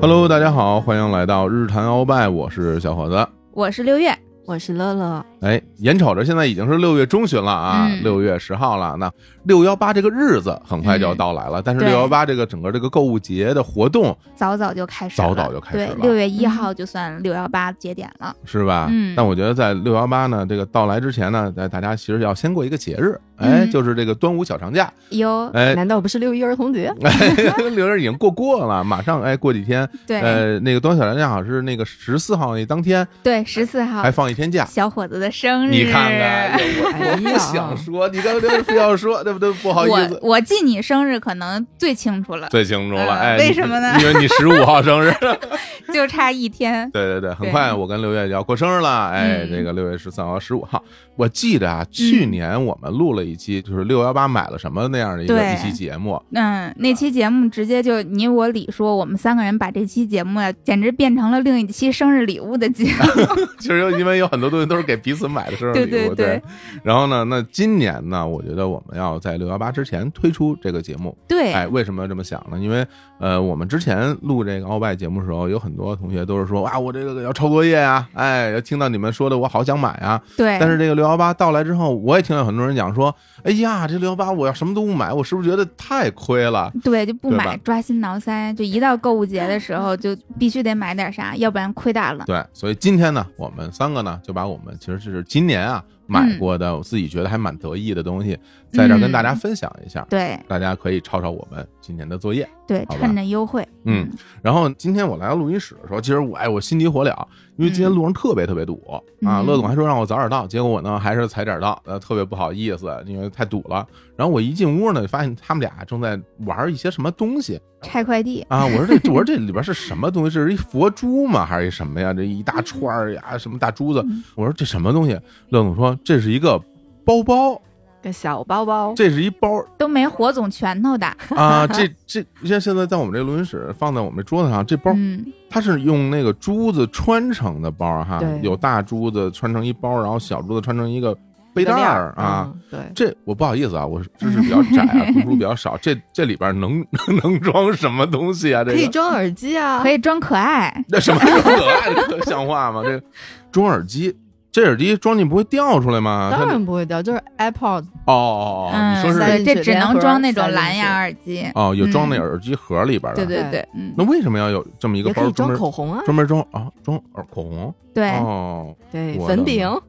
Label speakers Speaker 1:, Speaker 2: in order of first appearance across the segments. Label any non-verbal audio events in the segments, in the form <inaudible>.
Speaker 1: Hello，大家好，欢迎来到日坛鳌拜，我是小伙子。
Speaker 2: 我是六月，
Speaker 3: 我是乐乐，
Speaker 1: 哎，眼瞅着现在已经是六月中旬了啊，
Speaker 2: 嗯
Speaker 1: 六、月十号了。那六幺八这个日子很快就要
Speaker 2: 嗯
Speaker 1: 到来了，但是
Speaker 2: 对
Speaker 1: 六幺八这个整个这个购物节的活动
Speaker 2: 早早就开始了，
Speaker 1: 早早就开始了
Speaker 2: 对，六月一号就算六幺八节点了，
Speaker 1: 是吧？
Speaker 2: 嗯
Speaker 1: 但我觉得在六幺八呢这个到来之前呢，大大家其实要先过一个节日，哎，
Speaker 2: 嗯哦
Speaker 1: 就是这个端午小长假。
Speaker 2: 哟、
Speaker 1: 哎， <laughs>
Speaker 3: 难道不是六一儿童节？
Speaker 1: 六月已经过过了，马上哎过几天，
Speaker 2: 对、
Speaker 1: 呃，那个端午小长假好像是那个十四号那当天
Speaker 2: 对，十四号
Speaker 1: 还放一天假。
Speaker 2: 小伙子的生日，
Speaker 1: 你看看，
Speaker 3: 哎
Speaker 1: 我
Speaker 3: 呀
Speaker 1: 我不
Speaker 2: <laughs>
Speaker 1: 想说，你刚才非要说，对不对？不好意
Speaker 2: 我
Speaker 1: 思，
Speaker 2: 我记你生日可能最
Speaker 1: <laughs>
Speaker 2: 清楚了，
Speaker 1: 最清楚了，
Speaker 2: 嗯
Speaker 1: 哎，
Speaker 2: 为
Speaker 1: 你
Speaker 2: 什么呢
Speaker 1: 因为你十五号生
Speaker 2: <laughs>
Speaker 1: 日，
Speaker 2: 就差一天。
Speaker 1: 对对对，很快我跟六月就要过生日了，哎，
Speaker 2: 嗯
Speaker 1: 这个六月十三号、十五号，我记得啊，去年我们录了一期就是六幺八买了什么那样的一个
Speaker 2: 对
Speaker 1: 一期节目，
Speaker 2: 嗯，那期节目直接就你我李说，我们三个人把这期节目呀，简直变成了另一期生日礼物的节
Speaker 1: <laughs>
Speaker 2: 目。
Speaker 1: 其实因为有很多东西都是给彼此买的生日礼
Speaker 2: 对
Speaker 1: 物，
Speaker 2: 对对
Speaker 1: 然后呢，那今年呢，我觉得我们要在六幺八之前推出这个节目，
Speaker 2: 对，
Speaker 1: 哎，为什么这么想呢？因为呃，我们之前录这个鳌拜节目的时候，有很多同学都是说，哇，我这个要抄作业啊，哎，要听到你们说的，我好想买啊。
Speaker 2: 对，
Speaker 1: 但是这个六幺八到来之后，我也听到很多人讲说，哎呀，这六幺八我要什么都不买，我是不是觉得太亏了？
Speaker 2: 对，就不
Speaker 1: 对
Speaker 2: 买
Speaker 1: 吧，
Speaker 2: 抓心挠腮，就一到购物节的时候就必须得买点啥，要不然亏大了。
Speaker 1: 对，所以今天呢，我们三个呢，就把我们其实是今年啊买过的，我自己觉得还蛮得意的东西，在这儿跟大家分享一下，
Speaker 2: 对
Speaker 1: 大家可以抄抄我们今年的作业。
Speaker 2: 对，
Speaker 1: 好吧
Speaker 2: 趁着优惠，
Speaker 1: 嗯，然后今天我来到录音室的时候，其实我哎我心急火燎，因为今天路上特别特别堵、啊。
Speaker 2: 嗯
Speaker 1: 乐总还说让我早点到，结果我呢还是踩点到，呃，特别不好意思，因为太堵了。然后我一进屋呢，发现他们俩正在玩一些什么东西
Speaker 2: 拆快递。
Speaker 1: 啊！我说
Speaker 2: <laughs>
Speaker 1: 这我说这里边是什么东西？这是一佛珠吗？还是一什么呀？这一大串儿呀，什么大珠子
Speaker 2: 嗯？
Speaker 1: 我说这什么东西？乐总说这是一个包包，
Speaker 3: 个小包包，
Speaker 1: 这是一包
Speaker 2: 都没火总拳头大。
Speaker 1: 啊！这这现现在在我们这录音室放在我们这桌子上，这包
Speaker 2: 嗯，
Speaker 1: 它是用那个珠子穿成的包哈
Speaker 3: 对，
Speaker 1: 有大珠子穿成一包，然后小珠子穿成一个背
Speaker 3: 背嗯
Speaker 1: 带儿啊。，
Speaker 3: 对，
Speaker 1: 这我不好意思啊，我知识比较窄
Speaker 3: <laughs>
Speaker 1: 啊，读书比较少，这这里边能 <laughs> 能装什么东西啊？这
Speaker 3: 可以
Speaker 1: 个
Speaker 3: 装耳机啊，
Speaker 2: 可
Speaker 3: 以，
Speaker 2: 以装可爱。
Speaker 1: 那什么可爱的像话吗？这个装耳机，这耳机装进不会掉出来吗？它
Speaker 3: 当然不会掉，就是 AirPod，
Speaker 1: 哦哦哦，你
Speaker 2: 嗯，
Speaker 1: 说
Speaker 3: 塞
Speaker 1: 是
Speaker 2: 对，
Speaker 3: 进
Speaker 2: 这
Speaker 3: 去
Speaker 2: 只
Speaker 3: 连
Speaker 2: 能
Speaker 3: 盒
Speaker 2: 装那
Speaker 3: 塞
Speaker 2: 种
Speaker 3: 进
Speaker 2: 蓝牙
Speaker 3: 去
Speaker 2: 耳机。
Speaker 1: 哦，有装那
Speaker 2: 嗯
Speaker 1: 耳机盒里边的。啊
Speaker 2: 对对对，嗯，
Speaker 1: 那为什么要有这么一个
Speaker 3: 也可
Speaker 1: 包
Speaker 3: 以
Speaker 1: 专
Speaker 3: 装
Speaker 1: 门
Speaker 3: 口红啊，
Speaker 1: 专门装啊装耳口红？
Speaker 2: 对，
Speaker 1: 哦，
Speaker 3: 对，
Speaker 1: 我的
Speaker 3: 粉饼
Speaker 1: 妈，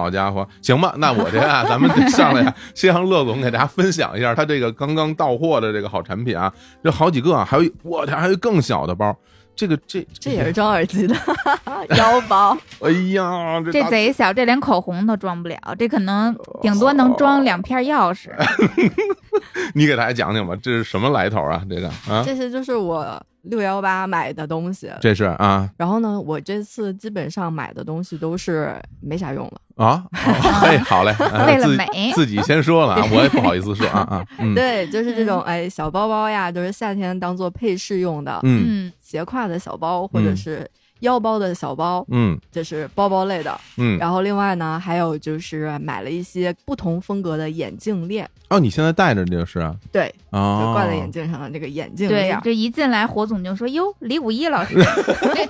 Speaker 1: 好家伙，行吧，那我这啊，咱们得上来啊 <laughs> 先让乐总给大家分享一下他这个刚刚到货的这个好产品啊，这好几个啊，还有一我天，还有更小的包，这个这
Speaker 3: 这也是装耳机的腰包，
Speaker 1: 哎呀，这
Speaker 2: 这
Speaker 1: 大哦
Speaker 2: 贼小，这连口红都装不了，这可能顶多能装两片钥匙。
Speaker 1: 你给大家讲讲吧，这是什么来头啊？这个啊，
Speaker 3: 这些就是我六幺八买的东西。
Speaker 1: 这是啊
Speaker 3: 然后呢，我这次基本上买的东西都是没啥用了。
Speaker 1: 啊，哦嘿，好嘞，啊
Speaker 2: 为了
Speaker 1: 自己
Speaker 2: 美
Speaker 1: 自己先说了啊，我也不好意思说啊啊，嗯
Speaker 3: 对，就是这种哎小包包呀，都是夏天当做配饰用的，
Speaker 1: <laughs> 嗯
Speaker 2: 嗯，
Speaker 3: 斜挎的小包或者
Speaker 1: 嗯
Speaker 3: 是腰包的小包，
Speaker 1: 嗯
Speaker 3: 这是包包类的。
Speaker 1: 嗯，
Speaker 3: 然后另外呢，还有就是买了一些不同风格的眼镜链，
Speaker 1: 哦，你现在戴着这个是啊，
Speaker 3: 对，就
Speaker 1: 哦，
Speaker 3: 挂在眼镜上的这个眼镜
Speaker 2: 对
Speaker 3: 链，，
Speaker 2: 这一进来火总就说：“哟，李五
Speaker 1: <laughs>
Speaker 2: 一老师，这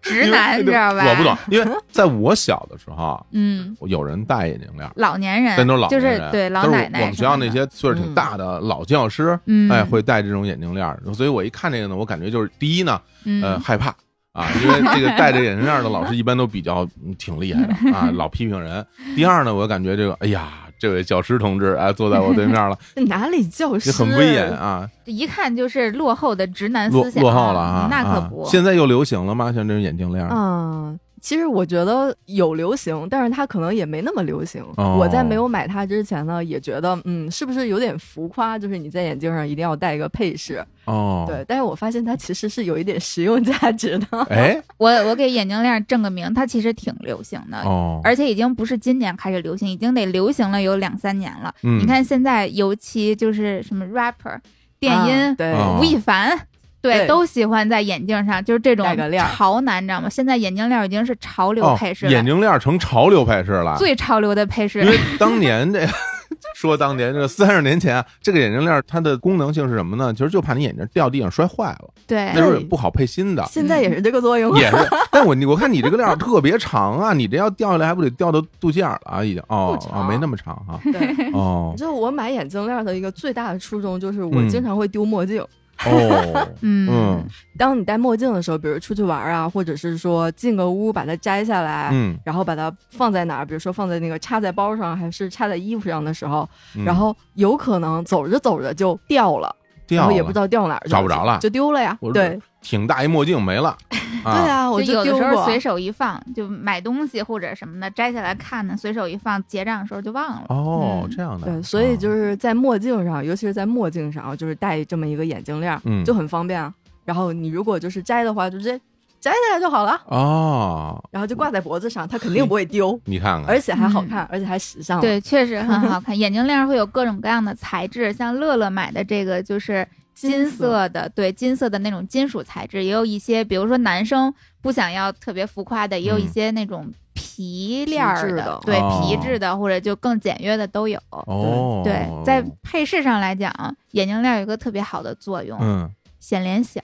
Speaker 2: 直男，知道吧？”
Speaker 1: 我不懂。，因为在我小的时候，啊
Speaker 2: 嗯，
Speaker 1: 有人戴眼镜链儿，
Speaker 2: 老年人，
Speaker 1: 但都是老
Speaker 2: 哎就
Speaker 1: 年
Speaker 2: 是
Speaker 1: 人，
Speaker 2: 对老
Speaker 1: 都是
Speaker 2: 奶奶。
Speaker 1: 我们学校那，些岁数挺大的老教师，
Speaker 2: 嗯，
Speaker 1: 哎，会戴这种眼镜链儿，所以我一看这个呢，我感觉就是第一呢，呃，
Speaker 2: 嗯，
Speaker 1: 害怕。啊，因为这个戴着眼镜链儿的老师一般都比较嗯挺厉害的啊，老批评人。第二呢，我感觉这个，哎呀，这位教师同志啊，坐在我对面了，
Speaker 3: 哪里教
Speaker 1: 也
Speaker 3: 师
Speaker 1: 很威严啊，
Speaker 2: 这一看就是落后的直男
Speaker 1: 落
Speaker 2: 思想，
Speaker 1: 落后了啊。
Speaker 2: 那可
Speaker 1: 啊
Speaker 2: 不，
Speaker 1: 现在又流行了吗？像这种眼镜链儿，
Speaker 3: 嗯。其实我觉得有流行，但是它可能也没那么流行。
Speaker 1: 哦
Speaker 3: 我在没有买它之前呢，也觉得嗯，是不是有点浮夸？就是你在眼镜上一定要戴一个配饰，
Speaker 1: 哦，
Speaker 3: 对。但是我发现它其实是有一点实用价值的。
Speaker 1: 哎，
Speaker 2: 我我给眼镜链正个名，它其实挺流行的，
Speaker 1: 哦，
Speaker 2: 而且已经不是今年开始流行，已经得流行了有两三年了。
Speaker 1: 嗯
Speaker 2: 你看现在，尤其就是什么 rapper、电
Speaker 3: 啊
Speaker 2: 音、
Speaker 3: 对，
Speaker 1: 哦
Speaker 2: 吴亦凡。对，
Speaker 3: 对
Speaker 2: 都喜欢在眼镜上，就是这种
Speaker 3: 戴个链儿。
Speaker 2: 潮男，你知道吗？现在眼镜链已经是潮流
Speaker 1: 哦
Speaker 2: 配饰了，
Speaker 1: 眼镜链儿成潮流配饰了，
Speaker 2: 最潮流的配饰
Speaker 1: 因。为当年这 <laughs> 说当年这个三十年前啊，这个眼镜链儿它的功能性是什么呢？其实就怕你眼镜掉地上摔坏了，
Speaker 2: 对
Speaker 1: 那时候也不好配新的
Speaker 3: 现在也是这个作用啊。
Speaker 1: 也是，但我我看你这个链儿特别长啊，你这要掉下来还不得掉到肚脐眼儿了啊？已经哦
Speaker 3: 不
Speaker 1: 哦，
Speaker 3: 长，
Speaker 1: 没那么长啊
Speaker 3: <laughs> 对，
Speaker 1: 哦
Speaker 3: 就是我买眼镜链的一个最大的初衷，就是我
Speaker 1: 嗯
Speaker 3: 经常会丢墨镜。 <laughs>
Speaker 1: 哦，
Speaker 2: 嗯
Speaker 1: 嗯
Speaker 3: 当你戴墨镜的时候，比如出去玩啊，或者是说进个屋把它摘下来，
Speaker 1: 嗯，
Speaker 3: 然后把它放在哪儿，比如说放在那个插在包上，还是插在衣服上的时候，
Speaker 1: 嗯
Speaker 3: 然后有可能走着走着就掉了，然
Speaker 1: 掉
Speaker 3: 后
Speaker 1: 了
Speaker 3: 也不知道掉哪儿去，
Speaker 1: 找不着了
Speaker 3: 就丢了呀
Speaker 1: 我。
Speaker 3: 对
Speaker 1: 挺大一墨镜
Speaker 3: <laughs>
Speaker 1: 没了，对
Speaker 3: 对啊，我
Speaker 2: 就有的
Speaker 3: 丢
Speaker 2: 时候
Speaker 3: 过。
Speaker 2: 随手一放，就买东西或者什么的摘下来看呢，随手一放，结账的时候就忘了。
Speaker 1: 哦
Speaker 2: 嗯，
Speaker 1: 这样的，
Speaker 3: 对，所以就
Speaker 1: 啊
Speaker 3: 是在墨镜上，尤其是在墨镜上啊，就是戴这么一个眼镜链儿，
Speaker 1: 嗯
Speaker 3: 就很方便啊。然后你如果就是摘的话，就直接摘下来就好了，
Speaker 1: 哦，
Speaker 3: 然后就挂在脖子上，它肯定不会丢，
Speaker 1: 你看看，
Speaker 3: 而且还好看，而且还时尚。，
Speaker 2: 嗯对，确实很
Speaker 3: <laughs>
Speaker 2: 好看。眼镜链儿会有各种各样的材质，像乐乐买的这个就是金
Speaker 3: 金
Speaker 2: 色的，对，金色的那种金属材质，也有一些，比如说男生不想要特别浮夸的，也有一
Speaker 1: 嗯
Speaker 2: 些那种皮链儿
Speaker 3: 质
Speaker 2: 的，
Speaker 3: 的
Speaker 2: 对，
Speaker 1: 哦
Speaker 2: 皮质的或者就更简约的都有。
Speaker 1: 哦，
Speaker 2: 对，在配饰上来讲，眼镜链儿有一个特别好的作用，
Speaker 1: 嗯，
Speaker 2: 显脸小，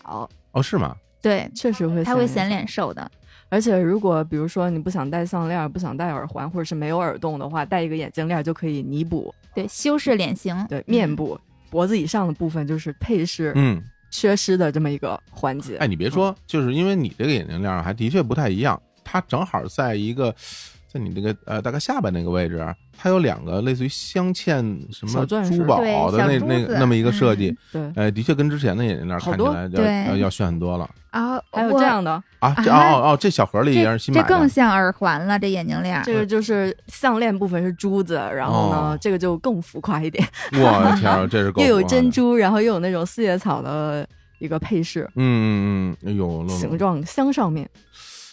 Speaker 1: 哦，是吗？
Speaker 2: 对，
Speaker 3: 确实会，
Speaker 2: 它会显。脸瘦的。
Speaker 3: 而且如果比如说你不想戴项链、不想戴耳环，或者是没有耳洞的话，戴一个眼镜链就可以弥补
Speaker 2: 对，修饰脸型，
Speaker 3: 对
Speaker 2: 嗯
Speaker 3: 面部、脖子以上的部分就是配饰
Speaker 1: 嗯，
Speaker 3: 缺失的这么一个环节。
Speaker 1: 哎，你别说，就是因为你这个眼镜链儿还的确不太一样，它正好在一个，在你这个呃大概下巴那个位置，它有两个类似于镶嵌什么
Speaker 3: 小钻石
Speaker 1: 珠宝
Speaker 2: 对
Speaker 1: 的
Speaker 2: 小
Speaker 1: 那
Speaker 2: 珠
Speaker 1: 那
Speaker 2: 子
Speaker 1: 那么一个设
Speaker 2: 嗯
Speaker 1: 计，
Speaker 3: 对，
Speaker 1: 哎，的确跟之前的眼镜链儿
Speaker 3: 好
Speaker 1: 看起
Speaker 3: 多
Speaker 1: 来
Speaker 2: 对
Speaker 1: 要要要炫很多了
Speaker 2: 啊，
Speaker 3: 还有
Speaker 2: 我
Speaker 3: 这样的，
Speaker 1: 啊！这
Speaker 2: 啊
Speaker 1: 哦哦，这小盒里也是新
Speaker 2: 这
Speaker 1: 买
Speaker 2: 更
Speaker 3: <laughs>
Speaker 1: 的，
Speaker 2: 像耳环了，这眼镜链儿。
Speaker 3: 这个就是项链部分是珠子，然后呢，
Speaker 1: 嗯哦
Speaker 3: 这个就更浮夸一点，
Speaker 1: 我的天儿，这是够
Speaker 3: 又有
Speaker 1: 多
Speaker 3: 珍
Speaker 1: 的，
Speaker 3: 珠，然后又有那种四叶草的一个配饰，
Speaker 1: 嗯嗯嗯，哎呦，露露
Speaker 3: 形状镶上面。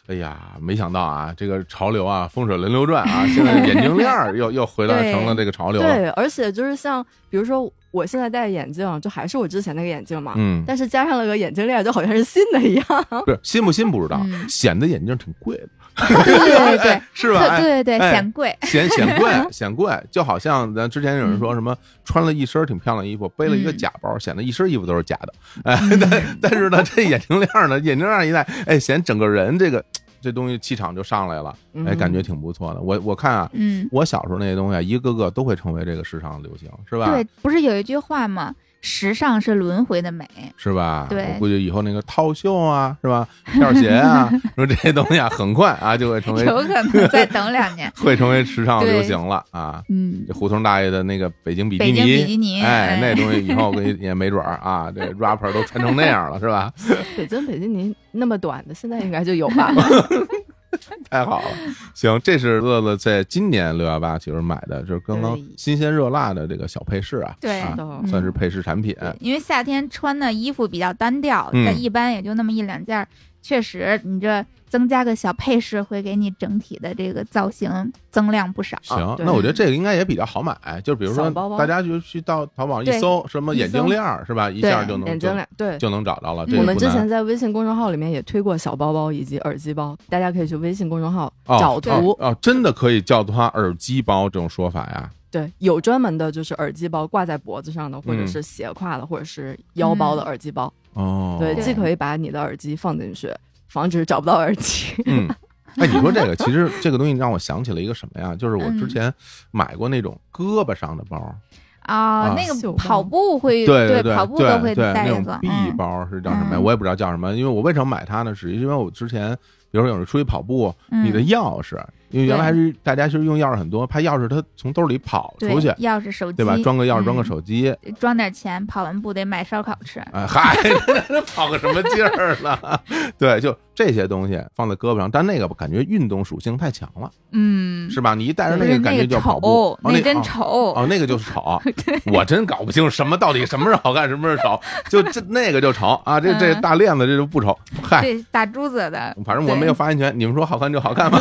Speaker 1: 哎呀，没想到啊，这个潮流啊，风水轮流转啊，现在眼镜链儿 <laughs> 又又回来
Speaker 2: 对
Speaker 1: 成了这个潮流了。
Speaker 3: 对，而且就是像比如说我现在戴的眼镜，就还是我之前那个眼镜嘛，
Speaker 1: 嗯，
Speaker 3: 但是加上了个眼镜链，就好像是新的一样。
Speaker 1: <laughs> 不是新不新不知道，
Speaker 2: 嗯
Speaker 1: 显得眼镜挺贵的，
Speaker 2: 对对
Speaker 1: <laughs>
Speaker 2: 对
Speaker 1: 哎，是吧？
Speaker 2: 特
Speaker 1: 哎
Speaker 2: 对对对，
Speaker 1: 哎
Speaker 2: 显贵。
Speaker 1: 显显
Speaker 2: <laughs>
Speaker 1: 贵，显贵，就好像咱之前有人
Speaker 2: 嗯
Speaker 1: 说什么穿了一身挺漂亮衣服，背了一个假包，显得一身衣服都是假的。哎，
Speaker 2: 嗯
Speaker 1: 但但是呢，这眼镜链儿呢，眼镜链儿一戴，哎，显整个人这个这东西气场就上来了，哎，
Speaker 3: 嗯
Speaker 1: 感觉挺不错的。我我看啊，
Speaker 2: 嗯，
Speaker 1: 我小时候那些东西啊，一个个都会成为这个市场的流行，是吧？
Speaker 2: 对，不是有一句话吗？时尚是轮回的美。
Speaker 1: 是吧？
Speaker 2: 对
Speaker 1: 我估计以后那个套袖啊，是吧？跳鞋
Speaker 2: <laughs>
Speaker 1: 啊，说这些东西啊，很快啊就会成为。
Speaker 2: 有可能再等两年
Speaker 1: <laughs> 会成为时尚
Speaker 2: 对
Speaker 1: 流行了啊。
Speaker 2: 嗯
Speaker 1: 这，胡同大爷的那个北京比基
Speaker 2: 北京比
Speaker 1: 尼，
Speaker 2: 基尼，
Speaker 1: 哎，那东西以后给也没准儿啊，这 rapper 都穿成那样了，是吧？ <laughs>
Speaker 3: 北京北京尼那么短的，现在应该就有 <laughs> 吧？
Speaker 1: 太好了，行，这是乐乐在今年六幺八其实买的，就是刚刚
Speaker 3: 对
Speaker 1: 新鲜热辣的这个小配饰啊，
Speaker 3: <laughs>
Speaker 2: 对
Speaker 1: 啊
Speaker 3: 是的
Speaker 1: 算是配饰产品。
Speaker 2: 对因为夏天穿的衣服比较单调，
Speaker 1: 嗯
Speaker 2: 但一般也就那么一两件儿。确实，你这增加个小配饰，会给你整体的这个造型增量不少。
Speaker 1: 行，
Speaker 2: 哦
Speaker 3: 对
Speaker 1: 那我觉得这个应该也比较好买，就比如说
Speaker 3: 小包包
Speaker 1: 大家就去到淘宝一
Speaker 2: 对
Speaker 1: 搜什么
Speaker 2: 一
Speaker 1: 眼镜
Speaker 2: 搜
Speaker 1: 链儿是吧，一
Speaker 2: 对
Speaker 1: 下就能
Speaker 3: 眼
Speaker 1: 就
Speaker 3: 镜链，对。
Speaker 1: 就能找到了。
Speaker 2: 嗯
Speaker 1: 这个
Speaker 3: 我们
Speaker 1: 嗯不
Speaker 3: 之
Speaker 1: 难
Speaker 3: 前在微信公众号里面也推过小包包以及耳机包，大家可以去微信公众号
Speaker 1: 哦
Speaker 3: 找图
Speaker 1: 哦，哦，真的可以叫它耳机包这种说法呀？
Speaker 3: 对，有专门的就是耳机包挂在脖子上的，或者
Speaker 1: 嗯
Speaker 3: 是斜挎的，或者是腰包的耳机包，
Speaker 1: 哦，
Speaker 3: 对，
Speaker 2: 对
Speaker 3: 既可以把你的耳机放进去，防止找不到耳机。
Speaker 1: <laughs> 嗯，哎，你说这个，其实这个东西让我想起了一个什么呀？就是我之
Speaker 2: 嗯
Speaker 1: 前买过那种胳膊上的包，
Speaker 2: 啊
Speaker 1: 啊，
Speaker 2: 那
Speaker 3: 袖
Speaker 2: 个
Speaker 3: 包
Speaker 2: 跑步会
Speaker 1: 对
Speaker 2: 跑步都会
Speaker 1: 对对，
Speaker 2: 带
Speaker 1: 那
Speaker 2: 一
Speaker 1: 种
Speaker 2: 个
Speaker 1: B
Speaker 2: 嗯
Speaker 1: 包是叫什么呀？
Speaker 2: 嗯
Speaker 1: 我也不知道叫什么，因为我为什么买它呢？是因为我之前。比如说有人出去跑步，
Speaker 2: 嗯
Speaker 1: 你的钥匙，因为原来还是大家其实用钥匙很多，怕钥匙它从兜里跑
Speaker 2: 对
Speaker 1: 出去，
Speaker 2: 钥匙、手机，
Speaker 1: 对吧？装个钥匙，装个
Speaker 2: 嗯，
Speaker 1: 手机，
Speaker 2: 装点钱，跑完步得买烧烤吃。
Speaker 1: 哎嗨， <laughs> 跑个什么劲儿了？ <laughs> 对，就这些东西放在胳膊上，但那个感觉运动属性太强了，
Speaker 2: 嗯，
Speaker 1: 是吧？你一戴着
Speaker 2: 不
Speaker 1: 那
Speaker 2: 是
Speaker 1: 个感觉就
Speaker 2: 丑
Speaker 1: 跑步，哦，那
Speaker 2: 真
Speaker 1: 哦
Speaker 2: 丑。
Speaker 1: 哦，那个就是
Speaker 2: <laughs>
Speaker 1: 丑，我真搞不清楚什么到底什么是好看，什么是丑，就这那个就丑啊，这这
Speaker 2: 嗯
Speaker 1: 大链子这就不丑，嗨，
Speaker 2: 这大珠子的，
Speaker 1: 反正我没有发言权，你们说好看就好看
Speaker 2: <laughs>
Speaker 1: 吧。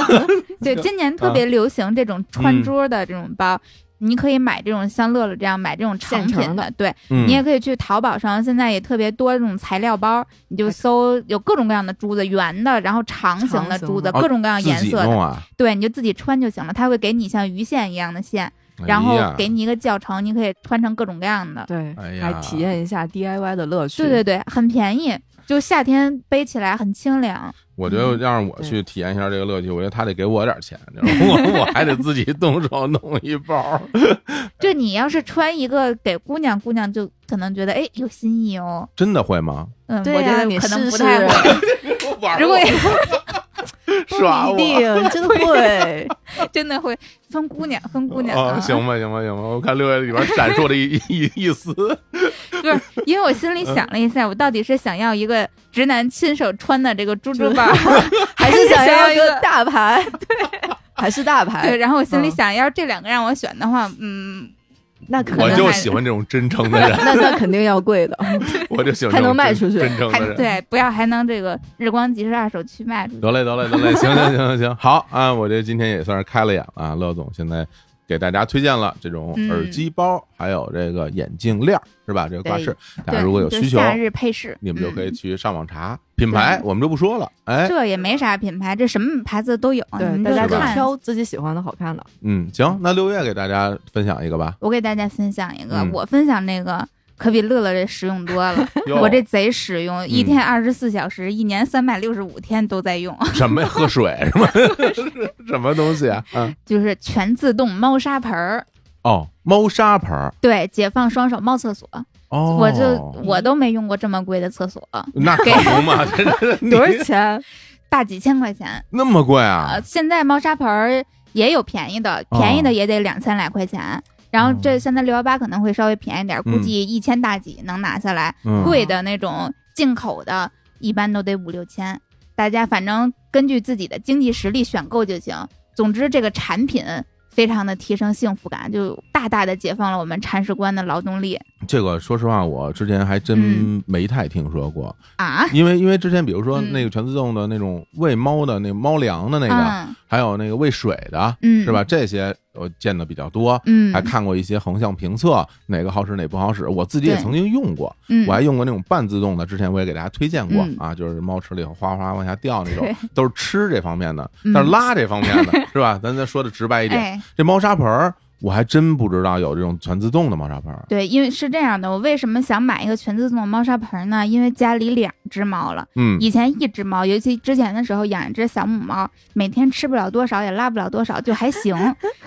Speaker 2: 对，今年特
Speaker 3: 嗯
Speaker 2: 别流行这种穿珠的这种包，你可以买这种像乐乐这样买这种成
Speaker 3: 现
Speaker 2: 品
Speaker 3: 成
Speaker 2: 的
Speaker 3: 的，
Speaker 2: 对，
Speaker 1: 嗯
Speaker 2: 你也可以去淘宝上，现在也特别多这种材料包，你就搜有各种各样的珠子，圆的，然后长形的珠子，
Speaker 1: 嗯长形的
Speaker 2: 各种各样
Speaker 1: 自
Speaker 2: 颜
Speaker 1: 己
Speaker 2: 色的，
Speaker 1: 弄啊，
Speaker 2: 对，你就自己穿就行了。它会给你像鱼线一样的线，然后
Speaker 1: 哎呀
Speaker 2: 给你一个教程，你可以穿成各种各样的。
Speaker 3: 对，
Speaker 1: 哎呀
Speaker 3: 还体验一下 DIY 的乐趣。
Speaker 2: 对对对，很便宜，就夏天背起来很清凉。
Speaker 1: 我觉得
Speaker 2: 嗯
Speaker 1: 要让我去体验一下这个乐趣，我觉得他得给我点钱，你知道吗 <laughs> 我我还得自己动手弄一包。
Speaker 2: 就你要是穿一个给姑娘，姑娘就可能觉得哎有新意哦。
Speaker 1: 真的会吗？
Speaker 2: 嗯，
Speaker 3: 对
Speaker 2: 我觉
Speaker 3: 呀
Speaker 2: 得
Speaker 3: 你
Speaker 2: 可能
Speaker 3: 试
Speaker 2: 不太
Speaker 3: 试
Speaker 2: 会。
Speaker 1: 玩
Speaker 2: 如果
Speaker 1: 耍
Speaker 3: 不
Speaker 1: <laughs> 我
Speaker 3: 一定，真的会。
Speaker 2: 真的会分姑娘，分姑娘
Speaker 1: 哦
Speaker 2: 啊，
Speaker 1: 行吧，行吧，行吧，我看六月里边闪烁的一 <laughs> 一一丝，
Speaker 2: 就是因为我心
Speaker 1: 嗯
Speaker 2: 里想了一下，我到底是想要一个直男亲手穿的这个猪猪包，
Speaker 3: 还
Speaker 2: 是
Speaker 3: 是
Speaker 2: 想
Speaker 3: 想
Speaker 2: 要
Speaker 3: 要
Speaker 2: 一
Speaker 3: 一
Speaker 2: 个
Speaker 3: 个大牌，对，还是大
Speaker 2: 对，
Speaker 3: 牌，
Speaker 2: 然后我心里
Speaker 3: 嗯
Speaker 2: 想，要是这两个让我选的话，嗯，
Speaker 3: 那可能
Speaker 1: 我就
Speaker 3: 还
Speaker 1: 喜欢这种真诚的 <laughs>
Speaker 2: <laughs>
Speaker 1: 人，
Speaker 3: 那那肯定要贵的，
Speaker 1: 我就喜欢这种
Speaker 3: 还能卖
Speaker 1: 真
Speaker 3: 出去
Speaker 1: 真诚
Speaker 2: 还
Speaker 1: 的人。
Speaker 2: 对，不要还能这个日光集市二手去卖出去。
Speaker 1: 得嘞，得嘞，得嘞，行行行行行，好啊！我这今天也算是开了眼了啊，乐总现在给大家推荐了这种
Speaker 2: 嗯
Speaker 1: 耳机包，还有这个眼镜链儿，是吧？这个挂饰，大家
Speaker 2: 对，
Speaker 1: 如果有
Speaker 2: 就
Speaker 1: 需求，
Speaker 2: 夏日配饰，
Speaker 1: 你们就可以
Speaker 2: 嗯。
Speaker 1: 去上网查品牌，我们就不说了。哎，
Speaker 2: 这也没啥品牌，这什么牌子都有，
Speaker 3: 对，
Speaker 2: 你
Speaker 3: 大
Speaker 2: 们
Speaker 3: 家
Speaker 2: 就
Speaker 3: 就
Speaker 2: 看。
Speaker 3: 挑自己喜欢的好看的。
Speaker 1: 嗯，行，那六月给大家分享一个
Speaker 2: <laughs>
Speaker 1: 吧。
Speaker 2: 我给大家分享一个，
Speaker 1: 嗯
Speaker 2: 我分享那个可比乐乐这实用多了，
Speaker 1: 哟嗯
Speaker 2: 我这贼实用，一天二十四小时，一年三百六十五天都在用， <laughs>
Speaker 1: 什么呀？喝水是吗？是 <laughs> 什么东西啊？嗯，
Speaker 2: 就是全自动猫砂盆儿。
Speaker 1: 哦，猫砂盆儿。
Speaker 2: 对，解放双手猫厕所，
Speaker 1: 哦，
Speaker 2: 我就我都没用过这么贵的厕所，
Speaker 1: 那可不嘛，这这
Speaker 2: <laughs>
Speaker 1: 这
Speaker 3: 多少
Speaker 1: 你
Speaker 3: 钱？
Speaker 2: 大几千块钱。
Speaker 1: 那么贵啊
Speaker 2: 呃，？现在猫砂盆儿也有便宜的，
Speaker 1: 哦
Speaker 2: 便宜的也得两千来块钱。然后这现在六幺八可能会稍微便宜点，估计一千大几能拿下来。
Speaker 1: 嗯
Speaker 2: 贵的那种进口的，一般都得五六千。大家反正根据自己的经济实力选购就行。总之，这个产品非常的提升幸福感，就大大的解放了我们铲屎官的劳动力
Speaker 1: 这个说实话，我之前还真
Speaker 2: 嗯
Speaker 1: 没太听说过，
Speaker 2: 啊！
Speaker 1: 因为因为之前比如说
Speaker 2: 嗯
Speaker 1: 那个全自动的那种喂猫的那猫粮的那个，
Speaker 2: 嗯
Speaker 1: 还有那个喂水的，
Speaker 2: 嗯，
Speaker 1: 是吧？？这些我见的比较多。
Speaker 2: 嗯，
Speaker 1: 还看过一些横向评测，哪个好使哪不好使，我自己也
Speaker 2: 对
Speaker 1: 曾经用过，
Speaker 2: 嗯，
Speaker 1: 我还用过那种半自动的，之前我也给大家推荐过、
Speaker 2: 嗯
Speaker 1: 啊，就是猫吃了以后哗哗往下掉那种
Speaker 2: 对，
Speaker 1: 都是吃这方面的，
Speaker 2: 嗯
Speaker 1: 但是拉这方面的、是吧？咱再说的直白一点，
Speaker 2: 哎
Speaker 1: 这猫砂盆儿我还真不知道有这种全自动的猫砂盆儿，
Speaker 2: 对，因为是这样的，我为什么想买一个全自动的猫砂盆呢？因为家里两只猫了，
Speaker 1: 嗯，
Speaker 2: 以前一只猫，尤其之前的时候养一只小母猫，每天吃不了多少，也拉不了多少，就
Speaker 1: <laughs>
Speaker 2: 还行。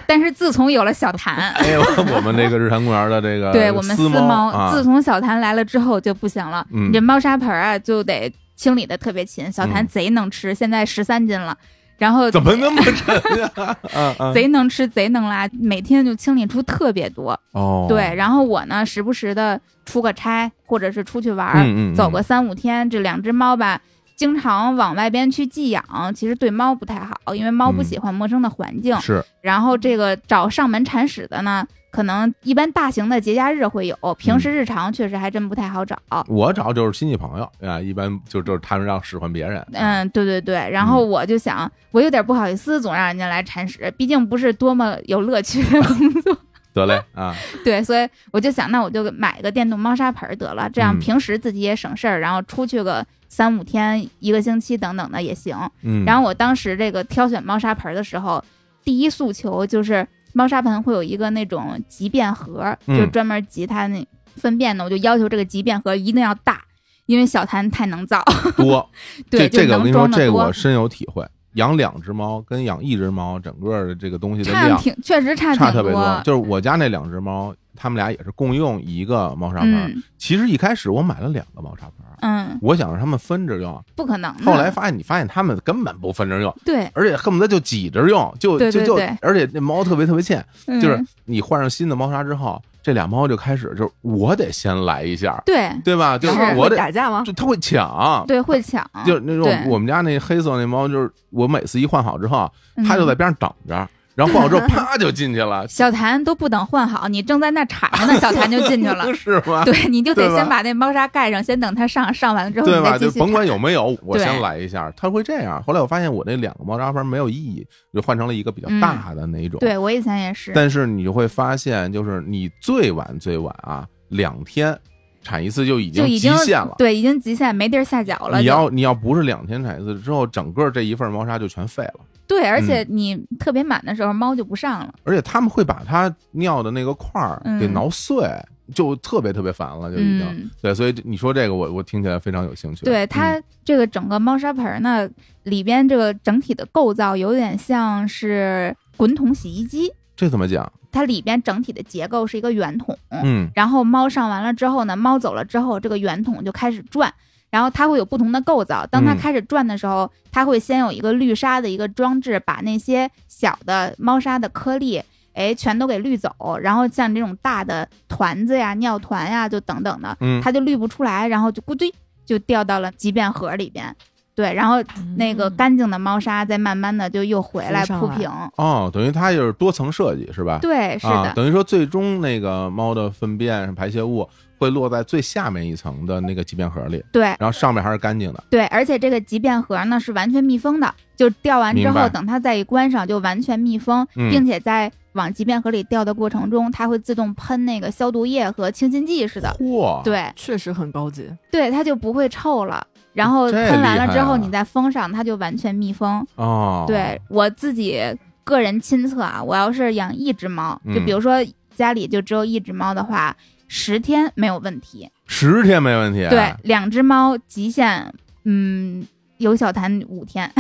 Speaker 2: 但是自从有了小谭，
Speaker 1: 哎，我我们这个日坛公园的这个
Speaker 2: 对我们
Speaker 1: 呃私
Speaker 2: 私猫，
Speaker 1: 啊，
Speaker 2: 自从小谭来了之后就不行了，
Speaker 1: 嗯
Speaker 2: 你这猫砂盆啊就得清理的特别勤。小谭
Speaker 1: 嗯
Speaker 2: 贼能吃，现在十三斤了，然后
Speaker 1: 怎么那么沉
Speaker 2: <laughs>
Speaker 1: 呀？啊啊！
Speaker 2: 贼能吃，贼能拉，每天就清理出特别多。
Speaker 1: 哦，
Speaker 2: 对，，然后我呢，时不时的出个差，或者是出去玩儿，
Speaker 1: 嗯嗯嗯
Speaker 2: 走个三五天，这两只猫吧，经常往外边去寄养，其实对猫不太好，因为猫不
Speaker 1: 嗯
Speaker 2: 喜欢陌生的环境。
Speaker 1: 是
Speaker 2: 然后这个找上门铲屎的呢，可能一般大型的节假日会有，平
Speaker 1: 嗯
Speaker 2: 时日常确实还真不太好找。
Speaker 1: 我找就是亲戚朋友啊，一般就就是他们让使唤别人，啊
Speaker 2: 嗯，对对对，然后我就想，我有点不好意思，总让人家来铲屎，毕竟不是多么有乐
Speaker 1: <laughs>
Speaker 2: 趣的工作。
Speaker 1: 得嘞啊，
Speaker 2: 对，所以我就想，那我就买个电动猫砂盆儿得了，这样
Speaker 1: 嗯
Speaker 2: 平时自己也省事儿，然后出去个三五天、一个星期等等的也行。
Speaker 1: 嗯，
Speaker 2: 然
Speaker 1: 后
Speaker 2: 后我当时这个挑选猫砂盆儿的时候，第一诉求就是猫砂盆会有一个那种集便盒，
Speaker 1: 嗯
Speaker 2: 就专门集它那粪便的，我就要求这个集便盒一定要大，因为小谭太能造， <laughs>
Speaker 1: 多，这
Speaker 2: 对，就
Speaker 1: 这个我跟你
Speaker 2: 能
Speaker 1: 说，
Speaker 2: 装的
Speaker 1: 这个
Speaker 2: 多
Speaker 1: 我。深有体会。养两只猫跟养一只猫，整个的这个东西的
Speaker 2: 差
Speaker 1: 量
Speaker 2: 挺，确实差挺
Speaker 1: 差特别多。就是我家那两只猫，它们俩也是共用一个猫砂盆儿。
Speaker 2: 嗯
Speaker 1: 其实一开始我买了两个猫砂盆儿，啊
Speaker 2: 嗯，
Speaker 1: 我想让它们分着用，啊
Speaker 2: 不可能的。
Speaker 1: 后来发现，你发现他们根本不分着用，
Speaker 2: 对，
Speaker 1: 而且恨不得就挤着用，就
Speaker 2: 对
Speaker 1: 就
Speaker 2: 对
Speaker 1: 就
Speaker 2: 对，嗯
Speaker 1: 而且那猫特别特别欠，
Speaker 2: 就
Speaker 1: 就是你换上新的猫砂之后，这俩猫就开始就是我得先来一下，
Speaker 2: 对
Speaker 1: 对吧？就是
Speaker 2: 是
Speaker 1: 我
Speaker 3: 会
Speaker 1: 得
Speaker 3: 打架吗？
Speaker 1: 就它会抢，
Speaker 2: 对会抢，
Speaker 1: 就是那
Speaker 2: 对
Speaker 1: 种我们家那黑色那猫，就是我每次一换好之后，它就
Speaker 2: 嗯
Speaker 1: 在边上等着，然后换好之后啪就进去
Speaker 2: <laughs>
Speaker 1: 了，。
Speaker 2: 小谭都不等换好，你正在那铲着呢，小谭就进去
Speaker 1: <laughs>
Speaker 2: 了
Speaker 1: 是吗？
Speaker 2: 对，你就得
Speaker 1: 对吧
Speaker 2: 先把那猫砂盖上，先等它上，上完了之后
Speaker 1: 对
Speaker 2: 你
Speaker 1: 吧？
Speaker 2: 再嗯继
Speaker 1: 就
Speaker 2: 续
Speaker 1: 甭管有没有，我
Speaker 2: 对
Speaker 1: 先来一下，它会这样。后来我发现我那两个猫砂盆没有意义，就换成了一个比较
Speaker 2: 嗯
Speaker 1: 大的那一种。
Speaker 2: 对我以前也是，
Speaker 1: 但是你就会发现，就是你最晚最晚啊，两天产一次就已
Speaker 2: 就已
Speaker 1: 极
Speaker 2: 经
Speaker 1: 限了。
Speaker 2: 对已经极限，没地儿下脚了。
Speaker 1: 你
Speaker 2: 就
Speaker 1: 要你要不是两天产一次，之后整个这一份猫砂就全废了。
Speaker 2: 对，而
Speaker 1: 嗯
Speaker 2: 且你特别满的时候，猫就不上了。
Speaker 1: 而且他们会把它尿的那个块儿给
Speaker 2: 嗯
Speaker 1: 挠碎，就特别特别烦了，就已经。
Speaker 2: 嗯，
Speaker 1: 对，所以这你说这个我我听起来非常有兴趣。
Speaker 2: 对
Speaker 1: 嗯
Speaker 2: 它这个整个猫砂盆儿呢，里边这个整体的构造有点像是滚筒洗衣机，
Speaker 1: 这怎么讲？
Speaker 2: 它里边整体的结构是一个圆筒。
Speaker 1: 嗯
Speaker 2: 然后猫上完了之后呢，猫走了之后，这个圆筒就开始转，然后它会有不同的构造。当它
Speaker 1: 嗯
Speaker 2: 开始转的时候，它会先有一个滤沙的一个装置，把那些小的猫砂的颗粒。哎，全都给滤走，然后像这种大的团子呀、尿团呀，就等等的，
Speaker 1: 嗯，
Speaker 2: 它就滤不出来，然后就咕嘟就掉到了集便盒里边。对，然后那个干净的猫砂再慢慢的就又回
Speaker 3: 嗯浮
Speaker 2: 来
Speaker 3: 上
Speaker 2: 铺
Speaker 3: 来
Speaker 2: 平。
Speaker 1: 哦，等于它就是多层设计是吧？
Speaker 2: 对，是
Speaker 1: 啊，
Speaker 2: 的，
Speaker 1: 等于说最终那个猫的粪便排泄物会落在最下面一层的那个集便盒里，
Speaker 2: 对。
Speaker 1: 然后上面还是干净的。
Speaker 2: 对，而且这个集便盒呢是完全密封的，就掉完之
Speaker 1: 明白
Speaker 2: 后，等它再一关上就完全密封，
Speaker 1: 嗯
Speaker 2: 并且在往集便盒里掉的过程中，它会自动喷那个消毒液和清新剂似的。
Speaker 1: 嚯，，
Speaker 2: 对
Speaker 3: 确实很高级，
Speaker 2: 对，它就不会臭了。然后
Speaker 1: 这
Speaker 2: 喷完
Speaker 1: 厉
Speaker 2: 了
Speaker 1: 害
Speaker 2: 之后，
Speaker 1: 啊
Speaker 2: 你再封上，它就完全密封。
Speaker 1: 哦，
Speaker 2: 对，我自己个人亲测啊，我要是养一只猫，就
Speaker 1: 嗯
Speaker 2: 比如说家里就只有一只猫的话，十天没有问题。
Speaker 1: 十天没问题。啊
Speaker 2: 对，两只猫极限，嗯，有小谈五天。
Speaker 1: <laughs>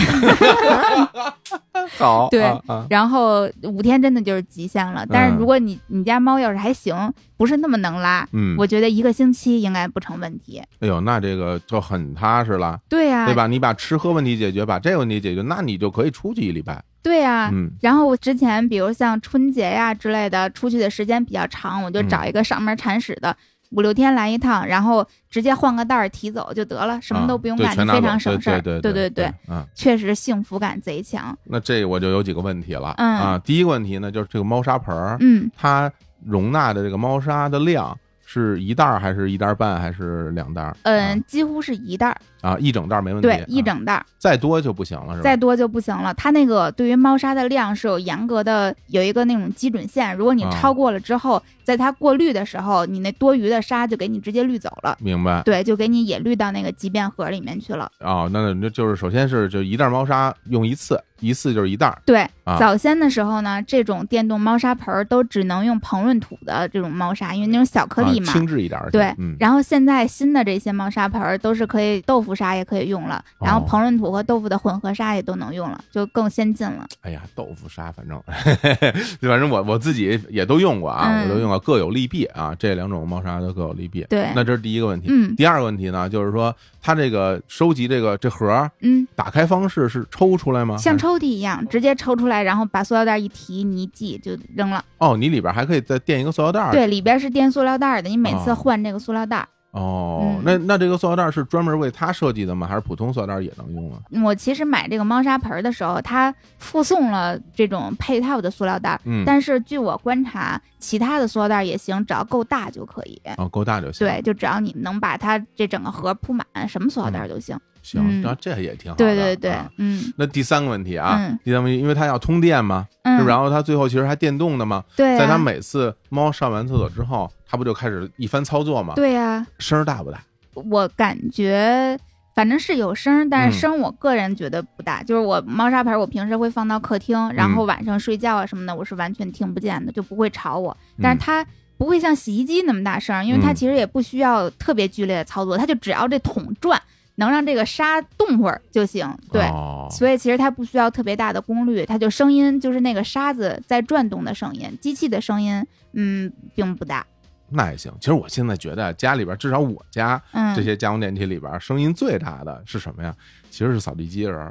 Speaker 1: 好，
Speaker 2: 对
Speaker 1: 啊啊
Speaker 2: 然后五天真的就是极限了。但是如果你你家猫要是还行，不是那么能拉，
Speaker 1: 嗯，
Speaker 2: 我觉得一个星期应该不成问题。
Speaker 1: 哎呦，那这个就很踏实了，
Speaker 2: 对啊呀、
Speaker 1: 对吧？你把吃喝问题解决，把这个问题解决，那你就可以出去一礼拜。
Speaker 2: 对呀、
Speaker 1: 嗯，
Speaker 2: 然后我之前比如像春节呀、之类的，出去的时间比较长，我
Speaker 1: 嗯
Speaker 2: 就找一个上门铲屎的。五六天来一趟，然后直接换个袋儿提走就得了，什么都不用
Speaker 1: 啊对
Speaker 2: 干，
Speaker 1: 全拿
Speaker 2: 非
Speaker 1: 走
Speaker 2: 常省事儿。
Speaker 1: 对
Speaker 2: 对
Speaker 1: 对
Speaker 2: 对，，
Speaker 1: 嗯。
Speaker 2: 确实幸福感贼强。
Speaker 1: 那这我就有几个问题了、
Speaker 2: 嗯
Speaker 1: 啊。第一个问题呢，就是这个猫砂盆儿，
Speaker 2: 嗯，
Speaker 1: 它容纳的这个猫砂的量是一袋儿还是一袋儿半还是两袋儿？
Speaker 2: 嗯，几乎是一袋儿，
Speaker 1: 啊，啊一整袋儿没问题，
Speaker 2: 对，一
Speaker 1: 啊、
Speaker 2: 整袋儿。
Speaker 1: 再多就不行了，是吧？
Speaker 2: 再多就不行了。它那个对于猫砂的量是有严格的有一个那种基准线，如果你
Speaker 1: 啊
Speaker 2: 超过了之后，在它过滤的时候，你那多余的沙就给你直接滤走了，
Speaker 1: 明白
Speaker 2: 对，就给你也滤到那个集便盒里面去了。
Speaker 1: 哦，那那就是首先是就一袋儿猫砂用一次，一次就是一袋儿，
Speaker 2: 对，
Speaker 1: 啊
Speaker 2: 早先的时候呢，这种电动猫砂盆儿都只能用膨润土的这种猫砂，因为那种小颗粒嘛。
Speaker 1: 啊、轻质一点儿去，
Speaker 2: 对
Speaker 1: 嗯，
Speaker 2: 然后现在新的这些猫砂盆儿都是可以豆腐砂也可以用了，然后
Speaker 1: 哦
Speaker 2: 膨润土和豆腐的混合砂也都能用了，就更先进了。
Speaker 1: 哎呀，豆腐砂，反正 <laughs> 反正我我自己也都用过啊，
Speaker 2: 嗯
Speaker 1: 我都用过，各有利弊啊，这两种猫砂都各有利弊。
Speaker 2: 对，
Speaker 1: 那这是第一个问题。
Speaker 2: 嗯
Speaker 1: 第二个问题呢，就是说它这个收集这个这盒儿
Speaker 2: 嗯，
Speaker 1: 打开方式是抽出来吗？
Speaker 2: 像
Speaker 1: 还是
Speaker 2: 抽屉一样，直接抽出来，然后把塑料袋一提，你一系就扔了。
Speaker 1: 哦，你里边还可以再垫一个塑料袋儿。
Speaker 2: 对，里边是垫塑料袋的，你每次
Speaker 1: 哦
Speaker 2: 换这个塑料袋。
Speaker 1: 哦，
Speaker 2: 嗯
Speaker 1: 那那这个塑料袋儿是专门为它设计的吗？还是普通塑料袋儿也能用啊？
Speaker 2: 我其实买这个猫砂盆的时候，它附送了这种配套的塑料袋，
Speaker 1: 嗯，
Speaker 2: 但是据我观察，其他的塑料袋也行，只要够大就可以。
Speaker 1: 哦，够大就行。
Speaker 2: 对，就只要你能把它这整个盒铺满，什么塑料袋都行。
Speaker 1: 行，
Speaker 2: 嗯
Speaker 1: 那这也挺好的。
Speaker 2: 对对对
Speaker 1: 啊，
Speaker 2: 嗯
Speaker 1: 那第三个问题啊，
Speaker 2: 嗯
Speaker 1: 第三个问题，因为它要通电嘛，
Speaker 2: 嗯，
Speaker 1: 是不是？然后它最后其实还电动的嘛，
Speaker 2: 对啊
Speaker 1: 在它
Speaker 2: 呀，
Speaker 1: 每次猫上完厕所之后，它不就开始一番操作嘛？
Speaker 2: 对啊呀，
Speaker 1: 声儿大不大？
Speaker 2: 我感觉反正是有声儿，但
Speaker 1: 嗯
Speaker 2: 是声儿我个人觉得不大。就是我猫砂盆，我平时会放到客厅，然
Speaker 1: 嗯
Speaker 2: 后晚上睡觉啊什么的，我是完全听不见的，就不会吵我。但是它不会像洗衣机那么大声儿，因为它
Speaker 1: 嗯
Speaker 2: 其实也不需要特别剧烈的操作，它就只要这桶转，能让这个沙动会儿就行。对。
Speaker 1: 哦
Speaker 2: 所以其实它不需要特别大的功率，它就声音就是那个沙子在转动的声音，机器的声音，嗯，并不大。
Speaker 1: 那也行。其实我现在觉得啊家里边，至少我家
Speaker 2: 嗯，
Speaker 1: 这些家用电器里边，声音最大的是什么呀？其实是扫地机器人儿，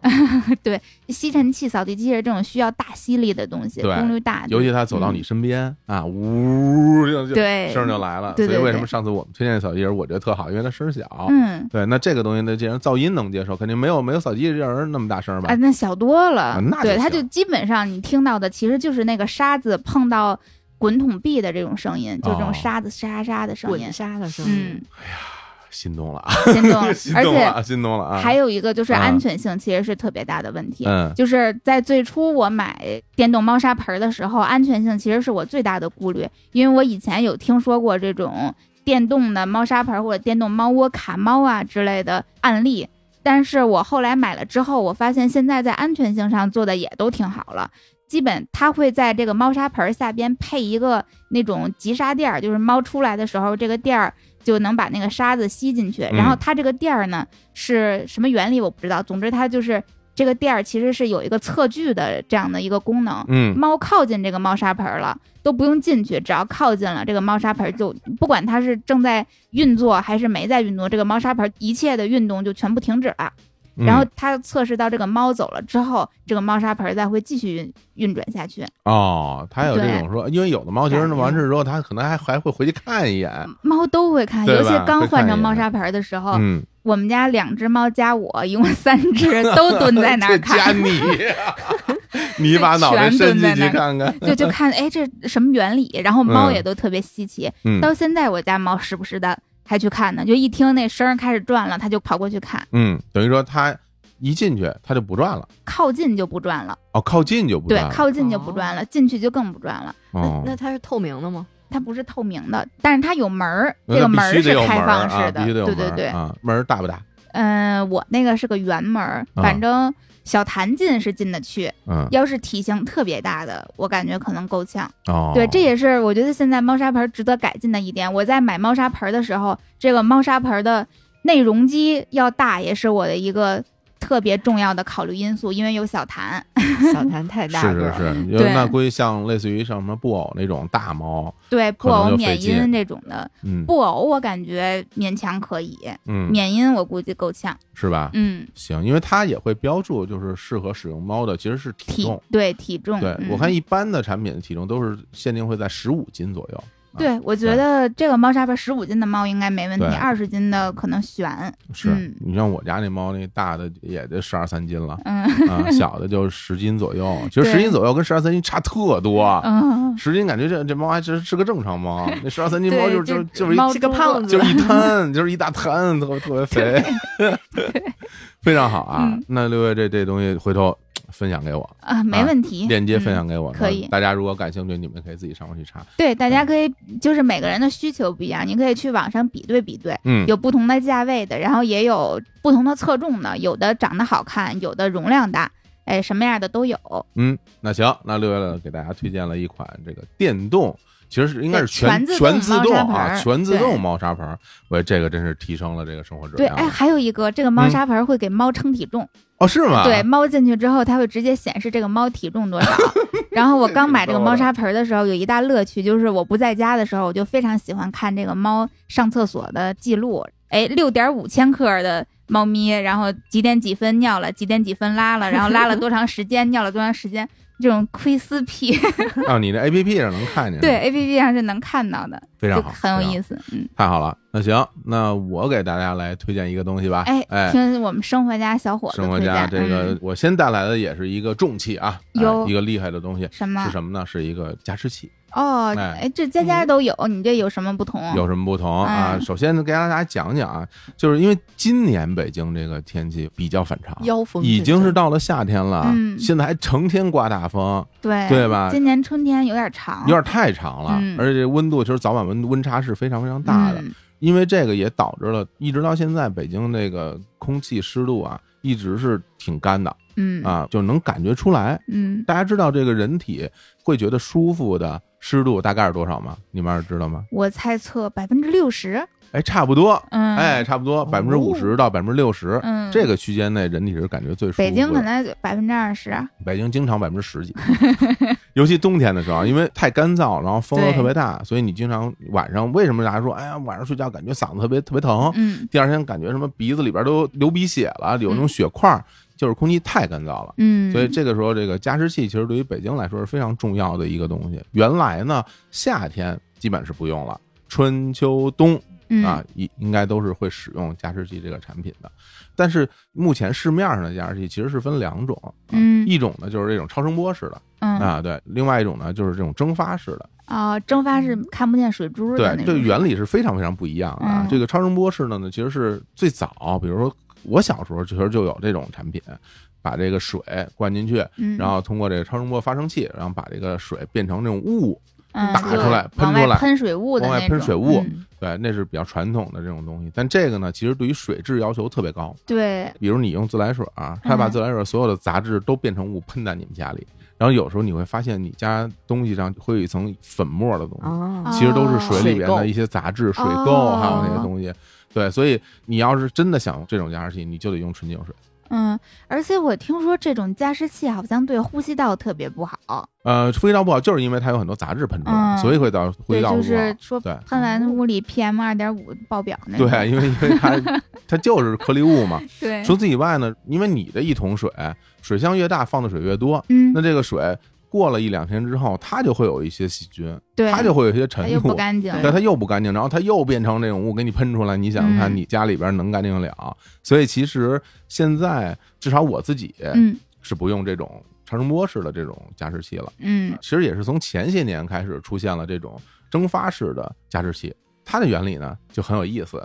Speaker 2: 吸尘器、扫地机器人这种需要大吸力的东西，
Speaker 1: 对
Speaker 2: 功率大的，
Speaker 1: 尤其它走到你身边啊，呜就就
Speaker 2: 嗯对
Speaker 1: 声儿就来了。所
Speaker 2: 对
Speaker 1: 以
Speaker 2: 对
Speaker 1: 为什
Speaker 2: 对
Speaker 1: 么上次我们推荐扫地机器人，我觉得特好，因为它声儿小。
Speaker 2: 嗯
Speaker 1: 对，那这个东西呢，既然噪音能接受，肯定没有没有扫地机器人儿那么大声儿吧
Speaker 2: 啊，？那小多了，
Speaker 1: 那就
Speaker 2: 对，它就
Speaker 1: 行
Speaker 2: 基本上你听到的其实就是那个沙子碰到滚筒壁的这种声音，就这
Speaker 1: 哦
Speaker 2: 种沙子沙沙的声音
Speaker 3: 滚，沙的声
Speaker 2: 嗯
Speaker 3: 音，，
Speaker 1: 心动了，啊
Speaker 2: 心动 <laughs>
Speaker 1: <laughs>
Speaker 2: 了，
Speaker 1: 心
Speaker 2: 而
Speaker 1: 动
Speaker 2: 且
Speaker 1: 了，心动了啊！
Speaker 2: 还有一个就是
Speaker 1: 啊
Speaker 2: 安全性其实是特别大的问题。
Speaker 1: 嗯，
Speaker 2: 就是在最初我买电动猫砂盆儿的时候，安全性其实是我最大的顾虑，因为我以前有听说过这种电动的猫砂盆儿或者电动猫窝卡猫啊之类的案例，但是我后来买了之后，我发现现在在安全性上做的也都挺好了。基本它会在这个猫砂盆下边配一个那种急砂垫儿，就是猫出来的时候，这个垫儿就能把那个沙子吸进去。
Speaker 1: 嗯
Speaker 2: 然后它这个垫儿呢是什么原理我不知道，总之它就是这个垫儿其实是有一个测距的这样的一个功能。
Speaker 1: 嗯
Speaker 2: 猫靠近这个猫砂盆了，都不用进去，只要靠近了这个猫砂盆就，不管它是正在运作还是没在运作，这个猫砂盆一切的运动就全部停止了。
Speaker 1: 嗯
Speaker 2: 然后它测试到这个猫走了之后，这个猫砂盆再会继续运运转下去。
Speaker 1: 哦，它有这
Speaker 2: 对
Speaker 1: 种说，因为有的猫其实
Speaker 2: 对
Speaker 1: 完事之后，它可能还还会回去看一眼。
Speaker 2: 猫都会看，
Speaker 1: 对
Speaker 2: 尤
Speaker 1: 吧
Speaker 2: 其刚换
Speaker 1: 会看一
Speaker 2: 成
Speaker 1: 眼
Speaker 2: 猫砂盆的时候，
Speaker 1: 嗯，
Speaker 2: 我们家两只猫加我一共三
Speaker 1: <laughs>
Speaker 2: 只都蹲在那
Speaker 1: 这
Speaker 2: 儿
Speaker 1: 加
Speaker 2: 看，
Speaker 1: 你，
Speaker 2: <laughs>
Speaker 1: <laughs> 你把脑袋伸进去看看。
Speaker 2: 就就看哎这什么原理，然后猫
Speaker 1: 嗯
Speaker 2: 也都特别稀奇。
Speaker 1: 嗯
Speaker 2: 到现在我家猫时不时的还去看呢，就一听那声儿开始转了，它就跑过去看，
Speaker 1: 嗯，等于说它一进去它就不转了，
Speaker 2: 靠近就不转了，
Speaker 1: 哦，靠近就不
Speaker 2: 对
Speaker 1: 转，了。
Speaker 2: 靠近就不转了，进去就更不转了。
Speaker 1: 哦
Speaker 3: 那它是透明
Speaker 2: <laughs>
Speaker 3: 的吗？
Speaker 2: 它不是透明的，但是它有门儿，
Speaker 1: 那
Speaker 2: 这个门
Speaker 1: 必须得
Speaker 2: 儿是
Speaker 1: 有门
Speaker 2: 开
Speaker 1: 儿
Speaker 2: 放
Speaker 1: 啊
Speaker 2: 式的，
Speaker 1: 必须得有
Speaker 2: 对
Speaker 1: 门
Speaker 2: 对
Speaker 1: 儿
Speaker 2: 对。
Speaker 1: 啊，门儿大不大？
Speaker 2: 嗯，我那个是个圆门儿，
Speaker 1: 啊
Speaker 2: 反正小弹进是进得去，
Speaker 1: 嗯，
Speaker 2: 要是体型特别大的，我感觉可能够呛。
Speaker 1: 哦，
Speaker 2: 对，这也是我觉得现在猫砂盆值得改进的一点。我在买猫砂盆的时候，这个猫砂盆的内容积要大，也是我的一个特别重要的考虑因素，因为有小痰。
Speaker 3: 小谭太大
Speaker 1: 是
Speaker 3: 个
Speaker 1: 是
Speaker 3: 儿了，
Speaker 2: <laughs>
Speaker 1: 是，因为
Speaker 2: 对
Speaker 1: 那估计像类似于像什么布偶那种大猫，
Speaker 2: 对，
Speaker 1: 可
Speaker 2: 布
Speaker 1: 能
Speaker 2: 偶、
Speaker 1: 就费
Speaker 2: 缅
Speaker 1: 劲
Speaker 2: 因这种的，
Speaker 1: 嗯
Speaker 2: 布偶我感觉勉强可以，
Speaker 1: 嗯，
Speaker 2: 缅因我估计够呛。
Speaker 1: 是吧？
Speaker 2: 嗯，
Speaker 1: 行，因为它也会标注，就是适合使用猫的其实是体
Speaker 2: 体
Speaker 1: 重。
Speaker 2: 对体重，
Speaker 1: 对
Speaker 2: 嗯
Speaker 1: 我看一般的产品的体重都是限定会在十五斤左右，啊
Speaker 2: 对，我觉
Speaker 1: 对
Speaker 2: 得这个猫砂盆十五斤的猫应该没问题，
Speaker 1: 对
Speaker 2: 二十斤的可能悬。
Speaker 1: 是
Speaker 2: 嗯。
Speaker 1: 你像我家那猫那大的也得十二三斤了
Speaker 2: <laughs> 嗯
Speaker 1: 啊，小的就十斤左右，其实
Speaker 2: 对
Speaker 1: 十斤左右跟十二三斤差特多。啊
Speaker 2: <laughs> 嗯，
Speaker 1: 十斤感觉这这猫还真是个正常猫，啊
Speaker 2: <laughs>
Speaker 1: 那十二三斤
Speaker 2: 对
Speaker 1: 猫就是就
Speaker 2: 这
Speaker 1: 是就是一
Speaker 2: 猫
Speaker 3: 是个
Speaker 2: 猪
Speaker 3: 胖子
Speaker 1: 就是一滩，就是一大滩，特别特别肥， <laughs> 非常好啊
Speaker 2: 嗯！
Speaker 1: 那六月这这东西回头分享给我，
Speaker 2: 啊，没
Speaker 1: 啊
Speaker 2: 问题。
Speaker 1: 链接分
Speaker 2: 嗯
Speaker 1: 享给我，
Speaker 2: 可以
Speaker 1: 那大家如果感兴趣，你们可以自己上网去查。
Speaker 2: 对，大
Speaker 1: 嗯
Speaker 2: 家可以就是每个人的需求不一样，你可以去网上比对比对，
Speaker 1: 嗯，
Speaker 2: 有不同的价位的，然后也有不同的侧重的，有的长得好看，有的容量大，哎，什么样的都有。
Speaker 1: 嗯，那行，那六月给大家推荐了一款这个电动，其实是应该是
Speaker 2: 对
Speaker 1: 全
Speaker 2: 全自
Speaker 1: 全
Speaker 2: 动
Speaker 1: 自
Speaker 2: 猫
Speaker 1: 动
Speaker 2: 砂盆
Speaker 1: 啊，
Speaker 2: 儿
Speaker 1: 全自动
Speaker 2: 对
Speaker 1: 猫砂盆儿，我这个真是提升了这个生活质
Speaker 2: 对，
Speaker 1: 量了。
Speaker 2: 哎，还有一个，这个猫
Speaker 1: 嗯
Speaker 2: 砂盆会给猫称体重，
Speaker 1: 哦，是吗？
Speaker 2: 对，，猫进去之后，它会直接显示这个猫体重
Speaker 1: <laughs>
Speaker 2: 多少。然后我刚买这个猫砂盆的时候，有一大乐趣就是我不在家的时候，我就非常喜欢看这个猫上厕所的记录。哎，六点五千克的猫咪，然后几点几分尿了，几点几分拉了，然后拉了多长时间， <laughs> 尿了多长时间，这种窥私癖，
Speaker 1: 啊，你那 A P P 上能看见，
Speaker 2: 对，A P P 上是能看到的，
Speaker 1: 非
Speaker 2: 就
Speaker 1: 常好，
Speaker 2: 很
Speaker 1: 非
Speaker 2: 有
Speaker 1: 常好
Speaker 2: 意思。嗯，
Speaker 1: 太好了，那行，那我给大家来推荐一个东西吧。
Speaker 2: 哎，
Speaker 1: 哎，
Speaker 2: 听我们生活家小伙子
Speaker 1: 生活
Speaker 2: 推
Speaker 1: 家
Speaker 2: 荐，
Speaker 1: 这个
Speaker 2: 嗯、
Speaker 1: 我先带来的也是一个重器啊，哎
Speaker 2: 哟
Speaker 1: 一个厉害的东西
Speaker 2: 什么
Speaker 1: 是什么呢？是一个加湿器，
Speaker 2: 哦，
Speaker 1: 哎
Speaker 2: 哎，这家家都有，你这有什么不同？
Speaker 1: 有什么不同啊？
Speaker 2: 嗯
Speaker 1: 首先呢，给大家讲讲啊，就是因为今年北京这个天气比较反常。
Speaker 3: 妖风
Speaker 1: 已
Speaker 3: 阵
Speaker 1: 经是
Speaker 3: 阵
Speaker 1: 到了夏天了，
Speaker 2: 嗯哦
Speaker 1: 现在还成天刮大风，
Speaker 2: 对
Speaker 1: 对吧
Speaker 2: 今年春天有点长，
Speaker 1: 有点太长了，
Speaker 2: 嗯
Speaker 1: 而且温度其实早晚温温差是非常非常大的。
Speaker 2: 嗯
Speaker 1: 因为这个也导致了，一直到现在北京这个空气湿度啊，一直是挺干的
Speaker 2: 嗯
Speaker 1: 啊，就能感觉出来。
Speaker 2: 嗯，
Speaker 1: 大家知道这个人体会觉得舒服的湿度大概是多少吗？你们二知道吗？
Speaker 2: 我猜测百分之六十，
Speaker 1: 哎，差不多，
Speaker 2: 嗯，
Speaker 1: 哎，，差不多
Speaker 3: 哦
Speaker 1: 百分之五十到百分之六十。
Speaker 2: 嗯，
Speaker 1: 这个区间内，人体是感觉最舒服的。
Speaker 2: 北京可能百分之二十，
Speaker 1: 北京经常百分之
Speaker 2: <laughs>
Speaker 1: 十几，尤其冬天的时候，啊因为太干燥，然后风又
Speaker 3: 对
Speaker 1: 特别大，所以你经常晚上为什么大家说，哎呀，晚上睡觉感觉嗓子特别特别疼？
Speaker 2: 嗯
Speaker 1: 第二天感觉什么鼻子里边都流鼻血了，有那种血块儿，就是空气太干燥了。
Speaker 2: 嗯，
Speaker 1: 所以这个时候，这个加湿器其实对于北京来说是非常重要的一个东西。原来呢，夏天基本是不用了，春秋冬
Speaker 2: 嗯
Speaker 1: 啊，应应该都是会使用加湿器这个产品的。但是目前市面上的加湿器其实是分两种，啊
Speaker 2: 嗯
Speaker 1: 一种呢就是这种超声波式的
Speaker 2: 嗯
Speaker 1: 啊，对，另外一种呢就是这种蒸发式的。
Speaker 2: 哦，蒸发是看不见水珠的
Speaker 1: 对，
Speaker 2: 那
Speaker 1: 这
Speaker 2: 种，
Speaker 1: 个原理是非常非常不一样的啊。
Speaker 2: 嗯
Speaker 1: 这个超声波式的呢，其实是最早，比如说我小时候其实就有这种产品，把这个水灌进去，
Speaker 2: 嗯，
Speaker 1: 然后通过这个超声波发生器，然后把这个水变成这种雾，
Speaker 2: 嗯，
Speaker 1: 打
Speaker 2: 就
Speaker 1: 出来喷
Speaker 2: 往
Speaker 1: 出
Speaker 2: 外
Speaker 1: 来
Speaker 2: 喷水雾的
Speaker 1: 往
Speaker 2: 那
Speaker 1: 外
Speaker 2: 种，
Speaker 1: 喷水雾
Speaker 2: 嗯
Speaker 1: 对，那是比较传统的这种东西。但这个呢，其实对于水质要求特别高。
Speaker 2: 对，
Speaker 1: 比如你用自来水啊，它把
Speaker 2: 嗯
Speaker 1: 自来水所有的杂质都变成雾喷在你们家里，然后有时候你会发现你家东西上会有一层粉末的东西，
Speaker 3: 啊
Speaker 2: 哦
Speaker 1: 其实都是水里边
Speaker 3: 水垢
Speaker 1: 的一些杂质、水垢，
Speaker 2: 哦
Speaker 1: 还有那些东西。对，所以你要是真的想这种加湿器，你就得用纯净水。
Speaker 2: 嗯，而且我听说这种加湿器好像对呼吸道特别不好，
Speaker 1: 呃，呼吸道不好，就是因为它有很多杂质喷出来，
Speaker 2: 嗯
Speaker 1: 所以会导呼吸
Speaker 2: 对，
Speaker 1: 道
Speaker 2: 就
Speaker 1: 不好
Speaker 2: 是。说
Speaker 1: 对
Speaker 2: 喷完屋里 PM 二点五爆表那种，
Speaker 1: 对，因为因为
Speaker 2: <laughs>
Speaker 1: 它它就是颗粒物嘛。
Speaker 2: 对
Speaker 1: 除此以外呢，因为你的一桶水水箱越大，放的水越多，
Speaker 2: 嗯
Speaker 1: 那，这个水过了一两天之后，它就会有一些细菌，
Speaker 2: 对，
Speaker 1: 它就会有一些
Speaker 2: 它
Speaker 1: 尘
Speaker 2: 哎又不
Speaker 1: 土，
Speaker 2: 干净，
Speaker 1: 对，它又不干净，然后它又变成这种雾给你喷出来，你想想看
Speaker 2: 嗯
Speaker 1: 你家里边能干净得了？所以其实现在至少我自己
Speaker 2: 嗯
Speaker 1: 是不用这种超声波式的这种加湿器了，
Speaker 2: 嗯
Speaker 1: 其实也是从前些年开始出现了这种蒸发式的加湿器，它的原理呢就很有意思。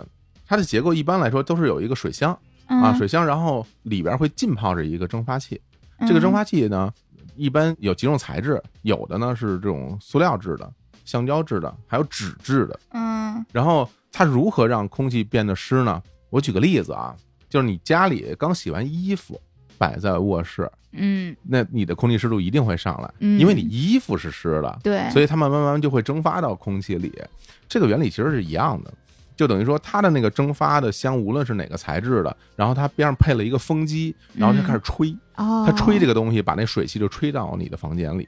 Speaker 1: 它的结构一般来说都是有一个水箱啊，
Speaker 2: 嗯
Speaker 1: 水箱，然后里边会浸泡着一个蒸发器，这
Speaker 2: 嗯
Speaker 1: 个蒸发器呢，一般有几种材质，有的呢是这种塑料制的、橡胶制的，还有纸质的。
Speaker 2: 嗯
Speaker 1: 然后它如何让空气变得湿呢？我举个例子啊，就是你家里刚洗完衣服摆在卧室，
Speaker 2: 嗯
Speaker 1: 那你的空气湿度一定会上来，
Speaker 2: 嗯，
Speaker 1: 因为你衣服是湿的，
Speaker 2: 对，
Speaker 1: 所
Speaker 2: 以
Speaker 1: 以它慢慢慢慢就会蒸发到空气里。这个原理其实是一样的。就等于说，它的那个蒸发的香，无论是哪个材质的，然后它边上配了一个风机，然后就开始吹，
Speaker 2: 哦，
Speaker 1: 它吹这个东西，把那水汽就吹到你的房间里，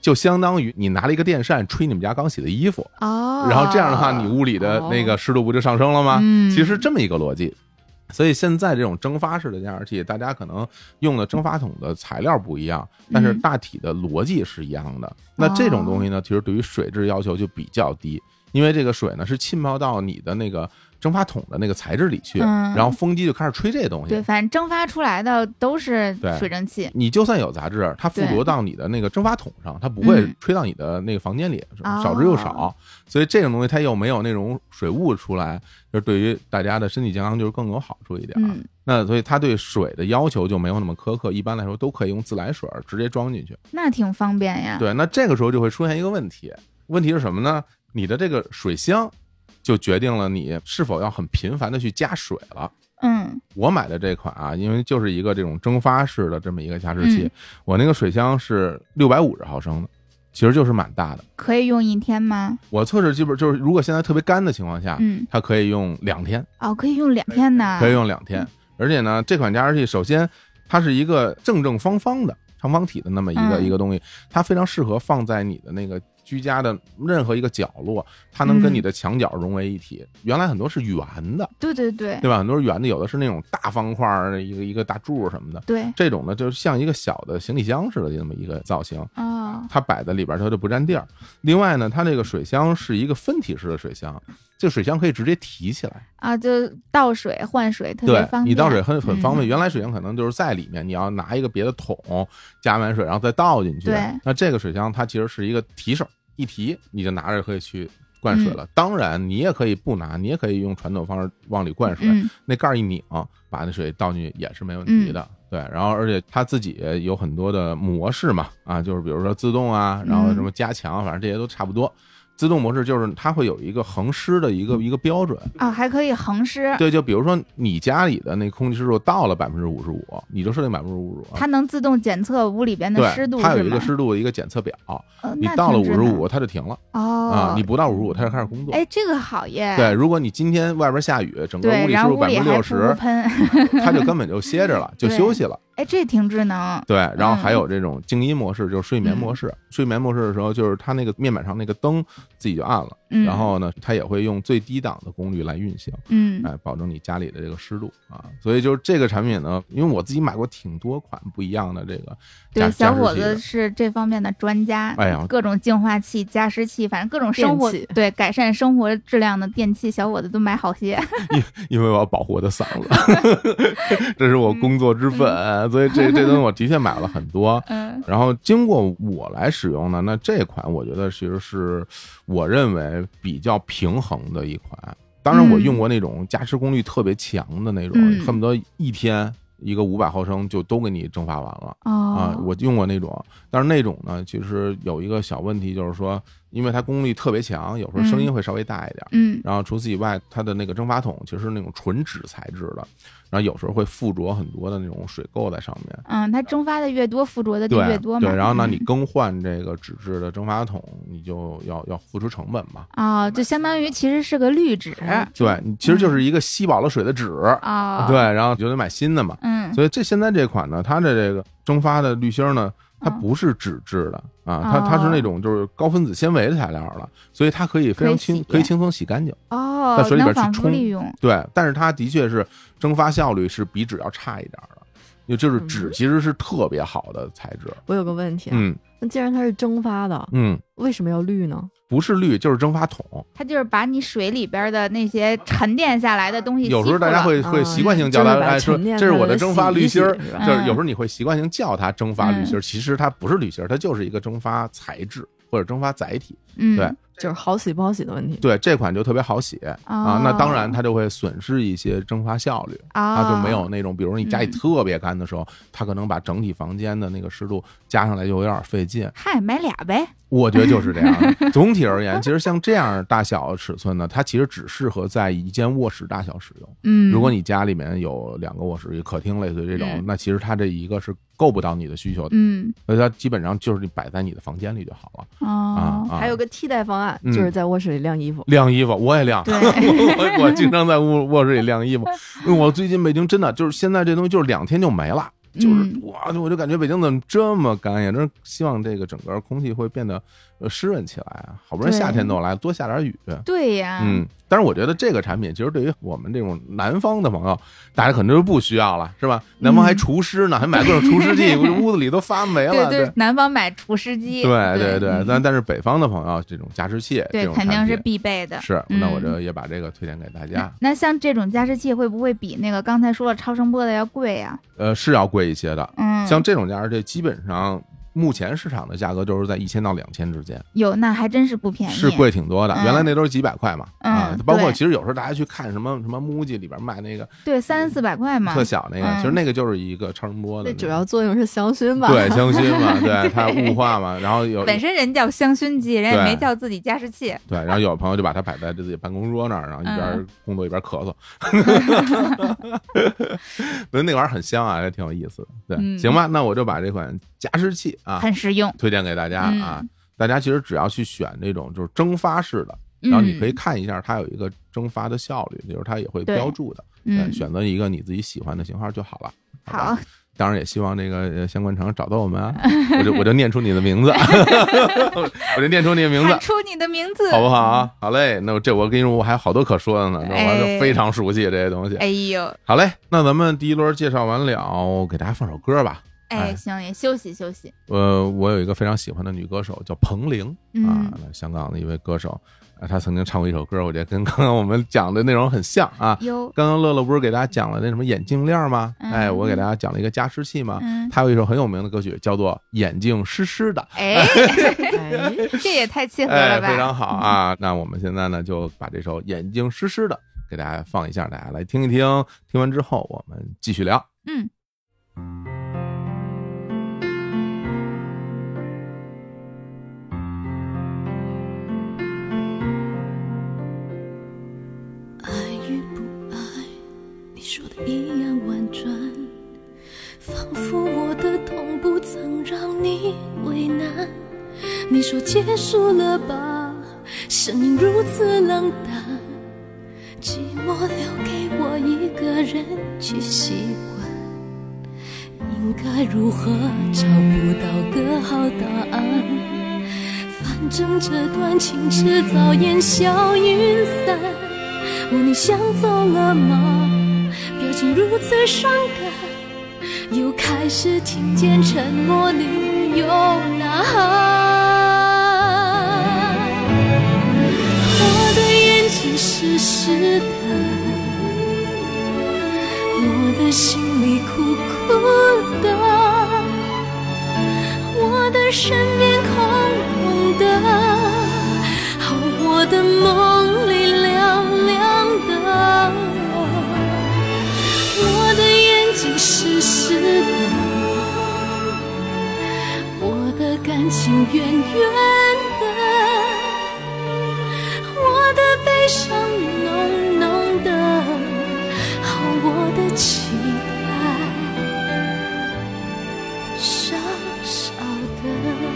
Speaker 1: 就相当于你拿了一个电扇吹你们家刚洗的衣服，
Speaker 2: 哦，
Speaker 1: 然后这样的话，你屋里的那个湿度不就上升了吗？
Speaker 2: 嗯
Speaker 1: 其实这么一个逻辑。所以现在这种蒸发式的加湿器，大家可能用的蒸发桶的材料不一样，但是
Speaker 2: 嗯
Speaker 1: 大体的逻辑是一样的。那这种东西
Speaker 2: 哦
Speaker 1: 呢，其实对于水质要求就比较低，因为这个水呢是浸泡到你的那个蒸发桶的那个材质里去，
Speaker 2: 嗯
Speaker 1: 然后风机就开始吹这东西
Speaker 2: 对，，反正蒸发出来的都是
Speaker 1: 对
Speaker 2: 水蒸气，
Speaker 1: 你就算有杂质，它附着
Speaker 2: 对
Speaker 1: 到你的那个蒸发桶上，它不会
Speaker 2: 嗯
Speaker 1: 吹到你的那个房间里，
Speaker 2: 哦
Speaker 1: 少之又少。所以这种东西它又没有那种水雾出来，就是对于大家的身体健康就是更有好处一点。
Speaker 2: 嗯
Speaker 1: 那所以它对水的要求就没有那么苛刻，一般来说都可以用自来水儿直接装进去。
Speaker 2: 那挺方便呀，
Speaker 1: 对，那这个时候就会出现一个问题，问题是什么呢？你的这个水箱就决定了你是否要很频繁的去加水了。
Speaker 2: 嗯
Speaker 1: 我买的这款啊，因为就是一个这种蒸发式的这么一个加湿器，
Speaker 2: 嗯
Speaker 1: 我那个水箱是六百五十毫升的，其实就是蛮大的。
Speaker 2: 可以用一天吗？
Speaker 1: 我测试基本就是，如果现在特别干的情况下，
Speaker 2: 嗯，
Speaker 1: 它可以用两天，
Speaker 2: 哦，可以用两天呢，
Speaker 1: 啊可以用两
Speaker 2: 嗯
Speaker 1: 天。而且呢，这款加湿器首先它是一个正正方方的长方体的那么一个、
Speaker 2: 嗯
Speaker 1: 一个东西，它非常适合放在你的那个。居家的任何一个角落，它能跟
Speaker 2: 嗯
Speaker 1: 你的墙角融为一体。原来很多是圆的，
Speaker 2: 对对对
Speaker 1: 对吧？很多是圆的，有的是那种大方块儿的一个一个大柱什么的。
Speaker 2: 对，
Speaker 1: 这种呢，就是像一个小的行李箱似的这么一个造型，
Speaker 2: 哦，
Speaker 1: 它摆在里边儿它就不占地儿。另外呢，它这个水箱是一个分体式的水箱，这水箱可以直接提起来，
Speaker 2: 啊，就倒水换水特别
Speaker 1: 对
Speaker 2: 方便，
Speaker 1: 你倒水很很方便。
Speaker 2: 嗯
Speaker 1: 原来水箱可能就是在里面，你要拿一个别的桶加满水，然后再倒进去
Speaker 2: 对。
Speaker 1: 那这个水箱它其实是一个提手，一提你就拿着可以去。灌水
Speaker 2: 嗯
Speaker 1: 了，当然你也可以不拿，你也可以用传统方式往里灌水，
Speaker 2: 嗯
Speaker 1: 那盖儿一拧，把那水倒进去也是没问题的。对，然后而且它自己有很多的模式嘛，啊，就是比如说自动啊，然
Speaker 2: 嗯
Speaker 1: 后什么加强，反正这些都差不多。自动模式就是它会有一个恒湿的一个一个标准，
Speaker 2: 哦，还可以恒湿，
Speaker 1: 对，就比如说你家里的那空气湿度到了百分之五十五，你就设定百分之五十五，
Speaker 2: 它能自动检测屋里边的湿度
Speaker 1: 对，
Speaker 2: 是吗？
Speaker 1: 它有一个湿度的一个检测表，
Speaker 2: 哦，
Speaker 1: 你
Speaker 2: 那
Speaker 1: 到了五
Speaker 2: 挺
Speaker 1: 十
Speaker 2: 智能
Speaker 1: 五它就停了
Speaker 2: 哦
Speaker 1: 啊，，你不到五十五它就开始工作。
Speaker 2: 哎，这个好耶，
Speaker 1: 对，如果你今天外边下雨，整个
Speaker 2: 对
Speaker 1: 屋里湿
Speaker 2: 然后
Speaker 1: 度
Speaker 2: 屋
Speaker 1: 百
Speaker 2: 里
Speaker 1: 分之
Speaker 2: 还
Speaker 1: 六
Speaker 2: 噗噗
Speaker 1: 十，
Speaker 2: 喷，
Speaker 1: 它就根本就歇着了，就
Speaker 2: <laughs> 对
Speaker 1: 休息了。
Speaker 2: 哎，这挺智能，
Speaker 1: 对，然后还
Speaker 2: 嗯
Speaker 1: 有这种静音模式，就是睡眠模式。睡眠模式的时候，就是它那个面板上那个灯自己就暗了，
Speaker 2: 嗯，
Speaker 1: 然后呢，它也会用最低档的功率来运行，
Speaker 2: 嗯
Speaker 1: 哎，保证你家里的这个湿度啊。所以就是这个产品呢，因为我自己买过挺多款不一样的这个加
Speaker 2: 对，小
Speaker 1: 加湿
Speaker 2: 伙
Speaker 1: 器的
Speaker 2: 子是这方面的专家。
Speaker 1: 哎
Speaker 2: <laughs>
Speaker 1: 呀
Speaker 2: 各种净化器、加湿器，反正各种生活
Speaker 3: 电器
Speaker 2: 对改善生活质量的电器，小伙子都买好些。
Speaker 1: 因为我要保护我的嗓子，
Speaker 2: <laughs>
Speaker 1: <laughs> 这是我
Speaker 2: 嗯
Speaker 1: 工作之本，所以这这东西我的确买了很多。
Speaker 2: 嗯
Speaker 1: 然后经过我来使用呢，那这款我觉得其实是我认为比较平衡的一款。当然，我用过那种加湿功率特别强的那种，
Speaker 2: 嗯
Speaker 1: 恨不得一天一个五百毫升就都给你蒸发完了。
Speaker 2: <laughs>
Speaker 1: 啊
Speaker 2: 哦
Speaker 1: 啊，我用过那种，但是那种呢，其实有一个小问题，就是说，因为它功率特别强，有时候声音会稍微大一点。
Speaker 2: 嗯
Speaker 1: 然后除此以外，它的那个蒸发桶其实是那种纯纸材质的，然后有时候会附着很多的那种水垢在上面。
Speaker 2: 嗯，它蒸发的越多，附着的就
Speaker 1: 对
Speaker 2: 越多嘛。
Speaker 1: 对，然后呢，
Speaker 2: 嗯
Speaker 1: 你更换这个纸质的蒸发桶，你就要要付出成本嘛。
Speaker 2: 哦，就相当于其实是个滤纸
Speaker 1: 对，你其实就是
Speaker 2: 嗯
Speaker 1: 一个吸饱了水的纸，嗯
Speaker 2: 啊。
Speaker 1: 对，，然后你就得买新的嘛。
Speaker 2: 嗯，
Speaker 1: 所以这现在这款呢，它的这个蒸发的滤芯儿呢，它
Speaker 2: 嗯哦
Speaker 1: 不是纸质的啊，它它是那种就是高分子纤维的材料了，所以它可以非常轻，
Speaker 2: 可
Speaker 1: 可
Speaker 2: 以洗
Speaker 1: 以轻松洗干净。
Speaker 2: 哦，
Speaker 1: 在水里边
Speaker 2: 能
Speaker 1: 去
Speaker 2: 反复
Speaker 1: 冲
Speaker 2: 利用。
Speaker 1: 对，但是它的确是蒸发效率是比纸要差一点儿的，也就是纸
Speaker 3: 嗯
Speaker 1: 其实是特别好的材质。
Speaker 3: 我有个问题啊，
Speaker 1: 嗯
Speaker 3: 那既然它是蒸发的，
Speaker 1: 嗯，
Speaker 3: 为什么要滤呢？
Speaker 1: 不是滤就是蒸发桶，
Speaker 2: 它就是把你水里边的那些沉淀下来的东西吸附了，
Speaker 1: 有时候大家会
Speaker 3: 啊
Speaker 1: 会习惯性叫它
Speaker 3: 就是把
Speaker 1: 哎说
Speaker 3: 沉淀
Speaker 1: 这是
Speaker 3: 下来
Speaker 1: 我的
Speaker 3: 的
Speaker 1: 蒸发
Speaker 3: 洗一
Speaker 1: 滤芯儿
Speaker 3: 洗是
Speaker 1: 就
Speaker 3: 吧嗯
Speaker 1: 是有时候你会习惯性叫它蒸发滤芯儿，其实它不是滤芯儿，它就是一个蒸发材质或者蒸发载体。
Speaker 2: 嗯
Speaker 1: 对
Speaker 3: 就是好洗不好洗的问题。
Speaker 1: 对，这款就特别好洗啊
Speaker 3: 哦
Speaker 2: 啊，
Speaker 1: 那当然它就会损失一些蒸发效率，它
Speaker 2: 啊
Speaker 1: 就没
Speaker 3: 哦
Speaker 1: 有那种，比如说你家里
Speaker 2: 嗯
Speaker 1: 特别干的时候，它可能把整体房间的那个湿度加上来就有点费劲。
Speaker 2: 嗨，买俩呗。
Speaker 1: 我觉得就是这样
Speaker 3: <laughs>
Speaker 1: 的。总体而言，其实像这样大小尺寸呢，它其实只适合在一间卧室大小使用。
Speaker 2: 嗯，
Speaker 1: 如果你家里面有两个卧室、一个客厅，类似于这种
Speaker 2: 嗯，
Speaker 1: 那其实它这一个是够不到你的需求的，
Speaker 2: 嗯
Speaker 1: 所以它基本上就是你摆在你的房间里就好了啊
Speaker 2: 哦，
Speaker 1: 啊。
Speaker 3: 还有个替代方案，
Speaker 1: 嗯
Speaker 3: 就是在卧室里晾衣服。
Speaker 1: 晾衣服，我也晾。
Speaker 2: 对
Speaker 1: <laughs> 我我经常在卧卧室里晾
Speaker 2: <laughs>
Speaker 1: 衣服，因为我最近北京真的就是现在这东西就是两天就没了，就是
Speaker 2: 嗯
Speaker 1: 哇，我就感觉北京怎么这么干呀？真是希望这个整个空气会变得呃湿润起来啊！好不容易
Speaker 2: 对
Speaker 1: 夏天都来，多下点雨。
Speaker 2: 对呀，
Speaker 1: 嗯，但是我觉得这个产品其实对于我们这种南方的朋友，大家可能就不需要了，是吧？南方还除湿呢，还买各种除湿剂，屋子里都发霉
Speaker 2: 对
Speaker 1: 了。
Speaker 2: 对，南方买除湿机，
Speaker 1: 对对对，
Speaker 2: 嗯
Speaker 1: 但但是北方的朋友，这种加湿器，这
Speaker 2: 对，
Speaker 1: 种
Speaker 2: 肯
Speaker 1: 产
Speaker 2: 定是
Speaker 1: 品
Speaker 2: 必备的。
Speaker 1: 是，那我
Speaker 2: 嗯
Speaker 1: 这也把这个推荐给大家。
Speaker 2: 那像这种加湿器会不会比那个刚才说了超声波的要贵呀？
Speaker 1: 呃，是要贵一些的。
Speaker 2: 嗯，
Speaker 1: 像这种加湿器，基本上目前市场的价格就是在一千到两千之间，
Speaker 2: 有那还真是不便宜，
Speaker 1: 是贵挺多的。
Speaker 2: 嗯
Speaker 1: 原来那都是几百块嘛，啊
Speaker 2: 嗯，
Speaker 1: 包括
Speaker 2: 对
Speaker 1: 其实有时候大家去看什么什么 MUJI 里边卖那个
Speaker 2: 对，三四百块嘛
Speaker 1: 特。小那个，
Speaker 2: 嗯
Speaker 1: 其实那个就是一个超声波的
Speaker 3: 那
Speaker 1: 那个，
Speaker 3: 主要作用是香薰吧？
Speaker 1: 对香薰
Speaker 2: <laughs>
Speaker 1: 嘛，对它雾化嘛，然后有
Speaker 2: 本身人叫香薰机，人也
Speaker 1: 对啊
Speaker 2: 没叫自己加湿器。
Speaker 1: 对，然后有朋友就把它摆在自己办公桌那儿，然后一边
Speaker 2: 嗯
Speaker 1: 工作一边咳嗽。 <laughs> 不是那玩意儿很香啊，还挺有意思的。对，
Speaker 2: 嗯
Speaker 1: 行吧，那我就把这款加湿器啊
Speaker 2: 很实用。
Speaker 1: 推荐给大家啊。
Speaker 2: 嗯
Speaker 1: 大家其实只要去选这种就是蒸发式的，
Speaker 2: 嗯
Speaker 1: 然后你可以看一下它有一个蒸发的效率，就是它也会标注的。
Speaker 2: 嗯，
Speaker 1: 选择一个你自己喜欢的型号就好了。吧
Speaker 2: 好，
Speaker 1: 当然也希望这个呃相关厂找到我们啊， <laughs> 我就我就念出你的名字， <laughs> 我就念出你的名字
Speaker 2: 喊，出你的名字，
Speaker 1: 好不好啊？好嘞，那我这我跟你说，我还有好多可说的呢，那我还是
Speaker 2: 哎
Speaker 1: 非常熟悉这些东西。
Speaker 2: 哎呦，
Speaker 1: 好嘞，那咱们第一轮介绍完了，给大家放首歌吧。哎
Speaker 2: 哎，行，也休息休息。
Speaker 1: 呃，我有一个非常喜欢的女歌手叫彭玲啊
Speaker 2: 嗯，
Speaker 1: 来香港的一位歌手，啊她曾经唱过一首歌，我觉得跟刚刚我们讲的内容很像啊。
Speaker 2: 哟，
Speaker 1: 刚刚乐乐不是给大家讲了那什么眼镜链吗？
Speaker 2: 嗯
Speaker 1: 哎，我给大家讲了一个加湿器嘛。
Speaker 2: 嗯，
Speaker 1: 她有一首很有名的歌曲，叫做《眼镜湿湿的》。 <laughs>
Speaker 2: 哎，
Speaker 3: <laughs> 哎，
Speaker 2: 这也太契合
Speaker 1: 哎，
Speaker 2: 了吧？
Speaker 1: 非常好啊！ <laughs> 那我们现在呢，就把这首《眼睛湿湿的》给大家放一下，大家来听一听。听完之后，我们继续聊。
Speaker 2: 嗯，
Speaker 4: 爱与不爱，你说的一样婉转，仿佛我的痛不曾让你为难。你说结束了吧，声音如此冷淡，寂寞留给我一个人去习惯。应该如何找不到个好答案？反正这段情迟早烟消云散。问你想走了吗？表情如此伤感，又开始听见沉默里有呐喊。我的眼睛湿湿的，我的心里苦苦的，我的身边空空的。哦，我的梦里凉凉的，我的眼睛湿湿的，我的感情远远的，悲伤浓浓的，好我的期待少少的。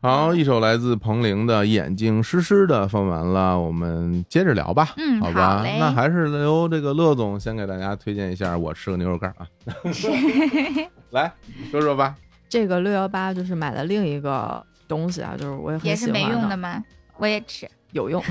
Speaker 1: 好，一首来自彭羚的《眼睛湿湿的》放完了，我们接着聊吧。
Speaker 2: 嗯
Speaker 1: 好吧，
Speaker 2: 好嘞
Speaker 1: 那还是由这个乐总先给大家推荐一下《我吃个牛肉干》
Speaker 2: <laughs>
Speaker 1: 啊。来说说吧，
Speaker 3: 这个六幺八就是买了另一个东西啊，就是我也
Speaker 2: 也
Speaker 3: 很喜
Speaker 2: 是
Speaker 3: 欢
Speaker 2: 没用的吗？我也吃，<laughs>
Speaker 3: 有用。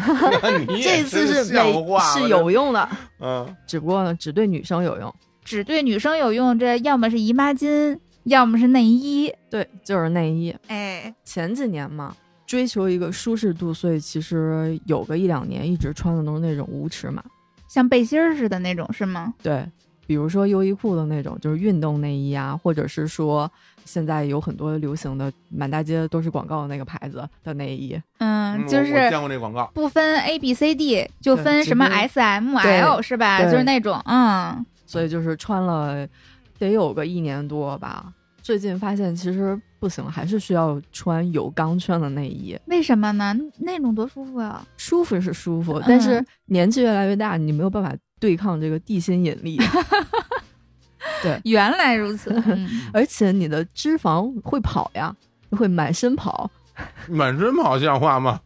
Speaker 1: 你也
Speaker 3: 这次
Speaker 1: 真
Speaker 3: 是没
Speaker 1: 像话，
Speaker 3: 是有用的，
Speaker 1: 嗯，
Speaker 3: 只不过呢，只对女生有用。
Speaker 2: 只对女生有用。这要么是姨妈巾，要么是内衣。
Speaker 3: 对，就是内衣。
Speaker 2: 哎，
Speaker 3: 前几年嘛，追求一个舒适度，所以其实有个一两年一直穿的都是那种无尺码。
Speaker 2: 像背心儿似的那种是吗？嗯
Speaker 3: 对，比如说优衣库的那种，就是运动内衣啊，或者是说现在有很多流行的，满大街都是广告的那个牌子的内衣。
Speaker 2: 嗯，
Speaker 1: 嗯
Speaker 2: 就
Speaker 1: 我我
Speaker 2: 是
Speaker 1: 见过这广告，
Speaker 2: 不分 A B C D，就
Speaker 3: 对
Speaker 2: 分
Speaker 3: 只
Speaker 2: 什么
Speaker 3: 分
Speaker 2: S M L 是吧？
Speaker 3: 对
Speaker 2: 就是那种，嗯，
Speaker 3: 所以就是穿了得有个一年多吧。最近发现其实不行，还是需要穿有钢圈的内衣，
Speaker 2: 为什么呢？那种多舒
Speaker 1: <laughs>
Speaker 2: 服啊！
Speaker 3: 舒服是舒服
Speaker 2: 嗯，
Speaker 3: 但是年纪越来越大，你没有办法对抗这个地心引
Speaker 2: <laughs>
Speaker 3: 力，
Speaker 2: 原来如此，嗯
Speaker 1: <laughs>
Speaker 3: 而且你的脂肪会跑呀，会满身跑，
Speaker 1: 满身跑像话吗？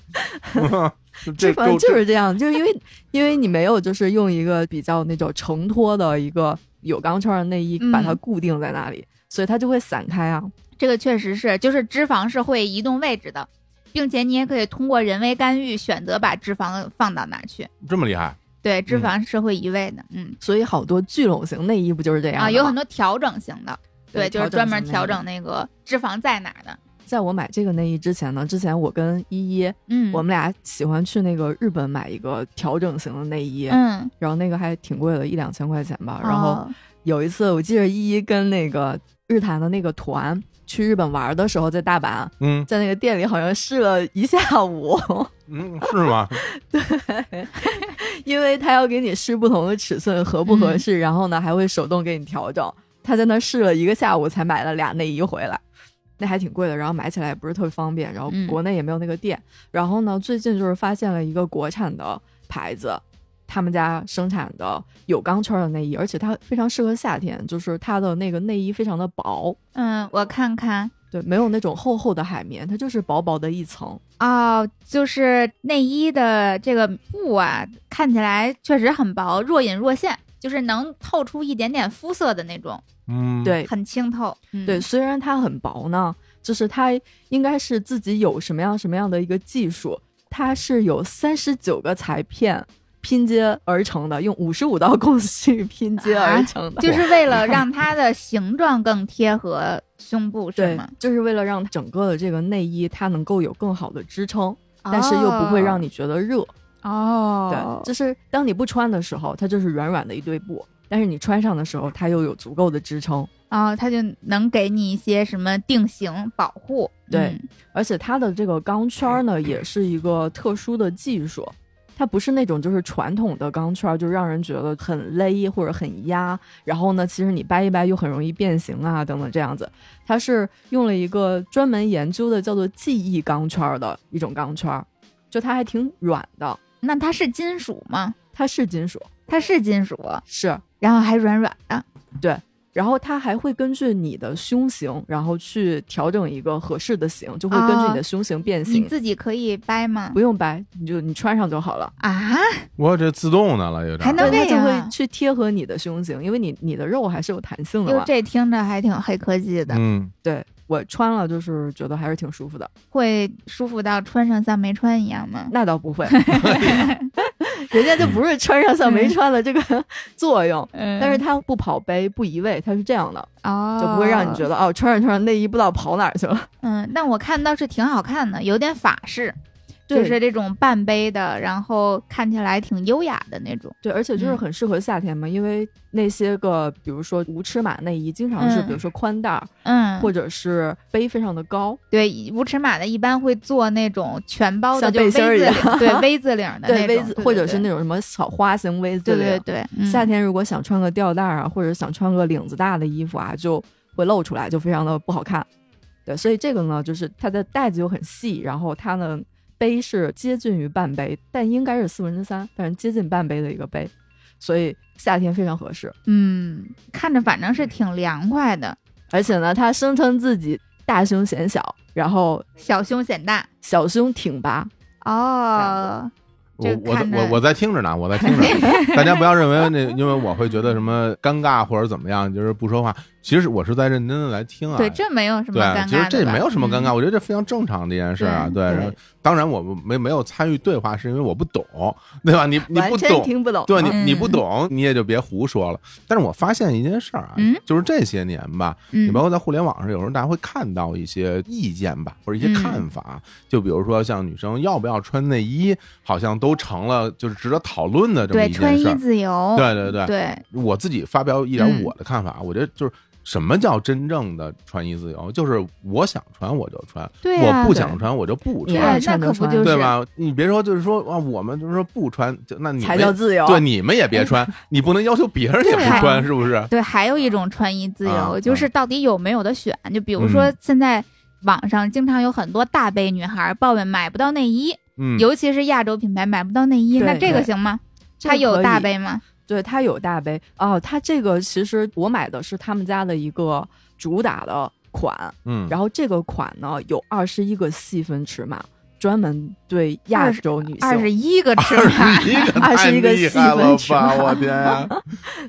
Speaker 3: 脂
Speaker 1: 这
Speaker 3: 肪就是这样，就是因为 <laughs> 因为你没有就是用一个比较那种承托的一个有钢圈的内衣
Speaker 2: 嗯
Speaker 3: 把它固定在那里，所以它就会散开啊。
Speaker 2: 这个确实是，就是脂肪是会移动位置的，并且你也可以通过人为干预选择把脂肪放到哪去。
Speaker 1: 这么厉害，
Speaker 2: 对，
Speaker 3: 嗯
Speaker 2: 脂肪是会移位的，嗯
Speaker 3: 所以好多聚拢型内衣不就是这样
Speaker 2: 啊，
Speaker 3: 的
Speaker 2: 有
Speaker 3: 吗
Speaker 2: 很多调整型的，对，
Speaker 3: 对
Speaker 2: 就是
Speaker 3: 调整
Speaker 2: 专门
Speaker 3: 型内
Speaker 2: 调
Speaker 3: 衣
Speaker 2: 整那个脂肪在哪儿的。
Speaker 3: 在我买这个内衣之前呢，之前我跟依依，
Speaker 2: 嗯，
Speaker 3: 我们俩喜欢去那个日本买一个调整型的内衣，
Speaker 2: 嗯，
Speaker 3: 然后那个还挺贵的，一两千块钱吧。然后
Speaker 2: 哦
Speaker 3: 有一次，我记得依依跟那个日坛的那个团去日本玩的时候，在大阪，
Speaker 1: 嗯
Speaker 3: 在那个店里好像试了一下午， <laughs>
Speaker 1: 嗯，是吗？
Speaker 3: 因为他要给你试不同的尺寸合不合适，然后呢还会手动给你调整。他在那儿试了一个下午，才买了俩内衣回来，那还挺贵的，然后买起来也不是特别方便，然后
Speaker 2: 嗯
Speaker 3: 国内也没有那个店。然后呢，最近就是发现了一个国产的牌子，他们家生产的有钢圈的内衣，而且它非常适合夏天，就是它的那个内衣非常的薄，
Speaker 2: 嗯，我看看
Speaker 3: 对，没有那种厚厚的海绵，它就是薄薄的一层。
Speaker 2: 哦，就是内衣的这个布啊，看起来确实很薄，若隐若现，就是能透出一点点肤色的那种，
Speaker 1: 嗯，，
Speaker 3: 对，
Speaker 2: 很清透。嗯、
Speaker 3: 对，虽然它很薄呢，就是它应该是自己有什么样什么样的一个技术，它是有三十九个裁片拼接而成的，用五十五道工序拼接而成
Speaker 2: 啊
Speaker 3: 的，
Speaker 2: 就是为了让它的形状更贴合胸部，是
Speaker 3: 对
Speaker 2: 吗？，
Speaker 3: 就是为了让整个的这个内衣它能够有更好的支撑，但是又不会让你觉得热。
Speaker 2: 哦
Speaker 3: 对，，就是当你不穿的时候，它就是软软的一堆布。但是你穿上的时候，它又有足够的支撑，
Speaker 2: 哦，它就能给你一些什么定型保护。
Speaker 3: 对
Speaker 2: 嗯
Speaker 3: 而且它的这个钢圈儿呢，也是一个特殊的技术，它不是那种就是传统的钢圈儿，就让人觉得很勒或者很压，然后呢，其实你掰一掰又很容易变形啊等等这样子。它是用了一个专门研究的叫做记忆钢圈儿的一种钢圈儿，就它还挺软的，
Speaker 2: 那它是金属吗？
Speaker 3: 它是金属，
Speaker 2: 它是金属，
Speaker 3: 是，
Speaker 2: 然后还软软的。
Speaker 3: 然后它还会根据你的胸型，然后去调整一个合适的型，就会根据
Speaker 2: 哦
Speaker 3: 你的胸型变
Speaker 2: 你
Speaker 3: 形。
Speaker 2: 自己可以掰吗
Speaker 3: 嗯不？用掰，你就你穿上就好了。
Speaker 2: 啊，
Speaker 1: 我这自动的了，有点
Speaker 2: 还能
Speaker 3: 对，它
Speaker 2: 这
Speaker 3: 就
Speaker 2: 样啊
Speaker 3: 会去贴合你的胸型，因为你你的肉还是有弹性的
Speaker 2: 哟，
Speaker 3: 嘛。
Speaker 2: 这听着还挺黑科技的，
Speaker 1: 嗯，
Speaker 3: 对我穿了就是觉得还是挺舒服的，
Speaker 2: 会舒服到穿上像没穿一样吗？
Speaker 3: 那倒
Speaker 2: <laughs>
Speaker 3: 不会，人家就不是穿上像没穿的这个作用，
Speaker 2: 嗯
Speaker 3: 但是它不跑杯不移位，它是这样的，
Speaker 2: 哦，
Speaker 3: 就不会让你觉
Speaker 2: 得
Speaker 3: 得哦穿上穿上内衣不知道跑哪儿去了。
Speaker 2: 嗯。但我看倒是挺好看的，有点法式，
Speaker 3: 对
Speaker 2: 就是这种半杯的，然后看起来挺优雅的那种。
Speaker 3: 对，而且就是
Speaker 2: 嗯
Speaker 3: 很适合夏天嘛，因为那些个比如说无尺码内衣，经常是
Speaker 2: 嗯
Speaker 3: 比如说宽带儿、
Speaker 2: 嗯，
Speaker 3: 或者是杯非常的高，
Speaker 2: 对，无尺码的一般会做那种全包的，
Speaker 3: 像
Speaker 2: 就
Speaker 3: 背
Speaker 2: 是 V
Speaker 3: 心儿
Speaker 2: 字领
Speaker 3: 一样，
Speaker 2: 对 V 字领的那种，
Speaker 3: 对 V 字或者是那
Speaker 2: 种
Speaker 3: 种什么小花型 V 字
Speaker 2: 对
Speaker 3: 领，
Speaker 2: 对对，嗯
Speaker 3: 夏天如果想穿个吊带儿啊，或者想穿个领子大的衣服啊，就会露出来，就非常的不好看。对，所以这个呢，就是它的带子又很细，然后它呢杯是接近于半杯，但应该是四分之三，反正接近半杯的一个杯，所以夏天非常合适。
Speaker 2: 嗯，看着反正是挺凉快的，
Speaker 3: 而且呢，它声称自己大胸显小，然后
Speaker 2: 小胸显大
Speaker 3: 小胸挺拔，
Speaker 2: 哦。
Speaker 1: 我
Speaker 2: 这
Speaker 1: 我在
Speaker 2: 看着
Speaker 1: 我我在听着呢，我在听
Speaker 2: <laughs>
Speaker 1: 着，大家不要认为那，因为我会觉得什么尴尬或者怎么样，就是不说话。其实我是在认真的来听啊，
Speaker 2: 对，这没有什么
Speaker 1: 对
Speaker 2: 尴，尬
Speaker 1: 其实
Speaker 2: 的
Speaker 1: 这
Speaker 2: 吧
Speaker 1: 没有什么尴尬，
Speaker 2: 嗯
Speaker 1: 我觉得这非常正常的一件事啊。对，
Speaker 3: 对
Speaker 1: 然后当然我们没没有参与对话，是因为我不懂，对吧？你你
Speaker 3: 完
Speaker 1: 不
Speaker 3: 全
Speaker 1: 懂，
Speaker 3: 听不懂。
Speaker 1: 对
Speaker 3: 嗯
Speaker 1: 你你不
Speaker 2: 嗯
Speaker 1: 懂，你也就别胡说了。但是我发现一件事儿啊
Speaker 2: 嗯，
Speaker 1: 就是这些年吧，你
Speaker 2: 嗯
Speaker 1: 包括在互联网上，有时候大家会看到一些意见吧，或者一
Speaker 2: 嗯
Speaker 1: 些看法，就比如说像女生要不要穿内衣，好像都成了就是值得讨论的这么
Speaker 2: 对
Speaker 1: 一
Speaker 2: 穿
Speaker 1: 件
Speaker 2: 衣
Speaker 1: 事儿。
Speaker 2: 自由，
Speaker 1: 对对对，
Speaker 2: 对，
Speaker 1: 我自己发表一点
Speaker 2: 嗯
Speaker 1: 我的看法，我觉得就是什么叫真正的穿衣自由，就是我想穿我就穿，
Speaker 2: 对呀
Speaker 1: 我不
Speaker 3: 对
Speaker 1: 想穿我就不
Speaker 3: 你
Speaker 1: 穿
Speaker 3: 爱，
Speaker 2: 那
Speaker 3: 穿
Speaker 2: 可
Speaker 3: 就
Speaker 2: 不
Speaker 3: 穿
Speaker 2: 就
Speaker 1: 对
Speaker 2: 是
Speaker 1: 吧？你别说就是说啊，我们就是说不穿，就那你
Speaker 3: 才
Speaker 1: 们
Speaker 3: 叫自由。
Speaker 1: 对，你们也别穿，你不能要求别人也不
Speaker 2: 对啊
Speaker 1: 穿，是不是？
Speaker 2: 对，还有一种穿衣自由，
Speaker 1: 啊
Speaker 2: 就是到底有没有的选。就比如说
Speaker 1: 嗯
Speaker 2: 现在网上经常有很多大杯女孩抱怨买不到内衣，
Speaker 1: 嗯，
Speaker 2: 尤其是亚洲品牌买不到内衣，
Speaker 3: 对
Speaker 2: 那这个
Speaker 3: 对
Speaker 2: 行吗？
Speaker 3: 这
Speaker 2: 它有
Speaker 3: 可
Speaker 2: 大
Speaker 3: 以
Speaker 2: 杯吗？
Speaker 3: 对，它有大杯哦。它这个其实我买的是他们家的一个主打的款，
Speaker 1: 嗯，
Speaker 3: 然后这个款呢有二十一个细分尺码，专门对亚
Speaker 2: 20
Speaker 3: 洲女性。
Speaker 2: 二十一个尺
Speaker 1: <laughs>
Speaker 2: 码，
Speaker 1: 一个
Speaker 3: 二
Speaker 1: 太
Speaker 3: 十一个
Speaker 1: 厉
Speaker 3: 细
Speaker 1: 害了
Speaker 3: 分尺
Speaker 1: 吧！
Speaker 3: 码，
Speaker 1: 我天呀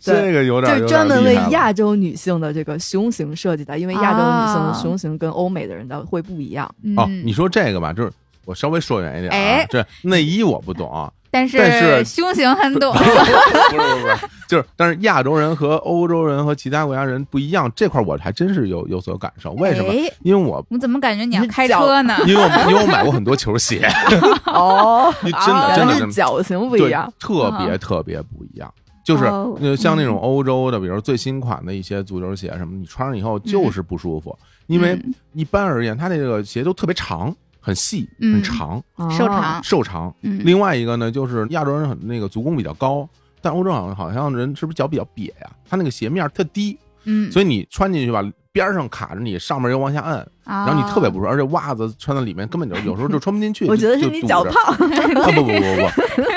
Speaker 1: 这个有点
Speaker 3: 就是专门为亚
Speaker 1: 洲
Speaker 3: 洲女性的这个胸型设计的，因为亚洲女性的
Speaker 2: 啊
Speaker 3: 胸型跟欧美的人的会不一
Speaker 2: <laughs>
Speaker 3: 样。
Speaker 1: 哦，
Speaker 2: 嗯
Speaker 1: 你说这个吧，就是我稍微说远一点啊
Speaker 2: 哎，
Speaker 1: 这内衣我不懂啊，
Speaker 2: 但
Speaker 1: 但是
Speaker 2: 是胸型很懂
Speaker 1: 不，是不是不是，就是但是亚洲人和欧洲人和其他国家人不一样，这块我还真是有有所感受。为什么？
Speaker 2: 哎，
Speaker 1: 因为我
Speaker 2: 我怎么感觉你要
Speaker 3: 你
Speaker 2: 开
Speaker 3: 脚
Speaker 2: 车呢？
Speaker 1: 因为我因为我买过很多球鞋，
Speaker 3: 哦，
Speaker 1: <laughs> 真的真的
Speaker 3: 原来
Speaker 1: 真
Speaker 3: 是
Speaker 1: 的
Speaker 3: 脚型不一
Speaker 1: 对，
Speaker 3: 样。嗯
Speaker 1: 特别
Speaker 2: 啊
Speaker 1: 特别不一样。就是
Speaker 2: 哦
Speaker 1: 呃像那种欧洲的，比如最新款的一些足球鞋什么，你穿上以后就是不舒服，因为
Speaker 2: 嗯
Speaker 1: 一般而言，它那个鞋都特别长、很细、
Speaker 2: 嗯
Speaker 1: 很长、
Speaker 2: 瘦
Speaker 3: 哦
Speaker 2: 长，
Speaker 1: 瘦长。
Speaker 2: 嗯，
Speaker 1: 另外一个呢，就是亚洲人很那个足弓比较高，但欧洲好像好像人是不是脚比较瘪呀？他那个鞋面儿特低，
Speaker 2: 嗯，
Speaker 1: 所以你穿进去吧，边儿上卡着你，上面又往下按，然
Speaker 2: 然
Speaker 1: 后你特别不舒服，而且袜子穿在里面根本就有时候就穿不进去。
Speaker 3: 哦我觉得
Speaker 1: 就是
Speaker 3: 你脚
Speaker 1: 就堵着
Speaker 3: 胖，
Speaker 2: <laughs>
Speaker 3: <laughs>
Speaker 1: 啊不不不不不，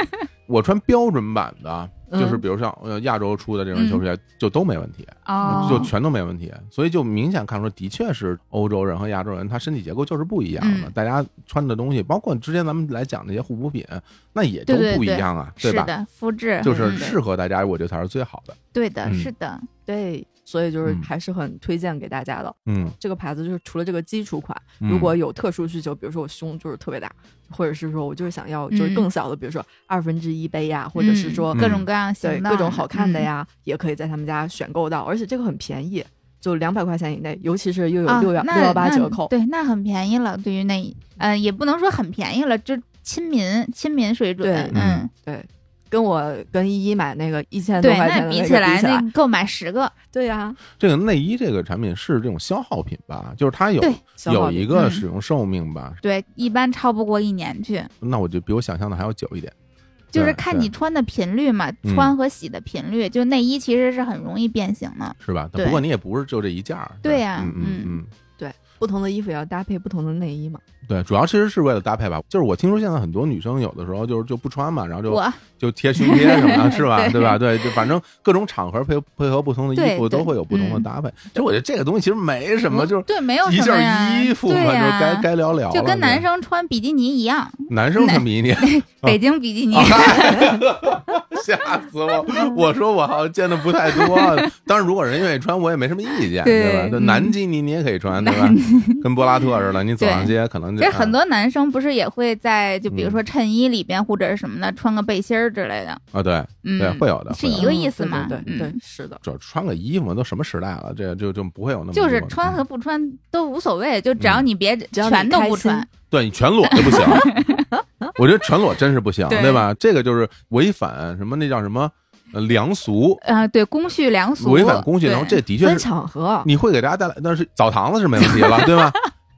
Speaker 1: 我穿标准版的，就是
Speaker 3: 嗯
Speaker 1: 比如像呃亚洲出的这种球鞋，就都没问题，
Speaker 2: 嗯哦，
Speaker 1: 就全都没问题，所以就明显看出，的确是欧洲人和亚洲人，他身体结构就是不一样的，
Speaker 2: 嗯
Speaker 1: 大家穿的东西，包括之前咱们来讲那些护肤品，那也都
Speaker 2: 对对
Speaker 1: 不一
Speaker 2: 对
Speaker 1: 样啊，
Speaker 2: 是
Speaker 1: 吧？
Speaker 2: 的，肤质
Speaker 1: 就是
Speaker 2: 嗯
Speaker 1: 适合大家，我觉得才是最好的。
Speaker 2: 对的，
Speaker 1: 嗯
Speaker 2: 是的，
Speaker 3: 对，所以就是
Speaker 1: 嗯
Speaker 3: 还是很推荐给大家的。
Speaker 1: 嗯，
Speaker 3: 这个牌子就是除了这个基础款，
Speaker 1: 嗯
Speaker 3: 如果有特殊需求，比如说我胸就是特别大，或者是说我就是想要就是更小的，比如说二分之一杯呀，或者是说
Speaker 2: 嗯嗯各嗯种各样
Speaker 3: 对
Speaker 2: 型的，
Speaker 3: 各种好看的呀，也可以在他们家选购到，而且这个很便宜，就两百块钱以内，尤其是又
Speaker 2: 嗯。啊
Speaker 3: 有六幺
Speaker 2: 那
Speaker 3: 六幺八
Speaker 2: 那
Speaker 3: 折扣。
Speaker 2: 对，那很便宜了。对于那，呃，也不能说很便宜了，就亲民亲民水准
Speaker 3: 对，
Speaker 2: 嗯，
Speaker 3: 对，跟我跟依依买那个一千多
Speaker 2: 对，
Speaker 3: 嗯块钱
Speaker 2: 那
Speaker 3: 的
Speaker 2: 比
Speaker 3: 个
Speaker 2: 起来，
Speaker 3: 比
Speaker 2: 那购买十个，
Speaker 3: 对呀、
Speaker 1: 这个内衣这个产品是这种消耗品吧，就是它有
Speaker 2: 对
Speaker 3: 消耗
Speaker 1: 有
Speaker 3: 品
Speaker 1: 一个
Speaker 2: 嗯
Speaker 1: 使用寿命吧，
Speaker 2: 对，一般超不过一年去，
Speaker 1: 那我就比我想象的还要久一点。
Speaker 2: 就是
Speaker 1: 对
Speaker 2: 看
Speaker 1: 对
Speaker 2: 你穿的频率嘛，
Speaker 1: 嗯
Speaker 2: 穿和洗的频率，就内衣其实是很容易变形的。
Speaker 1: 是吧？
Speaker 2: 对
Speaker 1: 不过你也不是就这一件儿，
Speaker 2: 对
Speaker 1: 吧
Speaker 2: 呀
Speaker 1: 嗯嗯
Speaker 2: 嗯
Speaker 1: 嗯，
Speaker 3: 不同的衣服也要搭配不同的内衣嘛。
Speaker 1: 对，主要其实是为了搭配吧。就是我听说现在很多女生有的时候就是就不穿嘛，然后就
Speaker 2: 我
Speaker 1: 就贴胸贴什
Speaker 2: <laughs>
Speaker 1: 么的，是吧？
Speaker 2: 对
Speaker 1: 对吧？对，就反正各种场合配合配合不同的衣服
Speaker 2: 对对
Speaker 1: 都会有不同的
Speaker 2: 嗯
Speaker 1: 搭配。其实我觉得这个东西其实没什么，就是
Speaker 2: 对，没有
Speaker 1: 一
Speaker 2: 什么呀
Speaker 1: 件衣服嘛，
Speaker 2: 对
Speaker 1: 就
Speaker 2: 呀
Speaker 1: 该该聊聊了。
Speaker 2: 就跟
Speaker 1: 对
Speaker 2: 男生穿比基尼一样，
Speaker 1: 男生穿比基尼，
Speaker 2: 北京比基尼，
Speaker 1: 啊 <laughs> 吓死我！我说我好像见的不太多，啊
Speaker 2: <laughs>
Speaker 1: 当然如果人愿意穿，我也没什么意见，
Speaker 2: 对
Speaker 1: 对吧？就
Speaker 2: 嗯
Speaker 1: 南基尼你也可以穿，对吧？ <laughs> 跟柏拉特似的，你走上街可能
Speaker 2: 其
Speaker 1: 就
Speaker 2: 实很多男生不是也会在就比如说衬衣里边或者是什么的穿个背心儿之类的，
Speaker 1: 啊，对，
Speaker 2: 嗯，
Speaker 1: 对会有的
Speaker 2: 是
Speaker 1: 会有
Speaker 2: 一个意思嘛，
Speaker 3: 对对对
Speaker 2: 嗯，
Speaker 3: 是的。
Speaker 1: 主要穿个衣服嘛，都什么时代了，这就就不会有那么
Speaker 2: 就是
Speaker 1: 多
Speaker 2: 穿和
Speaker 1: 嗯
Speaker 2: 不穿都无所谓，就只要你别
Speaker 3: 只要你
Speaker 2: 全都不穿
Speaker 3: 开心，
Speaker 1: <laughs> 对你全裸就不
Speaker 2: <laughs>
Speaker 1: 行，我觉得全裸真是不行，
Speaker 2: 对
Speaker 1: 对吧？这个就是违反什么那叫什么呃良俗，
Speaker 2: 啊，对，公序良俗，
Speaker 1: 违反公序，
Speaker 2: 对
Speaker 1: 然后这的确
Speaker 3: 分
Speaker 1: 是
Speaker 3: 场合，
Speaker 2: <laughs>
Speaker 1: 你会给大家带来，但是澡堂子是没问题了，对吧？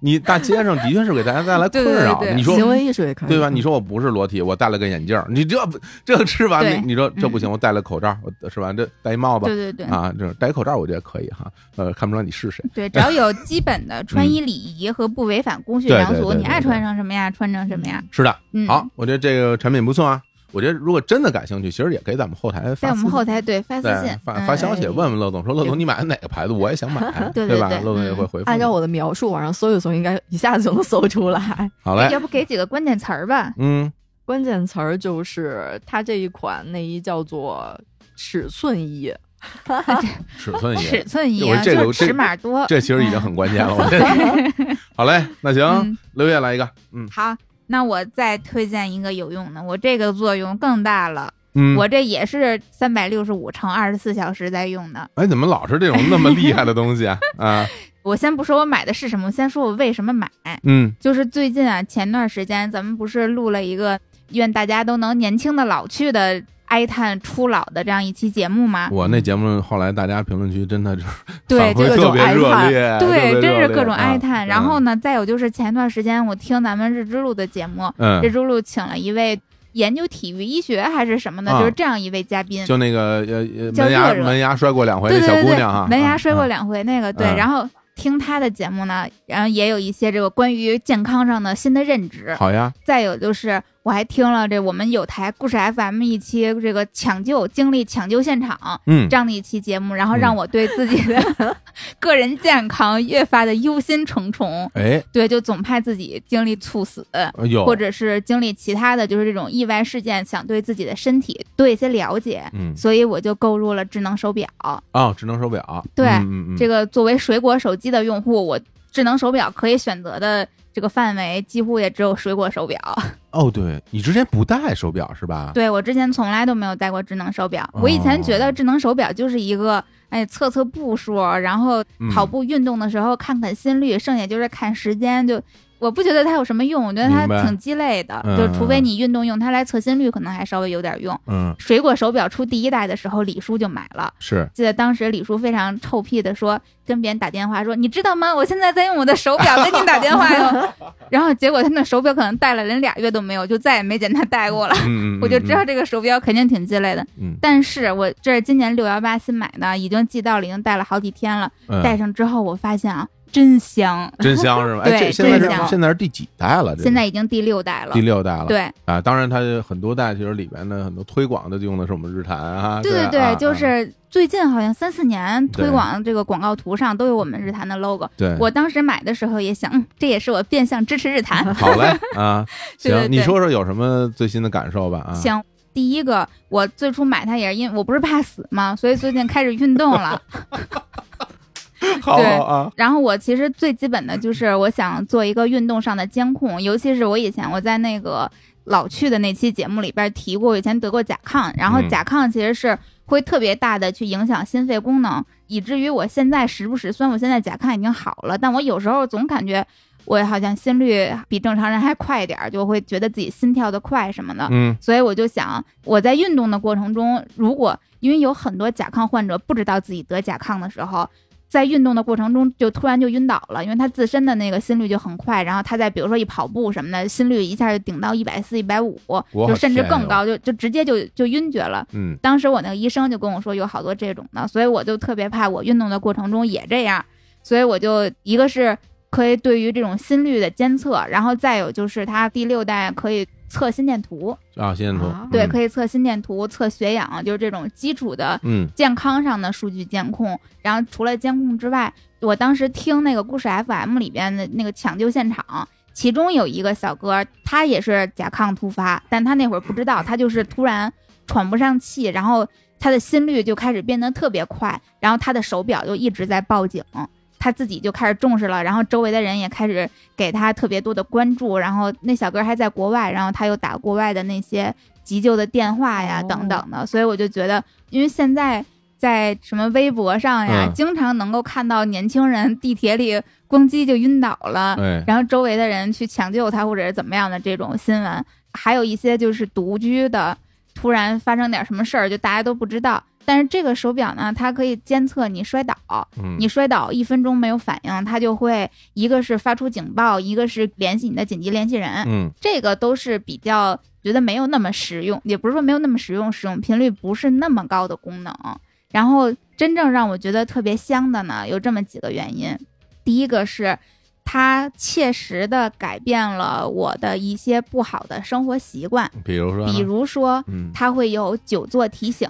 Speaker 1: 你大街上的确是给大家带来困扰
Speaker 2: 对对对。对
Speaker 1: 你说
Speaker 3: 行为艺术也可以，嗯
Speaker 1: 对吧？你说我不是裸体，我戴了个眼镜儿，你这不这个吃完
Speaker 2: 对
Speaker 1: 你你说这不行，
Speaker 2: 嗯
Speaker 1: 我戴了口罩，我是吧？这戴一帽子
Speaker 2: 对对对。
Speaker 1: 啊，这戴一口罩我觉得可以哈，呃，看不出来你是谁。
Speaker 2: 对，只要有基本的穿衣礼仪和不违反公序良
Speaker 1: 嗯对对
Speaker 2: 俗，
Speaker 1: 对对
Speaker 2: 你爱
Speaker 1: 对
Speaker 2: 穿成什么呀，穿成什么呀。
Speaker 1: 是的，
Speaker 2: 嗯，
Speaker 1: 好，，我觉得这个产品不错啊。我觉得如果真的感兴趣，其实也可以在我们后台
Speaker 2: 在
Speaker 1: 发
Speaker 2: 我
Speaker 1: 私
Speaker 2: 们后台对发私
Speaker 1: 对
Speaker 2: 信，
Speaker 1: 发
Speaker 2: 嗯
Speaker 1: 发消息
Speaker 3: 哎
Speaker 1: 问问乐总，说乐总你买的哪个牌子？我也想买，啊
Speaker 2: 对对
Speaker 1: 吧？
Speaker 2: 对
Speaker 1: 乐总也
Speaker 2: 嗯
Speaker 1: 会回复
Speaker 3: 按照
Speaker 1: 你。
Speaker 3: 我的描述往上搜一搜，应该一下子就能搜出来。
Speaker 1: 好嘞，
Speaker 2: 要不给几个关键词儿吧？
Speaker 1: 嗯，
Speaker 3: 关键词儿就是它这一款内衣叫做尺
Speaker 2: <laughs>
Speaker 3: 寸衣，
Speaker 1: 尺寸也
Speaker 2: 尺寸一
Speaker 1: 哎我
Speaker 2: 样，
Speaker 1: 这个
Speaker 2: 就是
Speaker 1: 这
Speaker 2: 尺码 <laughs> 多。
Speaker 1: 这其实已经很关键了，我觉得。
Speaker 2: <laughs>
Speaker 1: 好嘞，那行
Speaker 2: 嗯，
Speaker 1: 刘烨来一个，嗯
Speaker 2: 好，那我再推荐一个有用的，我这个作用更大了，
Speaker 1: 嗯，
Speaker 2: 我这也是三百六十五乘二十四小时在用的。
Speaker 1: 哎，怎么老是这种那么厉害的东西
Speaker 2: <laughs>
Speaker 1: 啊？啊，
Speaker 2: 我先不说我买的是什么，我先说我为什么买。
Speaker 1: 嗯
Speaker 2: 就是最近啊，前段时间咱们不是录了一个愿大家都能年轻的老去的哀叹初老的这样一期节目吗？
Speaker 1: 我那节目后来大家评论区真的就是
Speaker 2: 啊 <laughs> 对
Speaker 1: 反，馈
Speaker 2: 就
Speaker 3: 这
Speaker 1: 特别热烈，特别热烈
Speaker 2: 对，真是各种哀
Speaker 1: 啊
Speaker 2: 叹。然后呢，再有就是前段时间我听咱们日之路的节目，日
Speaker 1: 嗯，
Speaker 2: 之路请了一位研究体育医学还是什么的，
Speaker 1: 啊
Speaker 2: 就是这样一位嘉宾。
Speaker 1: 就那个呃呃
Speaker 2: 叫
Speaker 1: 门牙
Speaker 2: 热热
Speaker 1: 门牙摔过两回
Speaker 2: 对
Speaker 1: 那
Speaker 2: 对
Speaker 1: 小
Speaker 2: 对
Speaker 1: 姑
Speaker 2: 对
Speaker 1: 娘啊，，
Speaker 2: 门牙
Speaker 1: 啊
Speaker 2: 摔过
Speaker 1: 啊
Speaker 2: 两回那个，对，
Speaker 1: 嗯
Speaker 2: 然后。听他的节目呢，然后也有一些这个关于健康上的新的认知。
Speaker 1: 好呀，
Speaker 2: 再有就是，我还听了这我们有台故事 FM 一期这个抢救经历抢救现场
Speaker 1: 嗯
Speaker 2: 这，样的一期节目，然后让我对自己
Speaker 1: <laughs>
Speaker 2: 的个人健康越发的忧心忡忡。
Speaker 1: 哎，
Speaker 2: 对，就总怕自己经历猝死，
Speaker 1: 哎呦，
Speaker 2: 或者是经历其他的就是这种意外事件，想对自己的身体多一些了解，
Speaker 1: 嗯
Speaker 2: 所以我就购入了智能手表。
Speaker 1: 哦，智能手表，
Speaker 2: 对
Speaker 1: 嗯嗯嗯，
Speaker 2: 这
Speaker 1: 个
Speaker 2: 个作为水果手机的用户，我智能手表可以选择的这个范围几乎也只有水果手表。
Speaker 1: 哦，对你之前不戴手表是吧？
Speaker 2: 对我之前从来都没有戴过智能手表，我以前觉
Speaker 1: 哦
Speaker 2: 得智能手表就是一个，哎，测测步数，然后
Speaker 1: 嗯
Speaker 2: 跑步运动的时候看看心率，剩下就是看时间，就我不觉得它有什么用，我觉得它
Speaker 1: 明白
Speaker 2: 挺鸡肋的，
Speaker 1: 嗯
Speaker 2: 就除非你运动用它来测心率，可能还稍微有点用。
Speaker 1: 嗯，
Speaker 2: 水果手表出第一代的时候，李叔就买了。
Speaker 1: 是
Speaker 2: 记得当时李叔非常臭屁的说，跟别人打电话说，你知道吗？我现在在用我的手表跟你打电话哟。 <laughs> 然后结果他那手表可能戴了人俩月都没有，就再也没见他戴过了。
Speaker 1: 嗯，嗯
Speaker 2: 我就知道，这个手表肯定挺鸡肋的。
Speaker 1: 嗯
Speaker 2: 但是我这是今年六幺八新买的，已经寄到了，已经戴了好几天了。
Speaker 1: 嗯嗯
Speaker 2: 戴上之后，我发现啊，真香！ <laughs>
Speaker 1: 真香是吧？哎，
Speaker 2: 对
Speaker 1: 这现在
Speaker 2: 真
Speaker 1: 是
Speaker 2: 香
Speaker 1: 现在是第几代了？这是
Speaker 2: 现在已经第六代了
Speaker 1: 第。六代了，
Speaker 2: 对
Speaker 1: 啊，当然它很多代其实里边的很多推广的就用的是我们日坛啊，
Speaker 2: 对对
Speaker 1: 吧啊
Speaker 2: 对，就
Speaker 1: 啊
Speaker 2: 是最近好像三四年
Speaker 1: 对
Speaker 2: 推广这个广告图上都有我们日坛的 logo。
Speaker 1: 对，
Speaker 2: 我当时买的时候也想，嗯，这也是我变相支持日 <laughs> 坛。
Speaker 1: <laughs> 好嘞啊，
Speaker 2: 对对
Speaker 1: 行，你
Speaker 2: 对
Speaker 1: 说说有什么最新的感受吧啊？
Speaker 2: 行，第一个我最初买它也是因为我不是怕死嘛，所以最近开始运动了。
Speaker 1: 好
Speaker 2: 对
Speaker 1: 啊，
Speaker 2: 然后我其实最基本的就是我想做一个运动上的监控，尤其是我以前我在那个老去的那期节目里边提过，我以前得过甲亢，然后
Speaker 1: 嗯
Speaker 2: 甲亢其实是会特别大的去影响心肺功能，以至于我现在时不时，虽然我现在甲亢已经好了，但我有时候总感觉我好像心率比正常人还快一点儿，就会觉得自己心跳的快什么的。
Speaker 1: 嗯
Speaker 2: 所以我就想，我在运动的过程中，如果因为有很多甲亢患者不知道自己得甲亢的时候，在运动的过程中就突然就晕倒了，因为他自身的那个心率就很快，然后他在比如说一跑步什么的，心率一下就顶到一百四、一百五，
Speaker 1: 我
Speaker 2: 就甚至
Speaker 1: 天
Speaker 2: 更
Speaker 1: 哟
Speaker 2: 高，就就直接就就晕厥了。
Speaker 1: 嗯
Speaker 2: 当时我那个医生就跟我说有好多这种啊的，所以我就特别怕我运动的过程中也这样，所以我就一个是可以对于这种心率的监测，然后再有就是它第六代可以测心电图，
Speaker 1: 啊，新图
Speaker 3: 啊
Speaker 2: 对，
Speaker 1: 以
Speaker 2: 可以测心电图、测血氧，就是这种基础的
Speaker 1: 嗯
Speaker 2: 健康上的数据监控。然后除了监控之外，我当时听那个故事 FM 里边的那个抢救现场，其中有一个小哥，他也是甲亢突发，但他那会儿不知道，他就是突然喘不上气，然后他的心率就开始变得特别快，然后他的手表就一直在报警。他自己就开始重视了，然后周围的人也开始给他特别多的关注，然后那小哥还在国外，然后他又打国外的那些急救的电话呀、
Speaker 3: 哦
Speaker 2: 等等的，所以我就觉得，因为现在在什么微博上呀，
Speaker 1: 嗯
Speaker 2: 经常能够看到年轻人地铁里咣叽就晕倒了，
Speaker 1: 哎
Speaker 2: 然后周围的人去抢救他或者是怎么样的这种新闻，还有一些就是独居的，突然发生点什么事儿，就大家都不知道。但是这个手表呢，它可以监测你摔倒，
Speaker 1: 嗯，
Speaker 2: 你摔倒一分钟没有反应，它就会一个是发出警报，一个是联系你的紧急联系人。
Speaker 1: 嗯
Speaker 2: 这个都是比较觉得没有那么实用，也不是说没有那么实用，使用频率不是那么高的功能。然后真正让我觉得特别香的呢，有这么几个原因。第一个是它切实的改变了我的一些不好的生活习惯，
Speaker 1: 比如说呢，
Speaker 2: 比如说
Speaker 1: 嗯，
Speaker 2: 它会有久坐提醒，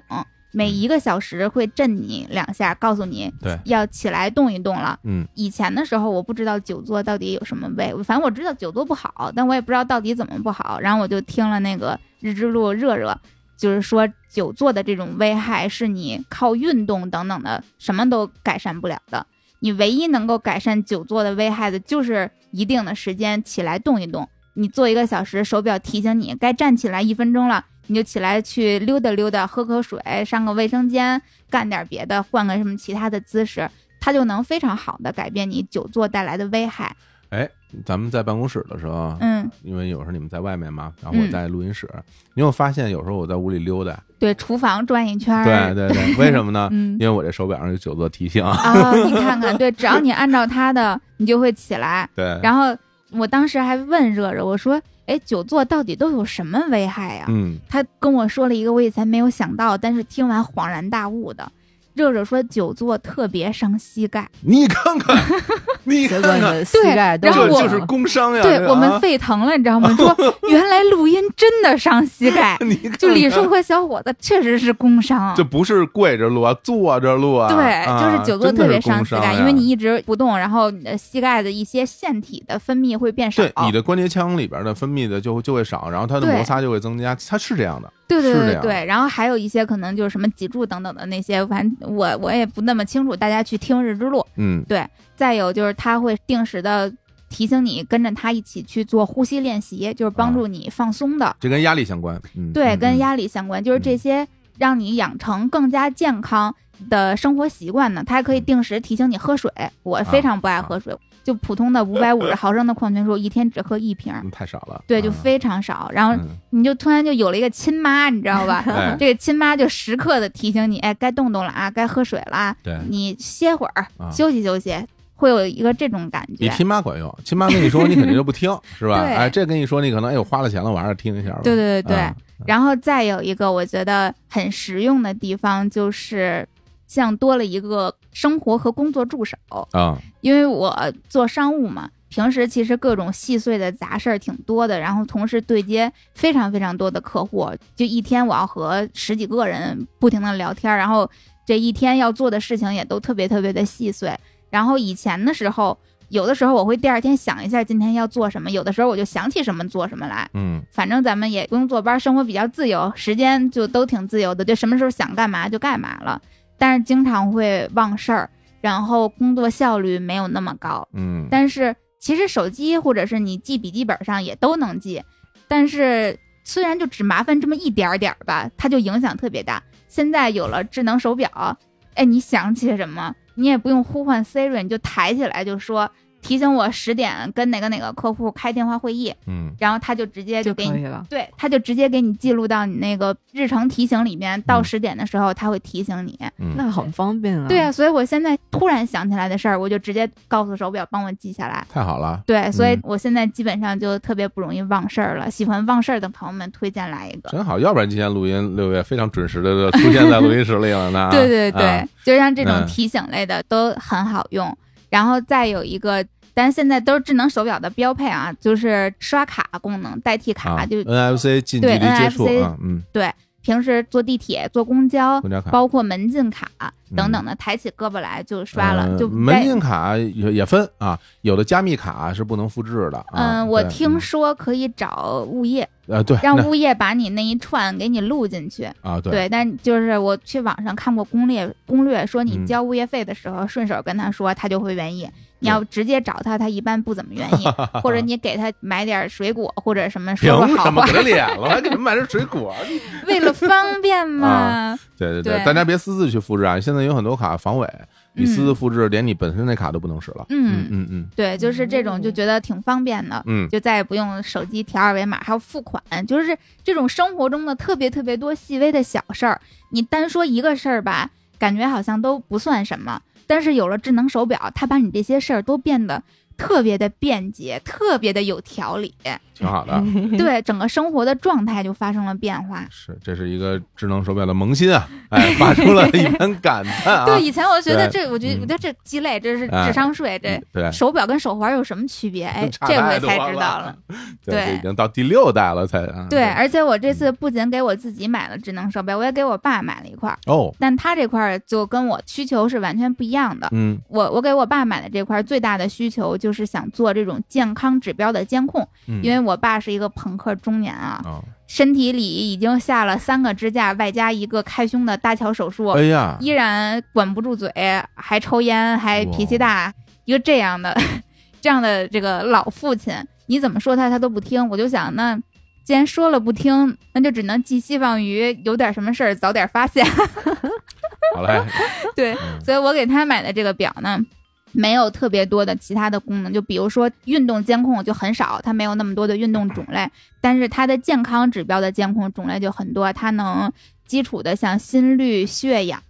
Speaker 2: 每一个小时会震你两下，告诉你
Speaker 1: 对
Speaker 2: 要起来动一动了。
Speaker 1: 嗯，
Speaker 2: 以前的时候我不知道久坐到底有什么味，反正我知道久坐不好，但我也不知道到底怎么不好。然后我就听了那个日之路热热，就是说久坐的这种危害是你靠运动等等的什么都改善不了的。你唯一能够改善久坐的危害的，就是一定的时间起来动一动。你坐一个小时，手表提醒你该站起来一分钟了，你就起来去溜达溜达，喝口水，上个卫生间，干点别的，换个什么其他的姿势，它就能非常好的改变你久坐带来的危害。
Speaker 1: 哎，咱们在办公室的时候，
Speaker 2: 嗯，
Speaker 1: 因为有时候你们在外面嘛，然后我
Speaker 2: 嗯
Speaker 1: 在录音室，你有发现有时候我在屋里溜达，
Speaker 2: 对，厨房转一圈儿，
Speaker 1: 对对对，为什么呢？
Speaker 2: 哎 <laughs> 嗯
Speaker 1: 因为我这手表上有久坐提醒，
Speaker 2: 啊、你看看，对，只要你按照它的，你就会起来。
Speaker 1: 对，
Speaker 2: 然后我当时还问热热，我说：“哎，久坐到底都有什么危害呀、
Speaker 1: 嗯，
Speaker 2: 他跟我说了一个我以前没有想到，但是听完恍然大悟的。热热说久坐特别伤膝盖，
Speaker 1: 你看
Speaker 2: <laughs>
Speaker 1: 看，你看
Speaker 3: 结果你
Speaker 1: 看，
Speaker 3: 的膝盖都
Speaker 2: 然后
Speaker 1: 这
Speaker 2: 我
Speaker 1: 就是工伤呀！
Speaker 2: 对
Speaker 1: 这个
Speaker 2: 我们
Speaker 1: 啊，
Speaker 2: 沸腾了，你知道吗？说原来录音真的伤膝盖
Speaker 1: <laughs> 你看看
Speaker 2: 就李叔和小伙子确实是工伤
Speaker 1: 这。不是跪着录啊，坐着录啊，
Speaker 2: 对，
Speaker 1: 啊
Speaker 2: 就是久坐
Speaker 1: 真的
Speaker 2: 特别
Speaker 1: 是工
Speaker 2: 伤膝盖，
Speaker 1: 呀
Speaker 2: 因为你一直不动，然后你的膝盖的一些腺体的分泌会变少。
Speaker 1: 对你的关节腔里边的分泌的就就会少，然后它的
Speaker 2: 对
Speaker 1: 摩擦就会增加，它是这样的。
Speaker 2: 对对
Speaker 1: 是这
Speaker 2: 对
Speaker 1: 样
Speaker 2: 对，然后还有一些可能就是什么脊柱等等的那些，反正我我也不那么清楚，大家去听日之路。
Speaker 1: 嗯
Speaker 2: 再有就是它会定时的提醒你跟着它一起去做呼吸练习，就是
Speaker 1: 啊
Speaker 2: 帮助你放松的。
Speaker 1: 这跟压力相关。嗯，
Speaker 2: 对，
Speaker 1: 嗯
Speaker 2: 跟压力相关，就是这些让你养成更加健康的生活习惯呢。它还可以
Speaker 1: 嗯
Speaker 2: 定时提醒你喝水，我非
Speaker 1: 啊
Speaker 2: 常不爱喝水，就普通的五
Speaker 1: <laughs>
Speaker 2: 百五十毫升的矿泉水，我一天只喝一瓶儿。
Speaker 1: 嗯太少了。
Speaker 2: 对，就
Speaker 1: 啊
Speaker 2: 非常少，然后
Speaker 1: 嗯
Speaker 2: 你就突然就有了一个亲妈，你知道吧？
Speaker 1: <laughs> 哎
Speaker 2: 这个亲妈就时刻的提醒你，哎，该动动了啊，该喝水了啊，
Speaker 1: 对，
Speaker 2: 你歇会儿，
Speaker 1: 哎啊
Speaker 2: 休息休息，会有一个这种感觉。
Speaker 1: 比亲妈管用。亲妈跟你说，你肯定就不
Speaker 2: <laughs>
Speaker 1: 听，是吧？
Speaker 2: 对
Speaker 1: 哎，这跟你说，你可能哎，我花了钱了，我还是听一下吧。
Speaker 2: 对对对对，
Speaker 1: 啊
Speaker 2: 然后再有一个我觉得很实用的地方就是，像多了一个生活和工作助手，
Speaker 1: 啊，
Speaker 2: 因为我做商务嘛。平时其实各种细碎的杂事儿挺多的，然后同时对接非常非常多的客户，就一天我要和十几个人不停的聊天，然后这一天要做的事情也都特别特别的细碎。然后以前的时候，有的时候我会第二天想一下今天要做什么，有的时候我就想起什么做什么来。
Speaker 1: 嗯
Speaker 2: 反正咱们也不用坐班，生活比较自由，时间就都挺自由的，就什么时候想干嘛就干嘛了。但是经常会忘事儿，然后工作效率没有那么高。
Speaker 1: 嗯，
Speaker 2: 但是其实手机或者是你记笔记本上也都能记，但是虽然就只麻烦这么一点儿点儿吧，它就影响特别大。现在有了智能手表，哎，你想起什么，你也不用呼唤 Siri，你就抬起来就说提醒我十点跟哪个哪个客户开电话会议，
Speaker 1: 嗯
Speaker 2: 然后他就直接
Speaker 3: 就
Speaker 2: 就
Speaker 3: 可
Speaker 2: 给你
Speaker 3: 以了。
Speaker 2: 对，他就直接给你记录到你那个日程提醒里面，到
Speaker 1: 嗯
Speaker 2: 十点的时候他会提醒你。
Speaker 1: 嗯，
Speaker 3: 那很方便啊！
Speaker 2: 对啊，所以我现在突然想起来的事儿，我就直接告诉手表帮我记下来。
Speaker 1: 太好了。
Speaker 2: 对，所以
Speaker 1: 嗯
Speaker 2: 我现在基本上就特别不容易忘事儿了。喜欢忘事儿的朋友们，推荐来一个。。
Speaker 1: 真好，要不然今天录音六月非常准时的出现在录音室里了呢
Speaker 2: <laughs> 对对对，
Speaker 1: 啊
Speaker 2: 就像这种
Speaker 1: 嗯
Speaker 2: 提醒类的都很好用。然后再有一个，但是现在都是智能手表的标配啊，就是刷卡功能代替卡，
Speaker 1: 啊
Speaker 2: 就
Speaker 1: NFC 近距离
Speaker 2: 对
Speaker 1: 接触
Speaker 2: NFC
Speaker 1: 啊，嗯，
Speaker 2: 平时坐地铁、坐公交，
Speaker 1: 公交卡
Speaker 2: 包括门禁卡等等的，抬起胳膊来就刷了，
Speaker 1: 呃
Speaker 2: 就
Speaker 1: 门禁
Speaker 2: 在。
Speaker 1: 卡也也分啊，有的加密卡是不能复制的。啊
Speaker 2: 嗯，我
Speaker 1: 对
Speaker 2: 听说可以找
Speaker 1: <laughs>
Speaker 2: 物业，
Speaker 1: 嗯啊，对，
Speaker 2: 让
Speaker 1: 那
Speaker 2: 物业把你那一串给你录进去。
Speaker 1: 啊对
Speaker 2: 对，但就是我去网上看过攻略，攻略说你
Speaker 1: 嗯
Speaker 2: 交物业费的时候，顺手跟他说，他就会愿意。你
Speaker 1: 对
Speaker 2: 要直接找他，他一般不怎么愿
Speaker 1: <laughs>
Speaker 2: 意，或者你给他买点水果或者什么
Speaker 1: 凭
Speaker 2: 说说好
Speaker 1: 什么
Speaker 2: 话 <laughs>
Speaker 1: 给，他脸了，还给他买点水果？
Speaker 2: 为了方便嘛。
Speaker 1: 对对
Speaker 2: 对
Speaker 1: 啊大家别私自去复制啊！现在有很多卡防伪，你私自复制，连你本身那卡都不能使了。嗯
Speaker 2: 嗯，
Speaker 1: 嗯嗯
Speaker 2: 对，就是这种就觉得挺方便的，
Speaker 1: 嗯，
Speaker 2: 就再也不用手机调二维码，还有付款，就是这种生活中的特别特别多细微的小事儿。你单说一个事儿吧，感觉好像都不算什么，但是有了智能手表，它把你这些事儿都变得特别的便捷，特别的有条理，
Speaker 1: 挺好的。
Speaker 2: 对整个生活的状态就发生了变化。
Speaker 1: 是，这是一个智能手表的萌新啊，哎，发出了一番感叹啊。
Speaker 2: 对，以前我觉得
Speaker 1: 对嗯
Speaker 2: 这，我觉得我觉得这鸡肋，这是
Speaker 1: 哎
Speaker 2: 智商税，这
Speaker 1: 嗯对，，
Speaker 2: 手表跟手环有什么区别？哎
Speaker 1: <laughs> 差
Speaker 2: 这
Speaker 1: 太
Speaker 2: 回
Speaker 1: 多
Speaker 2: 才知
Speaker 1: 了嗯
Speaker 2: 道了。
Speaker 1: 对，
Speaker 2: 对
Speaker 1: 这已经到第六代了才。啊
Speaker 2: 对，而且我这次不仅给我自己买了智能手表，我也给我爸买了一块儿，
Speaker 1: 哦，
Speaker 2: 但他这块儿就跟我需求是完全不一样的。
Speaker 1: 嗯，
Speaker 2: 我我给我爸买的这块儿最大的需求就是想做这种健康指标的监控，
Speaker 1: 因
Speaker 2: 因为我爸是一个朋克中年啊，
Speaker 1: 啊，
Speaker 2: 身体里已经下了三个支架，外加一个开胸的搭桥手术，
Speaker 1: 哎呀，
Speaker 2: 依然管不住嘴，还抽烟，还脾气大，一个这样的 <laughs> 这样的这个老父亲，你怎么说他他都不听。我就想，那既然说了不听，那就只能寄希望于有点什么事儿早点发现。
Speaker 1: 好嘞，
Speaker 2: <laughs> 对，
Speaker 1: 嗯
Speaker 2: 所以我给他买的这个表呢。没有特别多的其他的功能，就比如说运动监控就很少，它没有那么多的运动种类，但是它的健康指标的监控种类就很多，它能基础的像心率、血氧、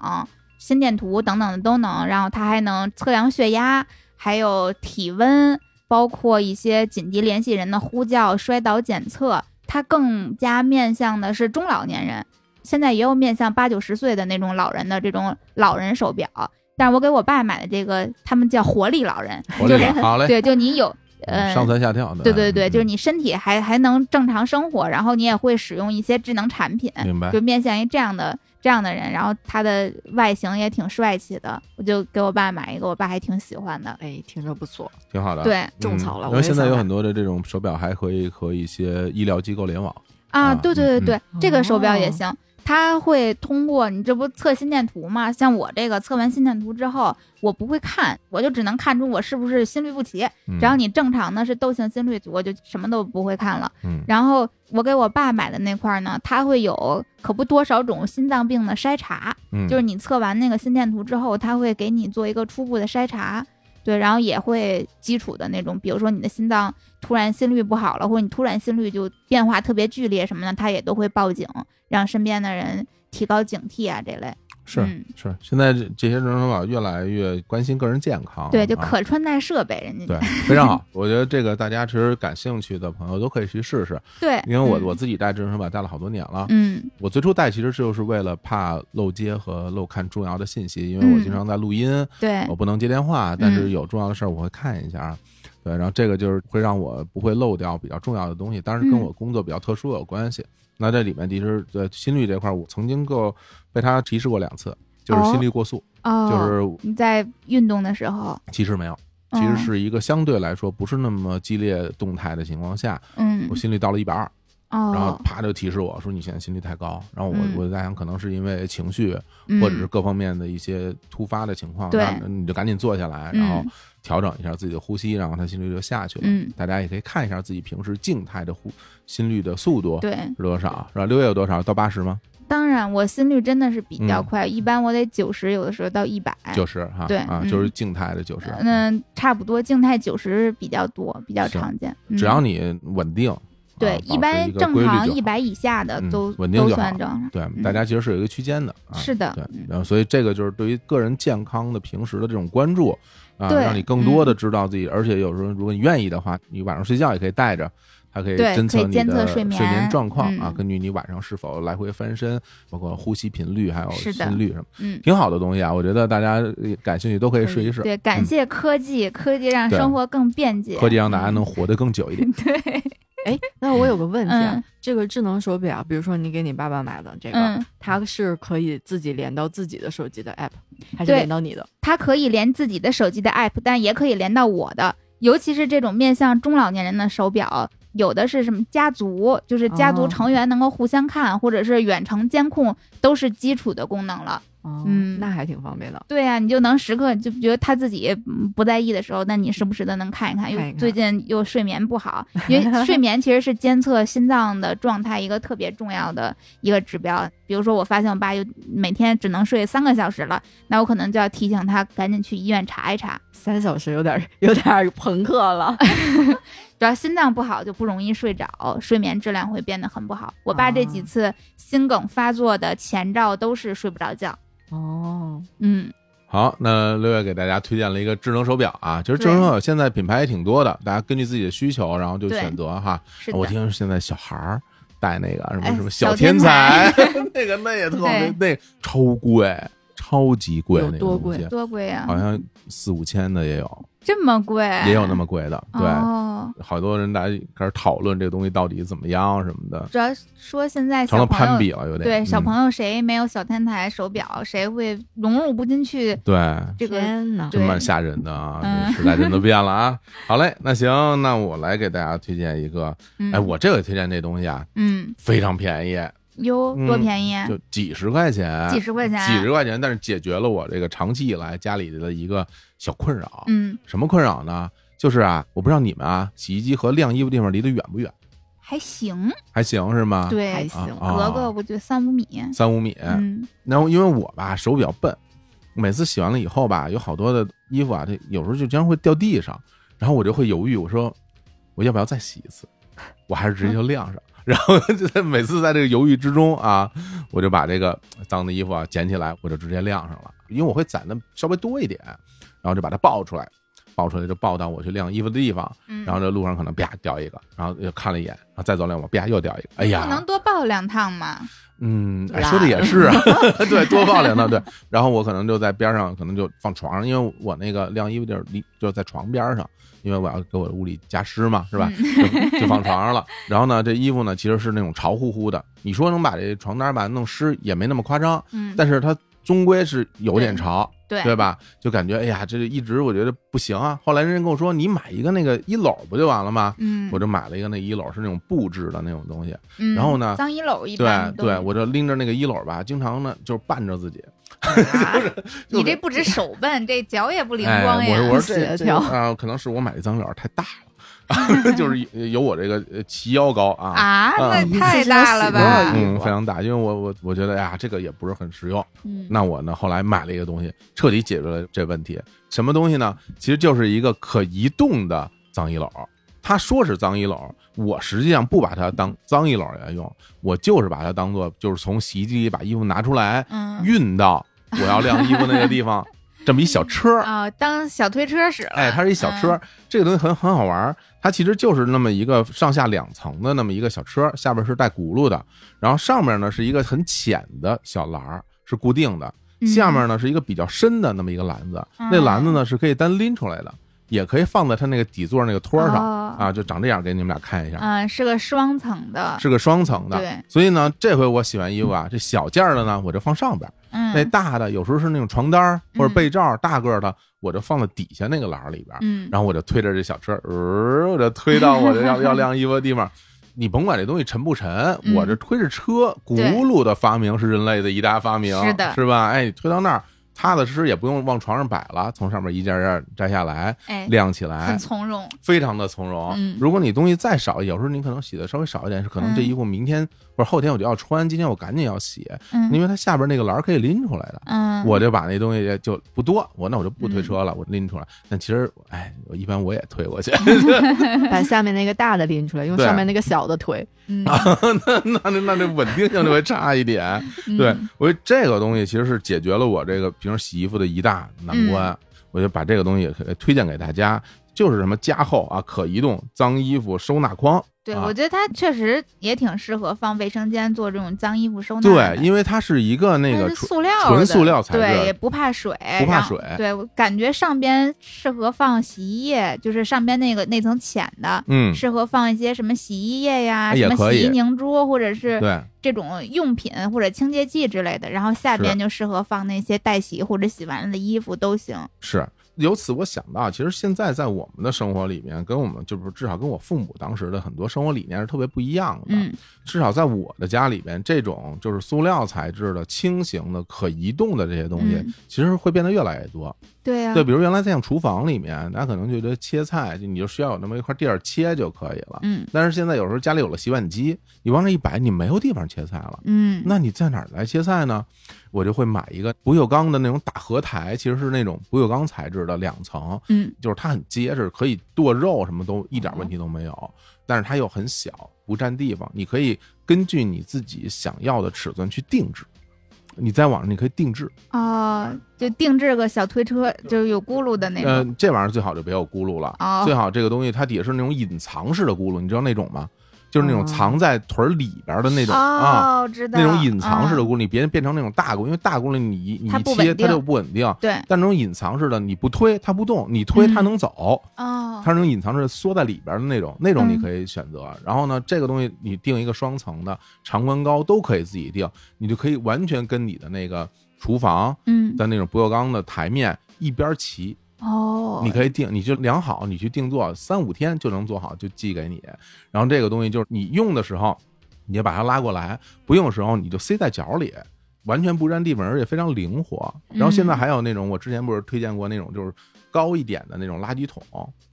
Speaker 2: 心电图等等的都能，然后它还能测量血压，还有体温，包括一些紧急联系人的呼叫、摔倒检测。它更加面向的是中老年人，现在也有面向八九十岁的那种老人的这种老人手表。但是我给我爸买的这个， <laughs> 他们叫活力老人， <laughs>
Speaker 1: 活力了，好嘞，嗯
Speaker 2: 对，就你有呃
Speaker 1: 上蹿下跳的，
Speaker 2: 对对对，
Speaker 1: 嗯
Speaker 2: 就是你身体还还能正常生活，然后你也会使用一些智能产品，
Speaker 1: 明白
Speaker 2: 就面向于这样的这样的人，然后他的外形也挺帅气的，我就给我爸买一个，我爸还挺喜欢的。
Speaker 3: 哎，听着不错，
Speaker 1: 挺好的，嗯
Speaker 2: 对
Speaker 3: 种草了
Speaker 1: 因为
Speaker 3: 我也
Speaker 1: 现在
Speaker 3: 想
Speaker 1: 有
Speaker 3: 买
Speaker 1: 很多的这种手表还可以和一些医疗机构联网，啊嗯
Speaker 2: 啊，对对对对，这个手表也
Speaker 3: 哦
Speaker 2: 行。它会通过你这不测心电图吗？像我这个测完心电图之后，我不会看，我就只能看出我是不是心律不齐。
Speaker 1: 嗯
Speaker 2: 只要你正常的是窦性心律，我就什么都不会看了。
Speaker 1: 嗯
Speaker 2: 然后我给我爸买的那块儿呢，它会有可不多少种心脏病的筛查，
Speaker 1: 嗯
Speaker 2: 就是你测完那个心电图之后，它会给你做一个初步的筛查，对，然后也会基础的那种，比如说你的心脏突然心率不好了，或者你突然心率就变化特别剧烈什么的，它也都会报警，让身边的人提高警惕啊这类。
Speaker 1: 是
Speaker 2: 嗯
Speaker 1: 是，现在这这些智能手表越来越关心个人健康，
Speaker 2: 对，就
Speaker 1: 啊
Speaker 2: 可穿戴设备， <laughs> 人家
Speaker 1: 对，非常好。我觉得这个大家其实感兴趣的朋友都可以去试试，
Speaker 2: 对，
Speaker 1: 因为我
Speaker 2: 嗯
Speaker 1: 我自己戴智能手表戴了好多年了。
Speaker 2: 嗯
Speaker 1: 我最初戴其实就是为了怕漏接和漏看重要的信息，因为我经常在录音，
Speaker 2: 嗯对嗯
Speaker 1: 我不能接电话，但是有重要的事儿我会看一下。啊对，然后这个就是会让我不会漏掉比较重要的东西，当然是跟
Speaker 2: 嗯
Speaker 1: 我工作比较特殊有关系。那这里面其实呃心率这块儿，我曾经够被他提示过两次，就是心率过速，
Speaker 2: 哦，
Speaker 1: 就是
Speaker 2: 你在运动的时候，
Speaker 1: 其实没有，其实
Speaker 2: 嗯
Speaker 1: 是一个相对来说不是那么激烈动态的情况下，
Speaker 2: 嗯
Speaker 1: 我心率到了一百二，
Speaker 2: 哦，
Speaker 1: 然后啪就提示我说你现在心率太高，然后我
Speaker 2: 嗯
Speaker 1: 我在想可能是因为情绪
Speaker 2: 嗯
Speaker 1: 或者是各方面的一些突发的情况，
Speaker 2: 对
Speaker 1: 那你就赶紧坐下来，
Speaker 2: 嗯
Speaker 1: 然后调整一下自己的呼吸，然后它心率就下去了。
Speaker 2: 嗯
Speaker 1: 大家也可以看一下自己平时静态的呼心率的速度
Speaker 2: 对，哎
Speaker 1: 是多少，是吧？六月有多少？到八十吗？
Speaker 2: 当然，我心率真的是比较
Speaker 1: 嗯
Speaker 2: 快，一般我得九十，有的时候到一百。
Speaker 1: 九十哈，
Speaker 2: 对
Speaker 1: 啊，
Speaker 2: 嗯
Speaker 1: 就是静态的九十。啊
Speaker 2: 嗯，差不多静态九十比较多，比较
Speaker 1: 行
Speaker 2: 常见。
Speaker 1: 只要
Speaker 2: 你
Speaker 1: 你稳定，
Speaker 2: 嗯对
Speaker 1: 啊
Speaker 2: 一般正常一。百以下的
Speaker 1: 嗯
Speaker 2: 都
Speaker 1: 稳定
Speaker 2: 都
Speaker 1: 就好
Speaker 2: 算正常。
Speaker 1: 保持一个规律就好对，
Speaker 2: 嗯
Speaker 1: 大家其实是有一个区间的，啊、
Speaker 2: 是的
Speaker 1: 对，
Speaker 2: 嗯
Speaker 1: 然后所以这个就是对于个人健康的平时的这种关注啊，
Speaker 2: 对嗯
Speaker 1: 让你更多的知道自己，而且有时候如果你愿意的话，你晚上睡觉也可以带着。它可以
Speaker 2: 对
Speaker 1: 侦测
Speaker 2: 可以
Speaker 1: 你
Speaker 2: 监
Speaker 1: 的睡
Speaker 2: 测睡眠
Speaker 1: 状况啊，
Speaker 2: 嗯
Speaker 1: 根据你晚上是否来回翻身，包括呼吸频率，还有
Speaker 2: 是的
Speaker 1: 心率什么，
Speaker 2: 嗯，
Speaker 1: 挺好的东西啊。我觉得大家呃感兴趣都可以试一试，
Speaker 2: 对，感谢科技，科技让
Speaker 1: 嗯对
Speaker 2: 生活更便捷。嗯
Speaker 1: 科技让大家能活得更久一点。
Speaker 2: 对，
Speaker 3: 哎，那我有个问题啊，
Speaker 2: 嗯
Speaker 3: 这个智能手表，比如说你给你爸爸买的这个，
Speaker 2: 嗯，
Speaker 3: 它是可以自己连到自己的手机的 app，还是
Speaker 2: 对
Speaker 3: 连到你的？
Speaker 2: 它可以连自己的手机的 app，但也可以连到我的。尤其是这种面向中老年人的手表，有的是什么家族，就是家族
Speaker 3: 哦
Speaker 2: 成员能够互相看，或者是远程监控，都是基础的功能了。
Speaker 3: 哦
Speaker 2: 嗯
Speaker 3: 那还挺方便的。
Speaker 2: 对呀、啊你就能时刻就觉得他自己嗯不在意的时候，那你时不时的能看一看。
Speaker 3: 看一看
Speaker 2: 又最近又睡眠不
Speaker 3: <laughs>
Speaker 2: 好，因为睡眠其实是监测心脏的状态一个特别重要的一个指标。比如说，我发现我爸又每天只能睡三个小时了，那我可能就要提醒他赶紧去医院查一查。
Speaker 3: 三小时有点儿有点儿朋克
Speaker 2: <laughs>
Speaker 3: 了，
Speaker 2: 只要心脏不好，就不容易睡着，睡眠质量会变得很不好。我爸这几
Speaker 1: 哦
Speaker 3: 啊
Speaker 2: 次心梗发作的前兆都是睡不着觉。
Speaker 3: 哦，
Speaker 2: 嗯，
Speaker 1: 好，那六月给大家推荐了一个智能手表啊，其实智能手表现在品牌也挺多的，大家根据自己的需求，然后就
Speaker 2: 对
Speaker 1: 选择哈。
Speaker 2: 是的。
Speaker 1: 啊我听说现在小孩儿戴那个什么
Speaker 2: 哎
Speaker 1: 什么
Speaker 2: 小
Speaker 1: 天
Speaker 2: 天
Speaker 1: 才
Speaker 2: 才，
Speaker 1: <laughs> 那个那也特
Speaker 2: 对
Speaker 1: 别，那超贵，超级贵，
Speaker 3: 有
Speaker 1: 那个
Speaker 3: 多
Speaker 1: 东西
Speaker 3: 贵
Speaker 2: 多贵啊！
Speaker 1: 好像四五千的也有，
Speaker 2: 这么贵，
Speaker 1: 也有那么贵的，对。
Speaker 2: 哦，
Speaker 1: 好多人大家开始讨论这个东西到底怎么样什么的，
Speaker 2: 主要说现在
Speaker 1: 成
Speaker 2: 小
Speaker 1: 了
Speaker 2: 朋友
Speaker 1: 攀比了，嗯有点
Speaker 2: 对小
Speaker 1: 友、
Speaker 2: 朋友谁没有小天才手表，谁会融入不进去
Speaker 1: 对，
Speaker 2: 这个？
Speaker 3: 天呐，
Speaker 1: 真
Speaker 2: 对
Speaker 1: 蛮吓人的啊！
Speaker 2: 嗯
Speaker 1: 这个时代真的变了
Speaker 2: <laughs>
Speaker 1: 啊！好嘞，那行，那我来给大家推荐一个，
Speaker 2: 嗯，
Speaker 1: 哎，我这个推荐这东西啊，
Speaker 2: 嗯
Speaker 1: 非常便宜，
Speaker 2: 哟
Speaker 1: 嗯
Speaker 2: 多便宜，
Speaker 1: 就几十块钱，
Speaker 2: 几十块钱，
Speaker 1: 几十块钱，但是解决了我这个长期以来家里的一个小困扰。
Speaker 2: 嗯，
Speaker 1: 什么困扰呢？就是啊，我不知道你们啊，洗衣机和晾衣服地方离得远不远？
Speaker 2: 还行，
Speaker 1: 还行是吗？，
Speaker 3: 还
Speaker 2: 对，
Speaker 3: 行，
Speaker 1: 啊哎
Speaker 2: 隔个我觉得三五米，
Speaker 1: 三五米。
Speaker 2: 嗯
Speaker 1: 然后因为我吧手比较笨，每次洗完了以后吧，有好多的衣服啊，它有时候就经常会掉地上，然后我就会犹豫，我说我要不要再洗一次？ <laughs> 我还是直接就晾上。然后就在每次在这个犹豫之中啊，我就把这个脏的衣服啊捡起来，我就直接晾上了，因为我会攒的稍微多一点，然后就把它抱出来，抱出来就抱到我去晾衣服的地方，
Speaker 2: 嗯，
Speaker 1: 然后这路上可能啪掉一个，然后又看了一眼，然后再走两步啪又掉一个，哎呀，
Speaker 2: 不能多报两趟嘛，
Speaker 1: 嗯，哎
Speaker 3: 懒
Speaker 1: 说的也是，
Speaker 2: <laughs>
Speaker 1: 对，多抱两套，对。然后我可能就在边上，可能就放床上，因为我那个晾衣服地儿离就在床边上，因为我要给我的屋里加湿嘛，是吧？
Speaker 2: 嗯
Speaker 1: 就就放床上了。然后呢，这衣服呢其实是那种潮乎乎的，你说能把这床单儿把它弄湿也没那么夸张，
Speaker 2: 嗯，
Speaker 1: 但是它终归是有点
Speaker 2: 对
Speaker 1: 潮，
Speaker 2: 对
Speaker 1: 对吧？就感觉哎呀，这一直我觉得不行啊。后来人家跟我说，你买一个那个衣篓不就完了吗？
Speaker 2: 嗯，
Speaker 1: 我就买了一个那衣篓，是那种布制的那种东西。
Speaker 2: 嗯
Speaker 1: 然后呢
Speaker 2: 脏衣篓一
Speaker 1: 对
Speaker 2: 般都
Speaker 1: 对，我就拎着那个衣篓吧，经常呢就是绊着自己。
Speaker 2: 啊 <laughs>
Speaker 1: 就
Speaker 2: 你
Speaker 1: 给
Speaker 2: 这不止手笨，这脚也不灵
Speaker 1: 哎，
Speaker 2: 光呀，
Speaker 1: 我我说
Speaker 3: 不
Speaker 1: 这
Speaker 3: 协
Speaker 1: 这
Speaker 3: 调
Speaker 1: 啊、可能是我买的脏篓太大了， <laughs> 就是有有我这个呃齐腰高啊。
Speaker 2: 啊，
Speaker 1: 嗯
Speaker 2: 那太
Speaker 3: 你自己
Speaker 2: 大
Speaker 3: 有
Speaker 2: 了
Speaker 3: 洗多少
Speaker 2: 啊吧
Speaker 3: 衣？
Speaker 1: 嗯，
Speaker 3: 服
Speaker 1: 非常大，因为我我我觉得哎呀，这个也不是很实用。
Speaker 2: 嗯
Speaker 1: 那我呢，后来买了一个东西，彻底解决了这问题。什么东西呢？其实就是一个可移动的脏衣篓。他说是脏衣篓，我实际上不把它当脏衣篓来用，我就是把它当做就是从洗衣机里把衣服拿出来，
Speaker 2: 嗯
Speaker 1: 运到我要晾衣服那个地
Speaker 2: <laughs>
Speaker 1: 方，这么一小车儿。
Speaker 2: 啊，当小推车使了。
Speaker 1: 哎，它是一小车
Speaker 2: 嗯
Speaker 1: 儿，这个东西很很好玩儿。它其实就是那么一个上下两层的那么一个小车儿，下边是带轱辘的，然后上面呢是一个很浅的小篮儿，是固定的，
Speaker 2: 嗯
Speaker 1: 哎下面呢是一个比较深的那么一个篮子。那篮子呢是可以单拎出来的，也可以放在它那个底座那个托儿上、
Speaker 2: 哦
Speaker 1: 啊，就长这样，给你们俩看一下。
Speaker 2: 嗯，是个双层的，
Speaker 1: 是个双层的
Speaker 2: 对，
Speaker 1: 所以呢，这回我洗完衣服啊，这小件儿的呢，我就放上边儿，
Speaker 2: 嗯，
Speaker 1: 那大的有时候是那种床单儿或者
Speaker 2: 嗯
Speaker 1: 被罩儿大个儿的，我就放在底下那个篮儿里边儿，
Speaker 2: 嗯，
Speaker 1: 然后我就推着这小车，呃，我就推到我这要 <laughs> 要晾衣服的地方。你甭管这东西沉不沉，
Speaker 2: 嗯
Speaker 1: 我这推着车，
Speaker 2: 对
Speaker 1: 轱辘的发明是人类的一大发明，
Speaker 2: 是的
Speaker 1: 吧？哎，推到那儿踏踏实实，也不用往床上摆了，从上面一件件摘下来
Speaker 2: 哎，
Speaker 1: 晾起来
Speaker 2: 很，从容，
Speaker 1: 非常的从容。
Speaker 2: 嗯
Speaker 1: 如果你东西再少，有时候你可能洗的稍微少一点，是可能这
Speaker 2: 嗯
Speaker 1: 衣服明天或者后天我就要穿，今天我赶紧要洗，因
Speaker 2: 嗯
Speaker 1: 为它下边那个篮儿可以拎出来的。
Speaker 2: 嗯，
Speaker 1: 我就把那东西就不多，我那我就不推车了，我拎出来。但其实，哎，我一般我也推
Speaker 2: <laughs>
Speaker 1: 过去，
Speaker 3: 把下面那个大的拎出来，用
Speaker 1: 对
Speaker 3: 上面那个小的推，
Speaker 2: 嗯
Speaker 1: 那那那那这稳定性就会差一点。
Speaker 2: 嗯
Speaker 1: 对，我觉得这个东西其实是解决了我这个平时洗衣服的一大难关。
Speaker 2: 嗯
Speaker 1: 我就把这个东西给推荐给大家，就是什么加厚啊，可移动脏衣服收纳筐。
Speaker 2: 对，
Speaker 1: 啊
Speaker 2: 我觉得它确实也挺适合放卫生间做这种脏衣服收纳的。
Speaker 1: 对，因为它是一个那
Speaker 2: 它
Speaker 1: 个
Speaker 2: 是
Speaker 1: 纯
Speaker 2: 塑料嗯的，
Speaker 1: 纯塑料材质
Speaker 2: 对，也不怕水，
Speaker 1: 不怕
Speaker 2: 然后
Speaker 1: 水
Speaker 2: 对，我感觉上边适合放洗衣液，就是上边那个那层浅的，
Speaker 1: 嗯，
Speaker 2: 适合放一些什么洗衣液呀、
Speaker 1: 哎也
Speaker 2: 什么
Speaker 1: 可以
Speaker 2: 洗衣凝珠，或者是
Speaker 1: 对
Speaker 2: 这种用品或者清洁剂之类的，然后下边就适合放那些待洗或者洗完了的衣服都行。
Speaker 1: 是。由此我想到，其实现在在我们的生活里面，跟我们就是至少跟我父母当时的很多生活理念是特别不一样的。
Speaker 2: 嗯
Speaker 1: 至少在我的家里边，这种就是塑料材质的、轻型的、可移动的这些东西，
Speaker 2: 嗯
Speaker 1: 其实会变得越来越多。
Speaker 2: 对啊，
Speaker 1: 对，比如原来在像厨房里面，大家可能就觉得切菜，就你就需要有那么一块地儿切就可以了。
Speaker 2: 嗯
Speaker 1: 但是现在有时候家里有了洗碗机，你往那一摆，你没有地方切菜了。
Speaker 2: 嗯，
Speaker 1: 那你在哪儿来切菜呢？我就会买一个不锈钢的那种打荷台，其实是那种不锈钢材质的两层，
Speaker 2: 嗯
Speaker 1: 就是它很结实，可以剁肉，什么都一点问题都没有。但是它又很小，不占地方，你可以根据你自己想要的尺寸去定制。你在网上你可以定制，
Speaker 2: 哦，就定制个小推车，就是有轱辘的那
Speaker 1: 呃
Speaker 2: 种，，
Speaker 1: 这玩意儿最好就别有轱辘了，
Speaker 2: 哦
Speaker 1: 最好这个东西它底下是那种隐藏式的轱辘，你知道那种吗？就是那种
Speaker 3: 哦
Speaker 1: 藏在腿儿里边儿的那种、啊。
Speaker 2: 哦，知道
Speaker 1: 那种隐藏式的
Speaker 2: 嗯
Speaker 1: 轱辘，你别变成那种大轱辘，因为大轱辘你一你
Speaker 2: 它
Speaker 1: 一
Speaker 2: 不
Speaker 1: 切
Speaker 2: 稳定
Speaker 1: 它就不稳定。
Speaker 2: 对
Speaker 1: 但那种隐藏式的，你不推它不动，你推
Speaker 2: 嗯
Speaker 1: 它能走，
Speaker 2: 哦
Speaker 1: 它，是那种隐藏式缩在里边的那种，那种你
Speaker 2: 嗯
Speaker 1: 可以选择。然后呢，这个东西你定一个双层的，长宽高都可以自己定，你就可以完全跟你的那个厨房
Speaker 2: 嗯
Speaker 1: 的那种不锈钢的台面一边齐，
Speaker 2: 哦，
Speaker 1: 你可以定，你就量好，你去定做，三五天就能做好，就寄给你。然后这个东西就是你用的时候，你就把它拉过来；不用的时候，你就塞在脚里，完全不占地方，而且非常灵活。然后现
Speaker 2: 嗯
Speaker 1: 在还有那种，我之前不是推荐过那种就是高一点的那种垃圾桶，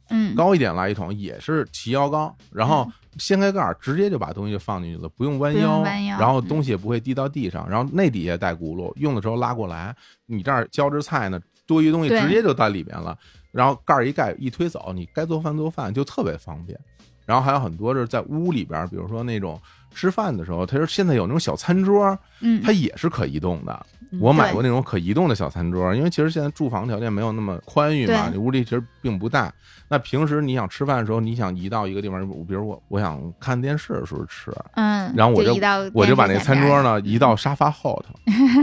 Speaker 2: 嗯
Speaker 1: 高一点垃圾桶也是齐腰高，然后掀开盖儿，直接就把东西就放进去了，不用弯
Speaker 2: 不用
Speaker 1: 腰，
Speaker 2: 弯腰
Speaker 1: 然后东西也不会滴到地上，然后那底下带轱辘，用的时候拉过来，你这儿浇着菜呢，多余东西
Speaker 2: 对
Speaker 1: 直接就在里面了，然后盖儿一盖一推走，你该做饭做饭就特别方便。然后还有很多就是在屋里边儿，比如说那种吃饭的时候，它是现在有那种小餐桌儿，
Speaker 2: 嗯
Speaker 1: 它也是可移动的。
Speaker 3: 嗯
Speaker 1: 我买
Speaker 2: 对
Speaker 1: 过那种可移动的小餐桌，因为其实现在住房条件没有那么宽裕嘛，
Speaker 2: 对
Speaker 1: 你屋里其实并不大。那平时你想吃饭的时候，你想移到一个地方，比如我我想看电视的时候吃，
Speaker 2: 嗯，
Speaker 1: 然后我就
Speaker 2: 移到
Speaker 1: 我就把那
Speaker 2: 电视
Speaker 1: 餐
Speaker 2: 前
Speaker 1: 桌
Speaker 2: 面
Speaker 1: 呢移到沙发后
Speaker 2: <laughs>
Speaker 1: 头，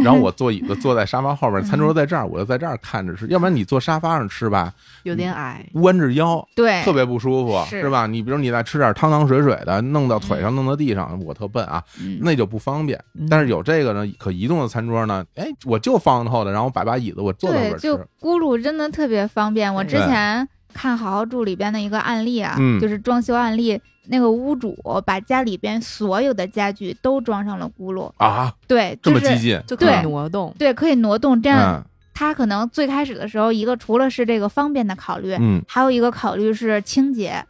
Speaker 1: 然后我坐椅子坐在沙发后
Speaker 2: 嗯
Speaker 1: 边，餐桌在这儿，我就在这儿看着吃。要不然你坐沙发上吃吧，嗯
Speaker 3: 有点矮，
Speaker 1: 弯着腰
Speaker 2: 对
Speaker 1: 特别不舒服，
Speaker 2: 哎是
Speaker 1: 是吧？你比如你再吃点汤汤水水的，弄到腿上，弄到地上，我特笨啊，
Speaker 2: 嗯
Speaker 1: 那就不方便
Speaker 3: 嗯。
Speaker 1: 但是有这个呢，可移动的餐桌呢，哎，我就放后头，然后摆把椅子，我坐在
Speaker 2: 对
Speaker 1: 那边
Speaker 2: 就
Speaker 1: 吃。
Speaker 2: 轱辘真的特别方便。我之
Speaker 1: 对
Speaker 2: 前看好好住里边的一个案例啊，
Speaker 1: 嗯
Speaker 2: 就是装修案例，那个屋主把家里边所有的家具都装上了轱辘，
Speaker 1: 啊，
Speaker 2: 对，
Speaker 1: 这
Speaker 2: 就
Speaker 1: 么激
Speaker 2: 是
Speaker 1: 进，啊
Speaker 3: 就可以
Speaker 2: 对
Speaker 3: 挪动。
Speaker 2: 对可以挪动，这样
Speaker 1: 嗯
Speaker 2: 他可能最开始的时候，一个除了是这个方便的考虑，
Speaker 1: 嗯。
Speaker 2: 还有一个考虑是清洁，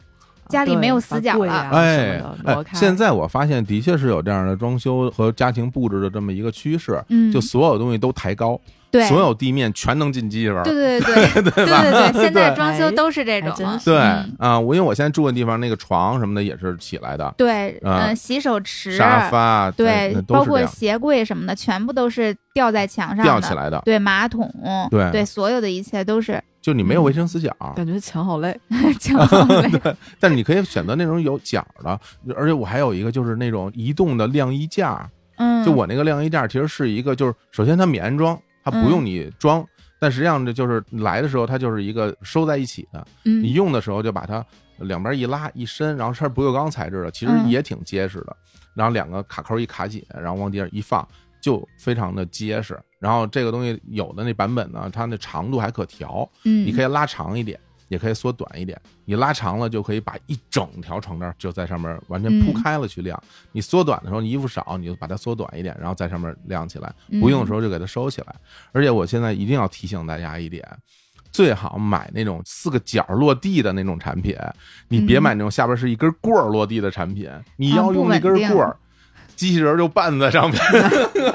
Speaker 2: 家里
Speaker 3: 啊对
Speaker 2: 没有死角
Speaker 3: 把柜
Speaker 2: 了
Speaker 3: 啊
Speaker 1: 哎
Speaker 3: 什么的
Speaker 1: 哎
Speaker 3: 挪开
Speaker 1: 现在我发现的确是有这样的装修和家庭布置的这么一个趋势，
Speaker 2: 嗯，
Speaker 1: 就所有东西都抬高，
Speaker 2: 对，
Speaker 1: 所有地面全能进机器人。
Speaker 2: 对对
Speaker 1: <laughs>
Speaker 2: 对对对对对，现在装修
Speaker 3: 哎
Speaker 2: 都是这
Speaker 3: 还
Speaker 2: 种
Speaker 3: 真
Speaker 2: 了
Speaker 3: 是
Speaker 1: 对
Speaker 2: 嗯
Speaker 1: 啊，我因为我现在住的地方那个床什么的也是起来的，
Speaker 2: 对，
Speaker 1: 啊
Speaker 2: 呃，洗手池、
Speaker 1: 沙发
Speaker 2: 对
Speaker 1: 那，都
Speaker 2: 包
Speaker 1: 是这
Speaker 2: 括
Speaker 1: 样
Speaker 2: 鞋柜什么的，全部都是吊在墙上
Speaker 1: 吊
Speaker 2: 的
Speaker 1: 起来的，
Speaker 2: 对，马桶，
Speaker 1: 对
Speaker 2: 所有的一切
Speaker 1: <laughs>
Speaker 2: 都是
Speaker 1: 就你没有卫生死角，
Speaker 3: 感觉墙好累，
Speaker 2: 墙后面
Speaker 1: <laughs> 但是你可以选择那种有角的，而且我还有一个就是那种移动的晾衣架，
Speaker 2: 嗯，
Speaker 1: 就我那个晾衣架其实是一个，就是首先它免安装，它不用
Speaker 2: 嗯
Speaker 1: 你装，但实际上这就是来的时候它就是一个收在一起的，
Speaker 2: 嗯，
Speaker 1: 你用的时候就把它呃两边一拉一伸，然后它是不锈钢材质的，其实
Speaker 2: 嗯
Speaker 1: 也挺结实的，然后两个卡扣一卡紧，然后往地上一放就非常的结实。然后这个东西有的那版本呢，它那长度还可调，
Speaker 2: 嗯，
Speaker 1: 你可以拉长一点，也可以缩短一点。你拉长了就可以把一整条床单就在上面完全铺
Speaker 2: 嗯
Speaker 1: 开了去晾。你缩短的时候，你衣服少，你就把它缩短一点，然后在上面晾起来。
Speaker 2: 以
Speaker 1: 不用的时候就给它收起来。而且我现在一定要提醒大家一点。最好买那种四个角落地的那种产品，你别
Speaker 2: 嗯
Speaker 1: 买那种下边是一根棍儿落地的产品。你
Speaker 2: 啊
Speaker 1: 要
Speaker 2: 不
Speaker 1: 用那
Speaker 2: 稳
Speaker 1: 根
Speaker 2: 定
Speaker 1: 棍儿，机器人儿就绊在上面。 <laughs>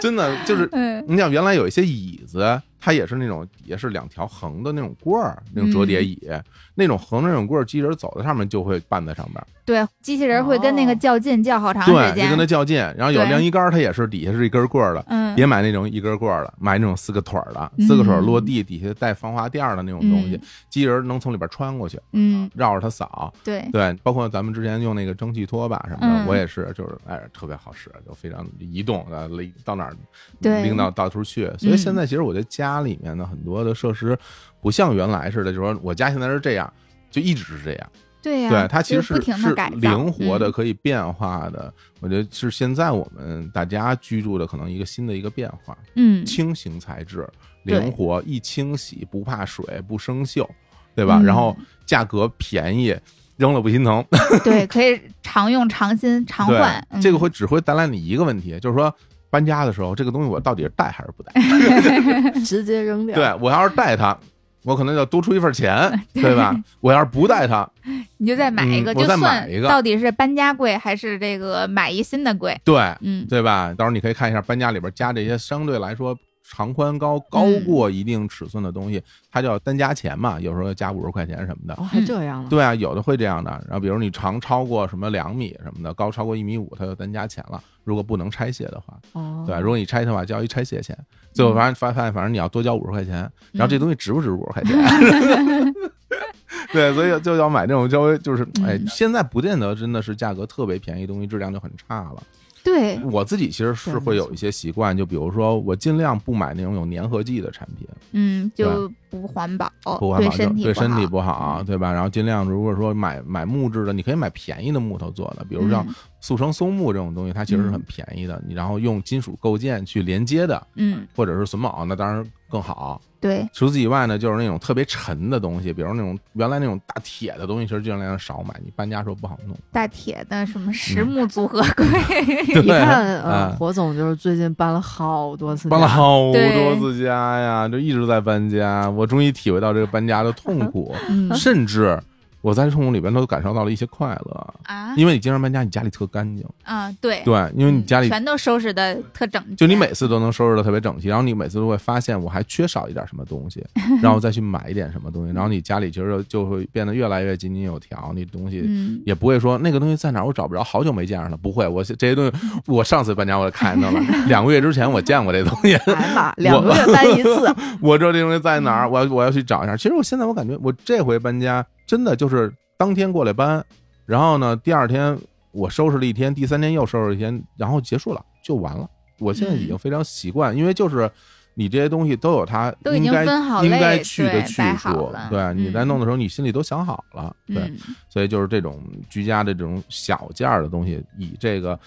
Speaker 1: 真的就是
Speaker 2: 嗯
Speaker 1: 你想，原来有一些椅子，它也是那种底下是两条横的那种棍儿，那种折叠
Speaker 2: 嗯
Speaker 1: 椅，那种横着那种棍儿，机器人走在上面就会绊在上面，
Speaker 2: 对，机器人会跟那个
Speaker 3: 哦
Speaker 2: 较劲较好长时
Speaker 1: 对，就
Speaker 2: 间
Speaker 1: 跟它，较劲。然后有
Speaker 2: 对
Speaker 1: 晾衣杆，它也是底下是一根棍儿的。
Speaker 2: 嗯，
Speaker 1: 别买那种一根棍儿的，买那种四个腿儿的，四个腿儿落地底下带防滑垫儿的那种东西
Speaker 2: 嗯，
Speaker 1: 机器人能从里边穿过去，
Speaker 2: 嗯，
Speaker 1: 绕着它扫。
Speaker 2: <laughs> 对，
Speaker 1: 对，包括咱们之前用那个蒸汽拖把什么的，
Speaker 2: 嗯
Speaker 1: 我也是，就是哎，特别好使，就非常移动，呃，拎到哪儿
Speaker 2: 对嗯
Speaker 1: 拎到到处去。所以现在其实我觉得家里面的很多的设施，不像原来似的，就是说我家现在是这样，就一直是这样。
Speaker 2: 对呀、
Speaker 1: 对，它其
Speaker 2: 就
Speaker 1: 实
Speaker 2: 不
Speaker 1: 是
Speaker 2: 停
Speaker 1: 是
Speaker 2: 的改造，
Speaker 1: 灵活的，
Speaker 2: 嗯
Speaker 1: 可以变化的。我觉得是现在我们大家居住的可能一个新的一个变化，
Speaker 2: 嗯，
Speaker 1: 轻型材质，
Speaker 2: 对
Speaker 1: 灵活，易清洗，不怕水，不生锈，对吧？
Speaker 2: 嗯
Speaker 1: 然后价格便宜，扔了不心疼。
Speaker 2: 对，可以常用、常新、常
Speaker 1: 对
Speaker 2: 换。嗯
Speaker 1: 这个会只会带来你一个问题，就是说搬家的时候，这个东西我到底是带还是不带？
Speaker 3: 直接扔掉。
Speaker 1: 对我要是带它，我可能要多出一份钱，对吧？我要是不带它，
Speaker 2: 你就再买一个，
Speaker 1: 嗯
Speaker 2: 就
Speaker 1: 我再
Speaker 2: 算
Speaker 1: 买一个
Speaker 2: 到底是搬家贵还是这个买一新的贵。
Speaker 1: 对
Speaker 2: 嗯，
Speaker 1: 对吧？到时候你可以看一下搬家里边加这些相对来说长宽高高过一定尺寸的东西，它就要单加钱嘛，有时候要加五十块钱什么的
Speaker 3: 哦，。还这样了。
Speaker 1: 对啊，有的会这样的。然后比如你长超过什么两米什么的，高超过一米五，它就单加钱了。如果不能拆卸的话，
Speaker 3: 哦，
Speaker 1: 对吧，如果你拆卸的话，交一拆卸钱。最后
Speaker 2: 嗯
Speaker 1: 反正发发现，反正你要多交五十块钱，然后这东西值不值五十块钱？<laughs>
Speaker 2: <laughs>
Speaker 1: 对，所以就要买这种稍微就是，哎，
Speaker 2: 嗯
Speaker 1: 现在不见得真的是价格特别便宜，东西质量就很差了。
Speaker 2: 对，
Speaker 1: 我自己其实是
Speaker 3: 对
Speaker 1: 会
Speaker 3: 没
Speaker 1: 有
Speaker 3: 错
Speaker 1: 一些习惯，就比如说我尽量不买那种有粘合剂的产品，
Speaker 2: 嗯，就不环保，
Speaker 1: 不环保
Speaker 2: 哦对
Speaker 1: 就
Speaker 2: 身体
Speaker 1: 对身体
Speaker 2: 好。嗯
Speaker 1: 不好，啊对吧？然后尽量如果说买买木质的，你可以买便宜的木头做的，比如像
Speaker 2: 嗯
Speaker 1: 速成松木这种东西，它其实是很便宜的。你然后用金属构件去连接的，
Speaker 2: 嗯，
Speaker 1: 或者是榫卯，那当然更好。
Speaker 2: 对，
Speaker 1: 除此以外呢，就是那种特别沉的东西，比如那种原来那种大铁的东西，其实尽量少买。你搬家时候不好
Speaker 3: <laughs>
Speaker 1: 弄，
Speaker 2: 大铁的什么实木组合贵，
Speaker 1: 嗯对
Speaker 3: 一看，呃，
Speaker 1: 嗯
Speaker 3: 火总就是最近搬了好多次家，
Speaker 1: 搬了好多
Speaker 2: 对
Speaker 1: 次家呀，就一直在搬家。我终于体会到这个搬家的痛苦，
Speaker 3: 嗯，
Speaker 1: <laughs> 甚至我在痛苦里边都感受到了一些快乐，
Speaker 2: 啊
Speaker 1: 因为你经常搬家，你家里特干净。
Speaker 2: 啊，对，
Speaker 1: 对，因为你家里
Speaker 2: 全都收拾的特整洁，
Speaker 1: 就你每次都能收拾的特别整齐，然后你每次都会发现我还缺少一点什么东西，然后再去买一点什么东西，然后你家里其实就会变得越来越井井有条，你东西。
Speaker 2: 嗯，
Speaker 1: 也不会说那个东西在哪儿，我找不着，好久没见着了。不会，我这些东西，我上次搬家我看见了，两个月之前我见过这东西，
Speaker 3: 哎妈，两个月搬一次，
Speaker 2: <laughs>
Speaker 1: 我知道这东西在哪
Speaker 2: 嗯
Speaker 1: 儿，我要我要去找一下。其实我现在我感觉我这回搬家真的就是当天过来搬，然后呢第二天我收拾了一天，第三天又收拾一天，然后结束了就完了。我现在已
Speaker 2: 嗯
Speaker 1: 经非常习惯，因为就是你这些东西都有它
Speaker 2: 都已
Speaker 1: 应
Speaker 2: 经
Speaker 1: 该
Speaker 2: 分好
Speaker 1: 应
Speaker 2: 类
Speaker 1: 该去的
Speaker 2: 对
Speaker 1: 去
Speaker 2: 摆好
Speaker 1: 处
Speaker 2: 了，
Speaker 1: 对，你在
Speaker 2: 嗯
Speaker 1: 弄的时候你心里都想好了，对，
Speaker 2: 嗯
Speaker 1: 所以就是这种居家的这种小件儿的东西，以这个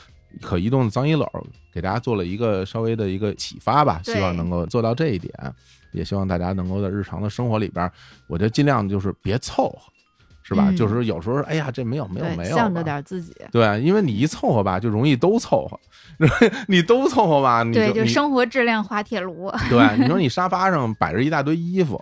Speaker 1: 可移动的脏衣篓儿给大家做了一个稍微的一个启发吧，
Speaker 2: 对
Speaker 1: 希望能够做到这一点，也希望大家能够在日常的生活里边儿，我觉得尽量就是别凑合，是吧？
Speaker 2: 嗯
Speaker 1: 就是有时候哎呀，这没有没有
Speaker 3: 对，
Speaker 1: 没有吧，
Speaker 3: 向着点自己，
Speaker 1: 对，因为你一凑合吧，就容易都凑合， <laughs> 你都凑合吧，你
Speaker 2: 对，就
Speaker 1: 你
Speaker 2: 生活质量滑铁卢，啊 <laughs>
Speaker 1: 对，你说你沙发上摆着一大堆衣服，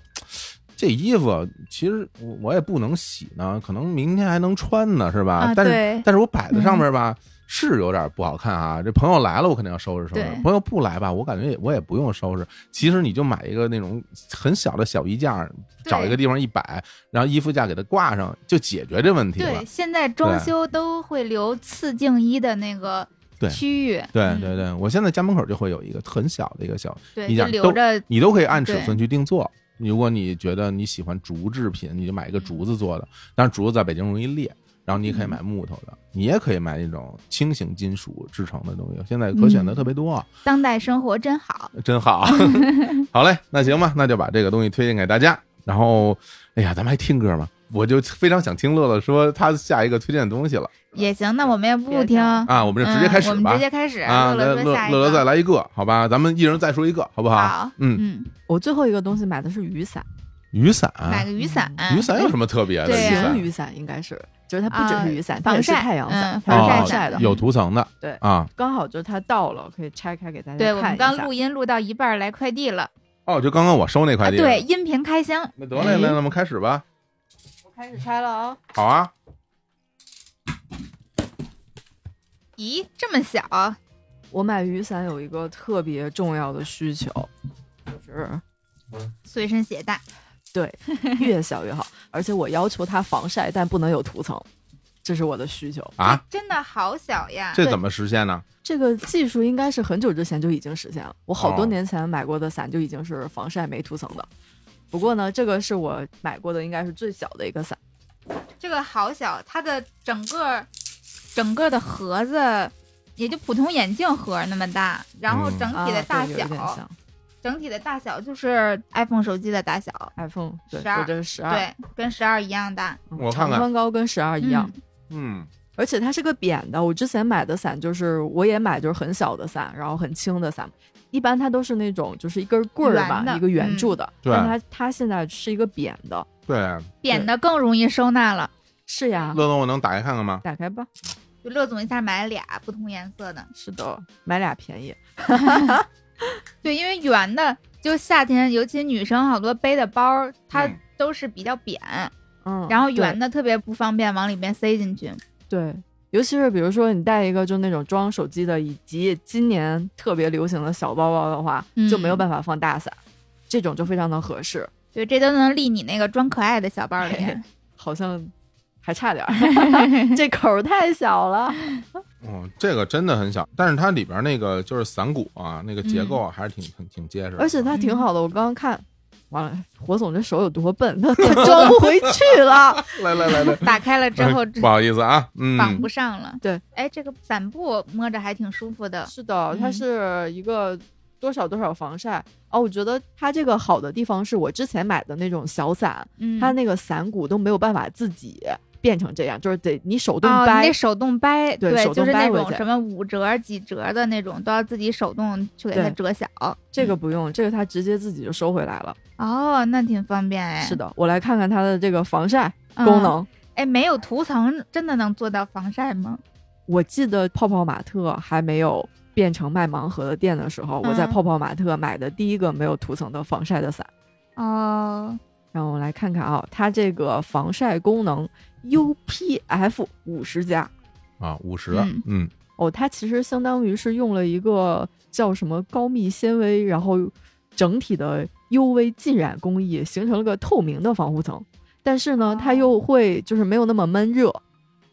Speaker 1: 这衣服其实我我也不能洗呢，可能明天还能穿呢，是吧？
Speaker 2: 啊
Speaker 1: 但是
Speaker 2: 对嗯
Speaker 1: 但是我摆在上面吧。是有点不好看啊！这朋友来了，我肯定要收拾收拾
Speaker 2: 对；
Speaker 1: 朋友不来吧，我感觉也我也不用收拾。其实你就买一个那种很小的小衣架，
Speaker 2: 对
Speaker 1: 找一个地方一摆，然后衣服架给它挂上，就解决这问题了
Speaker 2: 对，。现在装
Speaker 1: 对
Speaker 2: 修都会留次净衣的那个
Speaker 1: 对
Speaker 2: 区域，
Speaker 1: 对
Speaker 2: 嗯
Speaker 1: 对对，我现在家门口就会有一个很小的一个小
Speaker 2: 对，
Speaker 1: 你
Speaker 2: 就
Speaker 1: 想
Speaker 2: 留
Speaker 1: 都
Speaker 2: 着
Speaker 1: 你都可以按尺寸去定做。如果你觉得你喜欢竹制品，你就买一个竹子做的，
Speaker 2: 嗯
Speaker 1: 但是竹子在北京容易裂。然后你也可以买木头的，你也可以买那种轻型金属制成的东西，现在可选
Speaker 2: 嗯
Speaker 1: 择特别多，啊
Speaker 2: 当代生活真好。
Speaker 1: 真好。 <laughs> 好嘞，那行吧，那就把这个东西推荐给大家。然后，哎呀，咱们还听歌吗？我就非常想听乐乐说他下一个推荐的东西了
Speaker 2: 也行，那我们也不
Speaker 3: 别
Speaker 2: 听，
Speaker 3: 的
Speaker 1: 啊，我们就直接开始
Speaker 2: 嗯、我
Speaker 1: 吧
Speaker 2: 们直。接开始。
Speaker 1: 啊，
Speaker 2: 乐
Speaker 1: 乐
Speaker 2: 乐说
Speaker 1: 乐
Speaker 2: 下一
Speaker 1: 乐
Speaker 2: 个，
Speaker 1: 再来一个，好吧？咱们一人再说一个，好不
Speaker 2: 好，
Speaker 1: 嗯，
Speaker 2: 嗯，
Speaker 3: 我最后一个东西买的是雨伞，
Speaker 1: 雨伞，
Speaker 2: 买个雨伞，
Speaker 1: 啊雨伞有什么特别的？
Speaker 2: 对
Speaker 1: 雨
Speaker 2: 呀
Speaker 1: 伞
Speaker 3: 晴雨伞应该是，就是它不只
Speaker 2: 啊
Speaker 3: 是雨伞，它
Speaker 2: 防
Speaker 3: 也是
Speaker 2: 晒
Speaker 3: 太阳伞
Speaker 2: 嗯，
Speaker 3: 它是
Speaker 1: 防晒
Speaker 3: 防晒
Speaker 2: 伞
Speaker 3: 的
Speaker 2: 的，
Speaker 1: 有涂层的，
Speaker 3: 对
Speaker 1: 啊，
Speaker 3: 刚好就是它到了，可以拆开给大家
Speaker 2: 哎对我
Speaker 3: 看
Speaker 2: 们
Speaker 3: 一
Speaker 2: 刚
Speaker 3: 下
Speaker 2: 录。音录到一半儿来快递了，
Speaker 1: 哦，就刚刚我收那
Speaker 2: 啊，
Speaker 1: 快递，
Speaker 2: 对，，音频开箱，
Speaker 1: 那得嘞，那那我们开始吧，
Speaker 3: 哎我开始拆了啊，
Speaker 1: 好啊，
Speaker 2: 咦，这么小，
Speaker 3: 我买雨伞有一个特别重要的需求，就是
Speaker 2: 随身携带，
Speaker 3: 对 <laughs> 越小越好，而且我要求它防晒，但不能有涂层，这是我的需求。
Speaker 1: 啊，
Speaker 2: 哎真的好小呀，
Speaker 1: 这怎么实现呢？
Speaker 3: 这个技术应该是很久之前就已经实现了。我
Speaker 1: 哦
Speaker 3: 好多年前买过的伞就已经是防晒没涂层的。不过呢，这个是我买过的应该是最小的一个伞，
Speaker 2: 这个好小，它的整个整个的盒子也就普通眼镜盒那么大，然后
Speaker 1: 嗯
Speaker 2: 整体的
Speaker 3: 啊
Speaker 2: 大
Speaker 3: 对
Speaker 2: 小，
Speaker 3: 有点像
Speaker 2: 整体的大小就是 iPhone 手机的大小，
Speaker 3: iPhone 对，
Speaker 2: 12
Speaker 3: 我这十二，
Speaker 2: 对，跟十二一样大，
Speaker 3: 嗯
Speaker 1: 我看
Speaker 3: 长
Speaker 1: 看
Speaker 3: 宽高跟十二一样，
Speaker 2: 嗯
Speaker 1: 嗯，
Speaker 3: 而且它是个扁的。我之前买的伞就是我也买就是很小的伞，然后很轻的伞，一般它都是那种就是一根棍儿吧
Speaker 2: 圆，的嗯
Speaker 3: 一个圆柱的，
Speaker 1: 对
Speaker 3: 但它它现在是一个扁的，
Speaker 1: 对，
Speaker 3: 啊
Speaker 2: 扁的更容易收纳了。
Speaker 3: 是呀。
Speaker 1: 乐总，我能打开看看吗？
Speaker 3: 打开吧，
Speaker 2: 就乐总一下买了俩不同颜色的，
Speaker 3: 是的，买俩便宜，
Speaker 2: 对，因为圆的就夏天，尤其女生好多背的包儿，它
Speaker 1: 嗯
Speaker 2: 都是比较扁，
Speaker 3: 嗯，
Speaker 2: 然后
Speaker 3: 对
Speaker 2: 圆的特别不方便往里面塞进去。
Speaker 3: 对，尤其是比如说你带一个就那种装手机的，以及今年特别流行的小包包的话，
Speaker 2: 嗯
Speaker 3: 就没有办法放大伞，这种就非常的合适，
Speaker 2: 对，这都能立你那个装可爱的小包里。
Speaker 3: 好像还
Speaker 2: <laughs>
Speaker 3: 差点儿，这口儿太小了。
Speaker 1: 哦，这个真的很小，但是它里边那个就是伞骨啊，那个结构啊，还是挺挺挺结实的。
Speaker 3: 嗯而且它挺
Speaker 2: 嗯
Speaker 3: 好的，我刚刚看。完了，火总这手有多
Speaker 2: <laughs>
Speaker 3: 笨，他他
Speaker 2: 装不回去了，
Speaker 1: 来来来
Speaker 3: <laughs>
Speaker 1: 来，
Speaker 2: 打开了之
Speaker 1: <laughs>
Speaker 2: 后
Speaker 1: 不好意思啊，嗯，
Speaker 2: 绑不上了。
Speaker 3: 对，
Speaker 2: 哎，这个伞布摸着还挺舒服的。
Speaker 3: 是的，它
Speaker 2: 嗯
Speaker 3: 是一个多少多少防晒哦。我觉得它这个好的地方是我之前买的那种小伞，
Speaker 2: 嗯，
Speaker 3: 它那个伞骨都没有办法自己变成这样，就是得你手动
Speaker 2: 哦，你
Speaker 3: 掰
Speaker 2: 得，手动掰，
Speaker 3: 对手动
Speaker 2: 就是那
Speaker 3: 掰回
Speaker 2: 种
Speaker 3: 去
Speaker 2: 什么五折、几折的那种，都要自己手动去给它
Speaker 3: 对
Speaker 2: 折小。
Speaker 3: 这
Speaker 2: 嗯
Speaker 3: 个不用，这个它直接自己就收回来了。
Speaker 2: 哦，那挺方便哎。
Speaker 3: 是的，我来看看它的这个防晒
Speaker 2: 嗯
Speaker 3: 功能。
Speaker 2: 哎，没有涂层真的能做到防晒吗？
Speaker 3: 我记得泡泡玛特还没有变成卖盲盒的店的时候，我在
Speaker 2: 嗯
Speaker 3: 泡泡玛特买的第一个没有涂层的防晒的伞。
Speaker 2: 哦，
Speaker 3: 让我们来看看啊，它这个防晒功能 UPF 五十加
Speaker 1: 啊，五十
Speaker 2: 嗯，
Speaker 1: 嗯，
Speaker 3: 哦，它其实相当于是用了一个叫什么高密纤维，然后整体的 UV 浸染工艺，形成了个透明的防护层。但是呢，它又会就是没有那么闷热，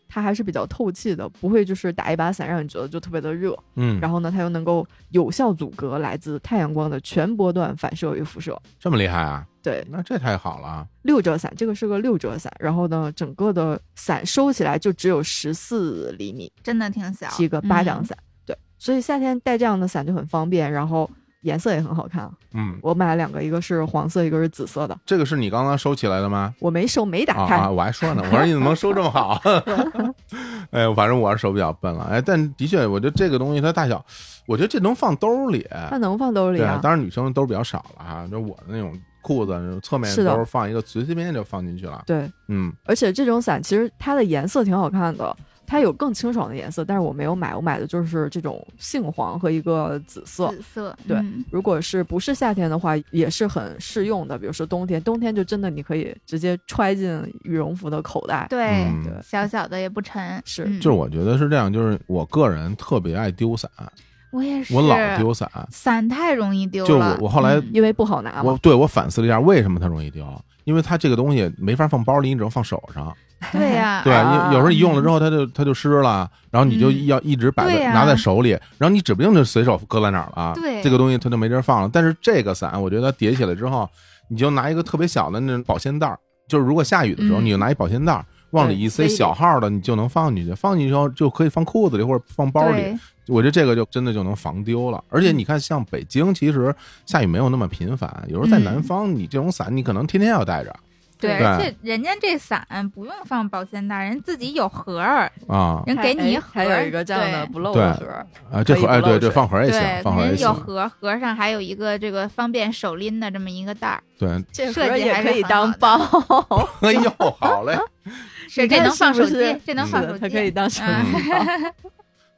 Speaker 3: 它还是比较透气的，不会就是打一把伞让你觉得就特别的热。
Speaker 1: 嗯，
Speaker 3: 然后呢，它又能够有效阻隔来自太阳光的全波段反射与辐射。
Speaker 1: 这么厉害啊？
Speaker 3: 对，
Speaker 1: 那这太好了啊，
Speaker 3: 六折伞，这个是个六折伞，然后呢，整个的伞收起来就只有十四厘米，
Speaker 2: 真的挺
Speaker 1: 啊
Speaker 2: 小，
Speaker 3: 是一个巴掌
Speaker 2: 嗯
Speaker 3: 伞。对，所以夏天带这样的伞就很方便，然后颜色也很好看啊。
Speaker 1: 嗯，
Speaker 3: 我买了两个，一个是黄色，一个是紫色的。
Speaker 1: 这个是你刚刚收起来的吗？
Speaker 3: 我没收，没打
Speaker 1: 啊
Speaker 3: 开。
Speaker 1: 啊！我还说呢，我说你怎么能收这么好？哎，反正我是手比较笨了。哎，但的确，我觉得这个东西它大小，我觉得这能放兜里。
Speaker 3: <laughs> 它能放兜里
Speaker 1: 对
Speaker 3: 啊，？
Speaker 1: 当然女生兜比较少了哈，就我的那种裤子侧面
Speaker 3: 是的
Speaker 1: 兜放一个，随随便便就放进去了。
Speaker 3: 对，
Speaker 1: 嗯，
Speaker 3: 而且这种伞其实它的颜色挺好看的，它有更清爽的颜色，但是我没有买，我买的就是这种杏黄和一个紫色。
Speaker 2: 紫色，
Speaker 3: 对
Speaker 2: 嗯
Speaker 3: 如果是不是夏天的话，也是很适用的。比如说冬天，冬天就真的你可以直接揣进羽绒服的口袋。
Speaker 2: 对，
Speaker 1: 嗯
Speaker 3: 哎对，
Speaker 2: 小小的也不沉，
Speaker 3: 是
Speaker 2: 嗯
Speaker 1: 就是我觉得是这样，就是我个人特别爱丢伞，
Speaker 2: 我也是，
Speaker 1: 我老丢伞。
Speaker 2: 伞太容易丢了。
Speaker 1: 就我我后来
Speaker 2: 嗯
Speaker 3: <laughs> 因为不好拿
Speaker 1: 我
Speaker 3: 嘛。
Speaker 1: 对我反思了一下，为什么它容易丢？因为它这个东西没法放包里，你只能放手上。
Speaker 2: 对呀，
Speaker 1: 对，
Speaker 3: 啊
Speaker 1: 你有时候一用了之后，它就它就湿了，然后你就
Speaker 2: 嗯
Speaker 1: 要一直摆
Speaker 2: 对
Speaker 1: 在
Speaker 2: 呀
Speaker 1: 拿在手里，然后你指不定就随手搁在哪儿了。啊
Speaker 2: 对
Speaker 1: 这个东西它就没地儿放了。但是这个伞，我觉得叠起来之后，你就拿一个特别小的那种保鲜袋儿，就是如果下雨的时候，
Speaker 2: 嗯
Speaker 1: 你就拿一保鲜袋儿往里一塞
Speaker 3: 对塞
Speaker 1: 小号的，你就能放进去。放进去之后就可以放裤子里或者放包里。
Speaker 2: 对嗯
Speaker 1: 我觉得这个就真的就能防丢了。而且你看，像北京其实下雨没有那么频繁，有时候在
Speaker 2: 嗯
Speaker 1: 南方，你这种伞你可能天天要带着
Speaker 2: 对，
Speaker 1: 对
Speaker 2: 而且人家这伞不用放保鲜袋，人自己有盒儿，
Speaker 1: 啊
Speaker 2: 人给你一盒
Speaker 3: 还
Speaker 2: 儿，
Speaker 3: 有一个这样的不漏
Speaker 1: 对
Speaker 3: 的盒，
Speaker 1: 啊，这
Speaker 3: 可以
Speaker 1: 盒哎
Speaker 3: 不
Speaker 1: 对
Speaker 3: 漏
Speaker 1: 对，
Speaker 3: 水
Speaker 1: 放盒儿也
Speaker 2: 对
Speaker 1: 行，
Speaker 2: 对，
Speaker 1: 放盒儿也
Speaker 2: 人有
Speaker 1: 行，
Speaker 2: 盒儿，盒儿上还有一个这个方便手拎的这么一个袋儿，
Speaker 1: 对，
Speaker 3: <laughs> 这
Speaker 2: 盒
Speaker 3: 盒
Speaker 2: 也
Speaker 3: 也
Speaker 2: 还
Speaker 3: 可
Speaker 2: 是
Speaker 3: 以
Speaker 2: 很
Speaker 3: 当包， <laughs>
Speaker 1: 哎呦，好嘞，
Speaker 2: 是这
Speaker 3: 看
Speaker 2: 能放
Speaker 3: 是
Speaker 2: 手
Speaker 3: 不是
Speaker 2: 机，这
Speaker 1: 嗯
Speaker 2: 能放
Speaker 3: 是的
Speaker 2: 手机，
Speaker 3: 它可以当手
Speaker 2: 嗯
Speaker 3: 机
Speaker 2: <laughs>
Speaker 3: 包。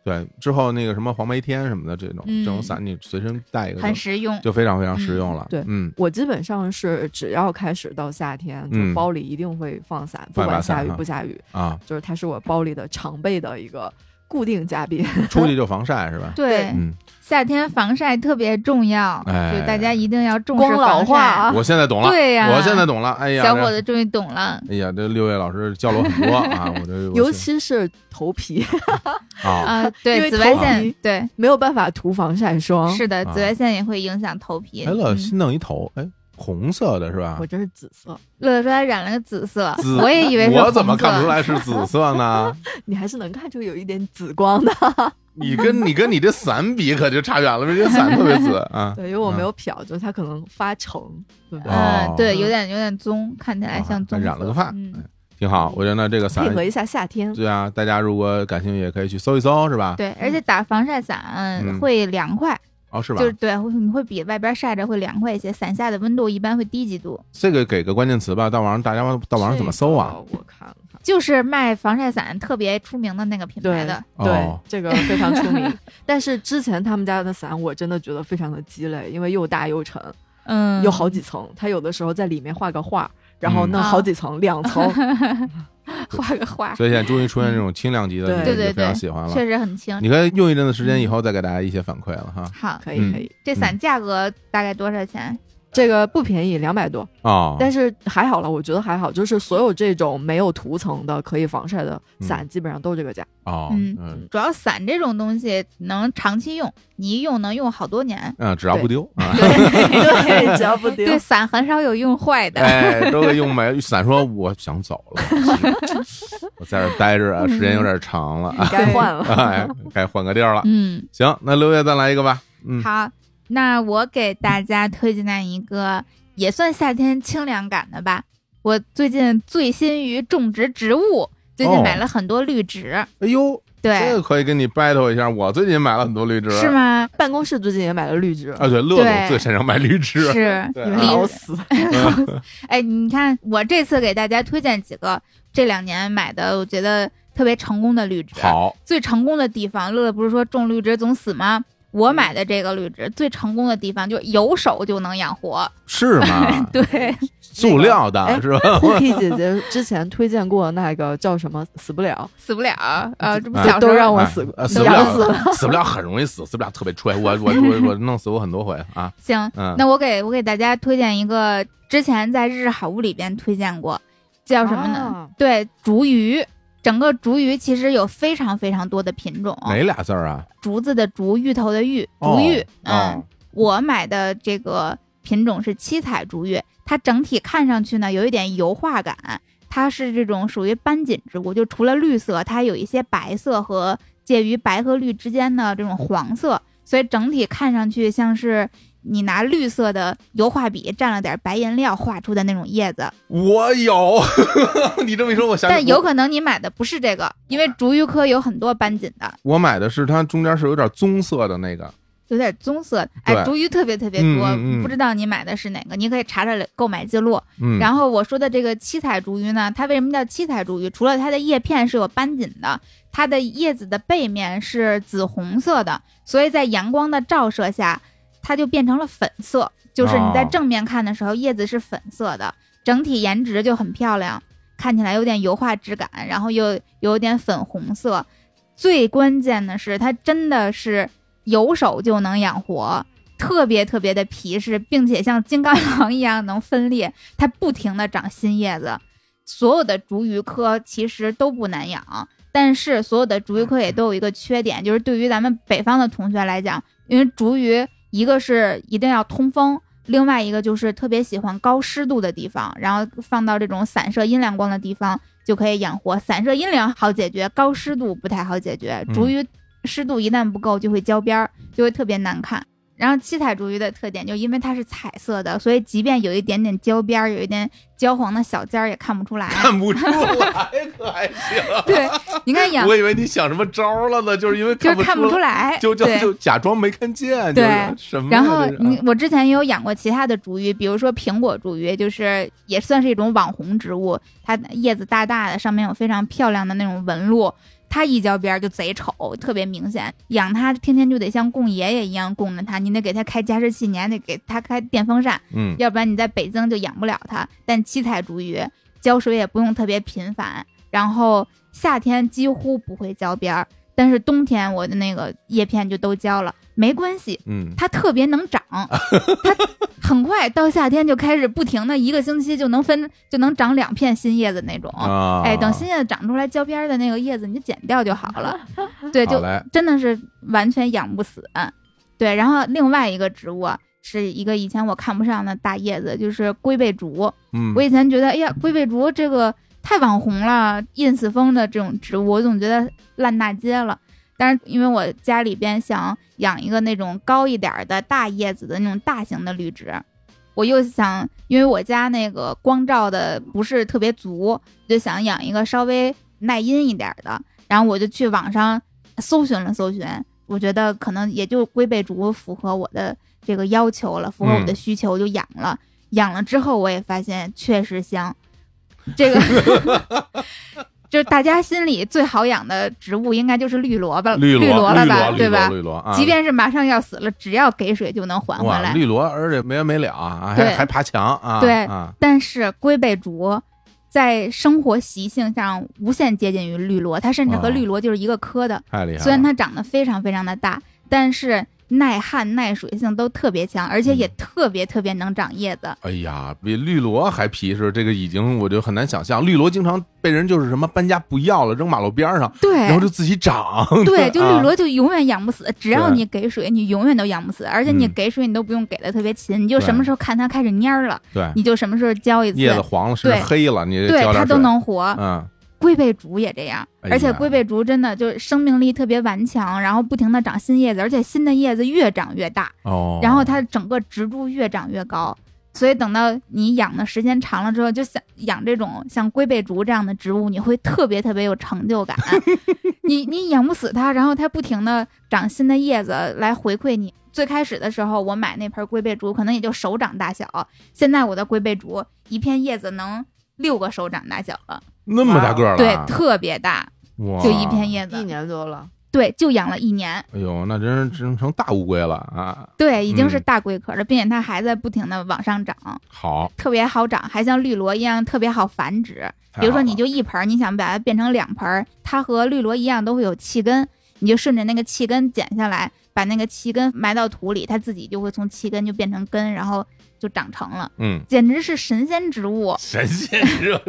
Speaker 1: 对，之后那个什么黄梅天什么的这种这种
Speaker 2: 嗯
Speaker 1: 伞，你随身带一个
Speaker 2: 很
Speaker 1: 就
Speaker 2: 实用。
Speaker 1: 就非常非常实用了。
Speaker 3: 嗯对
Speaker 1: 嗯，
Speaker 3: 我基本上是只要开始到夏天，
Speaker 1: 嗯
Speaker 3: 就包里一定会放伞，不
Speaker 1: 放一把
Speaker 3: 管下
Speaker 1: 伞
Speaker 3: 雨
Speaker 1: 哈
Speaker 3: 不下雨，
Speaker 1: 啊，
Speaker 3: 就是它是我包里的常备的一个固定嘉宾。
Speaker 1: 出去就防晒是吧？
Speaker 2: 对，
Speaker 1: 嗯，
Speaker 2: 夏天防晒特别重要，
Speaker 1: 哎
Speaker 2: 就大家一定要重视
Speaker 3: 光老
Speaker 2: 防晒
Speaker 3: 化啊
Speaker 1: 我现在懂了，
Speaker 2: 对呀
Speaker 1: 我现在懂了。哎呀，
Speaker 2: 小
Speaker 1: 这
Speaker 2: 伙子终于懂了，
Speaker 1: 哎呀，这六位老师教了我很多
Speaker 2: <laughs>
Speaker 1: 啊，我这
Speaker 3: 尤其是头皮， <laughs>
Speaker 1: 啊，
Speaker 2: 啊，
Speaker 3: 因
Speaker 2: 对，
Speaker 3: 为
Speaker 2: 紫外
Speaker 3: 头
Speaker 2: 线
Speaker 3: 皮，
Speaker 2: 对，
Speaker 3: 没有办法涂防晒霜。
Speaker 2: 是的，
Speaker 1: 啊
Speaker 2: 紫外线也会影响头皮。
Speaker 1: 哎乐
Speaker 2: 嗯
Speaker 1: 新弄一头，哎，红色的是吧
Speaker 3: 我？这是紫色，
Speaker 2: 乐乐说他染了个紫色，
Speaker 1: 紫
Speaker 2: 我也以为是
Speaker 1: 我怎么
Speaker 2: 红色
Speaker 1: 看不出来是紫色呢？
Speaker 3: 你还是能看出有一点紫光的。
Speaker 1: 你跟你跟你这伞比可就差远了，这伞特别紫
Speaker 2: <laughs>
Speaker 1: 啊。
Speaker 3: 对，因为我没有瞟，就是它可能发橙，对不对？
Speaker 1: 哦
Speaker 2: 嗯，对，有点有点棕，看起来像棕
Speaker 1: 还
Speaker 2: 色。
Speaker 1: 染了个发，
Speaker 2: 嗯
Speaker 1: 哎挺好。我觉得呢这个伞
Speaker 3: 配合一下夏天，
Speaker 1: 对啊，大家如果感兴趣也可以去搜一搜，是吧？，
Speaker 2: 对，而且打防晒伞
Speaker 1: 嗯
Speaker 2: 会凉快，
Speaker 1: 哦，是吧？
Speaker 2: 就是对，会你会比外边晒着会凉快一些，伞下的温度一般会低几度。
Speaker 1: 这个给个关键词吧，到网上大家到网上怎么搜啊？
Speaker 3: 这个我看看。
Speaker 2: 就是卖防晒伞特别出名的那个品牌
Speaker 3: 对
Speaker 2: 的，
Speaker 1: 哦
Speaker 3: 对，这个非常出
Speaker 2: <laughs>
Speaker 3: 名。但是之前他们家的伞，我真的觉得非常的鸡肋，因为又大又沉，
Speaker 2: 嗯，
Speaker 3: 有好几层。它有的时候在里面画个画，然后
Speaker 1: 嗯
Speaker 3: 弄
Speaker 2: 啊
Speaker 3: 好几层，两
Speaker 2: <laughs>
Speaker 3: 层。
Speaker 2: 画个画，
Speaker 1: 所以现在终于出现这种轻量级的，
Speaker 3: 对
Speaker 1: 你
Speaker 2: 对
Speaker 1: 就
Speaker 2: 对
Speaker 1: 非常
Speaker 2: 对，
Speaker 1: 喜欢了
Speaker 2: 确。实嗯很轻。
Speaker 1: 你可以用一阵子时间以后再给大家一些反馈了哈。
Speaker 2: 好，
Speaker 3: 可
Speaker 1: 嗯
Speaker 3: 以可以，
Speaker 2: 这伞价格大概多少钱？
Speaker 3: 这个不便宜，两百多，
Speaker 2: 嗯
Speaker 1: 哦，
Speaker 3: 但是还好了，我觉得还好。就是所有这种没有涂层的可以防晒的
Speaker 1: 嗯
Speaker 3: 伞，基本上都这个价。
Speaker 1: 哦，
Speaker 2: 嗯
Speaker 1: 嗯
Speaker 2: 主要伞这种东西能长期用，你一用能用好多年。
Speaker 1: 嗯，只要不丢啊。
Speaker 3: 对，只要不
Speaker 2: <laughs> <laughs>
Speaker 3: 丢
Speaker 2: 对，伞很少有用坏的。
Speaker 1: 哎，都给用没。伞说我想走了， <laughs> 我在这儿待着啊，时间有点长了啊，
Speaker 3: 该换了。
Speaker 1: <laughs> 哎，该换个地儿了。
Speaker 2: 嗯，
Speaker 1: 行，那六月再来一个吧。嗯，
Speaker 2: 好，那我给大家推荐的一个也算夏天清凉感的吧。我最近醉心于种植植物，最近
Speaker 1: 哦
Speaker 2: 买了很多绿植，
Speaker 1: 哎呦，这
Speaker 2: 对
Speaker 1: 个，可以跟你 battle 一下。我最近买了很多绿植，
Speaker 2: 是？吗？
Speaker 3: 办公室最近也买了绿植，
Speaker 1: 啊，对，乐总
Speaker 2: 对
Speaker 1: 最擅长买绿植，
Speaker 2: 是，
Speaker 1: 对
Speaker 3: 你们
Speaker 1: 啊
Speaker 3: 老
Speaker 1: <laughs>
Speaker 3: 死。
Speaker 2: 哎，你看我这次给大家推荐几个这两年买的，我觉得特别成功的绿植。
Speaker 1: 好，
Speaker 2: 最成功的地方，乐乐不是说种绿植总死吗？我买的这个绿植最成功的地方，就有手就能养活。？
Speaker 1: 是吗
Speaker 2: 对，
Speaker 1: 塑料的
Speaker 3: 哎
Speaker 1: 是吧？
Speaker 3: Cookie 姐姐之前推荐过那个叫什么“死不了
Speaker 2: 死不了。呃，这不
Speaker 1: 哎
Speaker 2: 小时候
Speaker 3: 都让我
Speaker 1: 哎
Speaker 3: 死
Speaker 1: 呃死不
Speaker 2: 咬
Speaker 1: 了， <laughs>
Speaker 2: 死
Speaker 1: 死不了，很容易死，死不了特别吹。
Speaker 2: <laughs>
Speaker 1: 我我我我弄死过很多回啊。
Speaker 2: 行，
Speaker 1: 嗯
Speaker 2: 那我给我给大家推荐一个，之前在日日好物里边推荐过，叫什么呢？
Speaker 3: 啊
Speaker 2: 对，竹鱼。整个竹鱼其实有非常非常多的品种，哦
Speaker 1: 哪俩字儿啊？
Speaker 2: 竹子的竹，芋头的芋，
Speaker 1: 哦
Speaker 2: 竹芋。嗯，
Speaker 1: 哦
Speaker 2: 我买的这个品种是七彩竹芋，它整体看上去呢有一点油画感，它是这种属于斑锦植物，就除了绿色，它有一些白色和介于白和绿之间的这种黄色，所以整体看上去像是你拿绿色的油画笔蘸了点白颜料画出的那种叶子。
Speaker 1: 我有。 <laughs> 你这么一说，我想啊起
Speaker 2: 但有
Speaker 1: 我
Speaker 2: 可能你买的不是这个，因为竹芋科有很多斑锦的，
Speaker 1: 我买的是它中间是有点棕色的那个。
Speaker 2: 有点棕色。哎
Speaker 1: 对，
Speaker 2: 竹芋特别特别
Speaker 1: 嗯
Speaker 2: 多，
Speaker 1: 嗯嗯
Speaker 2: 不知道你买的是哪个，你可以查查购买记录。
Speaker 1: 嗯，
Speaker 2: 然后我说的这个七彩竹芋呢，它为什么叫七彩竹芋？除了它的叶片是有斑锦的，它的叶子的背面是紫红色的，所以在阳光的照射下，它就变成了粉色。就是你在
Speaker 1: 哦
Speaker 2: 正面看的时候，叶子是粉色的，整体颜值就很漂亮，看起来有点油画质感，然后又有点粉红色。最关键的是，它真的是有手就能养活，特别特别的皮实，并且像金刚狼一样能分裂，它不停的长新叶子。所有的竹芋科其实都不难养，但是所有的竹芋科也都有一个缺点，就是对于咱们北方的同学来讲，因为竹芋一个是一定要通风。另外一个就是特别喜欢高湿度的地方，然后放到这种散射阴凉光的地方就可以养活。散射阴凉好解决，高湿度不太好解决。
Speaker 1: 嗯
Speaker 2: 竹芋湿度一旦不够就会焦边儿，就会特别难看。然后七彩竹芋的特点就因为它是彩色的，所以即便有一点点焦边儿，有一点焦黄的小尖儿也看不出来。
Speaker 1: <laughs> 看不出来，可还行。
Speaker 2: <laughs> 对，你看养
Speaker 1: 我以为你想什么招了呢，就是因为
Speaker 2: 就是看不出
Speaker 1: 来，
Speaker 2: 来，
Speaker 1: 就就
Speaker 2: 对。
Speaker 1: 就假装没看见，
Speaker 2: 对
Speaker 1: 就是什么呀？
Speaker 2: 然后
Speaker 1: 这是啊
Speaker 2: 你我之前也有养过其他的竹芋，比如说苹果竹芋，就是也算是一种网红植物，它叶子大大的，上面有非常漂亮的那种纹路。它一焦边儿就贼丑，特别明显。养它天天就得像供爷爷一样供着它，你得给它开加湿器，你还得给它开电风扇，
Speaker 1: 嗯，
Speaker 2: 要不然你在北京就养不了它。但七彩竹芋浇水也不用特别频繁，然后夏天几乎不会浇边儿，但是冬天我的那个叶片就都焦了，没关系，
Speaker 1: 嗯
Speaker 2: 它特别能长，它很快到夏天就开始不停的一个星期就能分就能长两片新叶子那种。
Speaker 1: 啊，
Speaker 2: 哎，等新叶子长出来，焦边儿的那个叶子你就剪掉就好了。对，
Speaker 1: 好
Speaker 2: 就
Speaker 1: 嘞
Speaker 2: 真的是完全养不死。对，然后另外一个植物啊是一个以前我看不上的大叶子，就是龟背竹。
Speaker 1: 嗯
Speaker 2: 我以前觉得，哎呀，龟背竹这个太网红了，ins 风的这种植物，我总觉得烂大街了。但是因为我家里边想养一个那种高一点儿的大叶子的那种大型的绿植，我又想，因为我家那个光照的不是特别足，就想养一个稍微耐阴一点儿的。然后我就去网上搜寻了搜寻，我觉得可能也就龟背竹符合我的这个要求了，符合我的
Speaker 1: 嗯
Speaker 2: 需求，我就养了。养了之后，我也发现确实香。这个
Speaker 1: <laughs>
Speaker 2: 就是大家心里最好养的植物，应该就是绿萝卜了，
Speaker 1: 绿
Speaker 2: 萝
Speaker 1: 萝
Speaker 2: 了
Speaker 1: 绿
Speaker 2: 吧，
Speaker 1: 萝
Speaker 2: 对
Speaker 1: 绿
Speaker 2: 吧
Speaker 1: 萝？绿萝啊，
Speaker 2: 即便是马上要死了，只要给水就能还回
Speaker 1: 哇
Speaker 2: 来。
Speaker 1: 绿萝，而且没完没了啊，还
Speaker 2: 对
Speaker 1: 还爬墙啊，
Speaker 2: 对
Speaker 1: 啊，
Speaker 2: 但是龟背竹在生活习性上无限接近于绿萝，它甚至和
Speaker 1: 哦
Speaker 2: 绿萝就是一个科的。
Speaker 1: 太厉害了。
Speaker 2: 虽然它长得非常非常的大，但是耐旱耐水性都特别强，而且
Speaker 1: 嗯
Speaker 2: 也特别特别能长叶子。
Speaker 1: 哎呀，比绿萝还皮实，这个已经我就很难想象。绿萝经常被人就是什么搬家不要了，扔马路边儿上，然后
Speaker 2: 对。
Speaker 1: 就自己长。 <laughs>
Speaker 2: 对，就
Speaker 1: 啊
Speaker 2: 绿萝就永远养不死，只要
Speaker 1: 对
Speaker 2: 你给水，你永远都养不死。而且你
Speaker 1: 嗯
Speaker 2: 给水，你都不用给的特别勤，你就
Speaker 1: 对
Speaker 2: 什么时候看它开始蔫儿了，
Speaker 1: 啊对，
Speaker 2: 你就什么时候浇一次，
Speaker 1: 叶子黄了，甚至
Speaker 2: 对
Speaker 1: 黑了，你
Speaker 2: 对
Speaker 1: 浇
Speaker 2: 它
Speaker 1: 点
Speaker 2: 都
Speaker 1: 水。
Speaker 2: 能活。
Speaker 1: 嗯，
Speaker 2: 龟背竹也这样，
Speaker 1: 哎呀
Speaker 2: 而且龟背竹真的就是生命力特别顽强，然后不停的长新叶子，而且新的叶子越长越大，
Speaker 1: 哦，
Speaker 2: 然后它整个植株越长越高。所以等到你养的时间长了之后，就想养这种像龟背竹这样的植物，你会特别特别有成就
Speaker 1: <laughs>
Speaker 2: 感。你你养不死它，然后它不停的长新的叶子来回馈你。最开始的时候，我买那盆龟背竹可能也就手掌大小，现在我的龟背竹一片叶子能六个手掌大小了。
Speaker 1: 那么大个儿了，
Speaker 2: 对，特别大，
Speaker 1: 哇，
Speaker 2: 就一片。叶
Speaker 3: 一
Speaker 2: 子，
Speaker 3: 年多了，
Speaker 2: 对，就养了一年，
Speaker 1: 哎呦，那真是真成大乌龟了啊！
Speaker 2: 对，已经是
Speaker 1: 嗯
Speaker 2: 大龟壳了，并且它还在不停的往上涨，
Speaker 1: 好，
Speaker 2: 特别好长，还像绿萝一样特别好繁殖。
Speaker 1: 太
Speaker 2: 比如
Speaker 1: 好
Speaker 2: 说，你
Speaker 1: 了
Speaker 2: 就一盆儿，你想把它变成两盆儿，它和绿萝一样都会有气根，你就顺着那个气根剪下来，把那个气根埋到土里，它自己就会从气根就变成根，然后就长成了，
Speaker 1: 嗯， <laughs>
Speaker 2: 简直是神仙植物。
Speaker 1: 神仙热，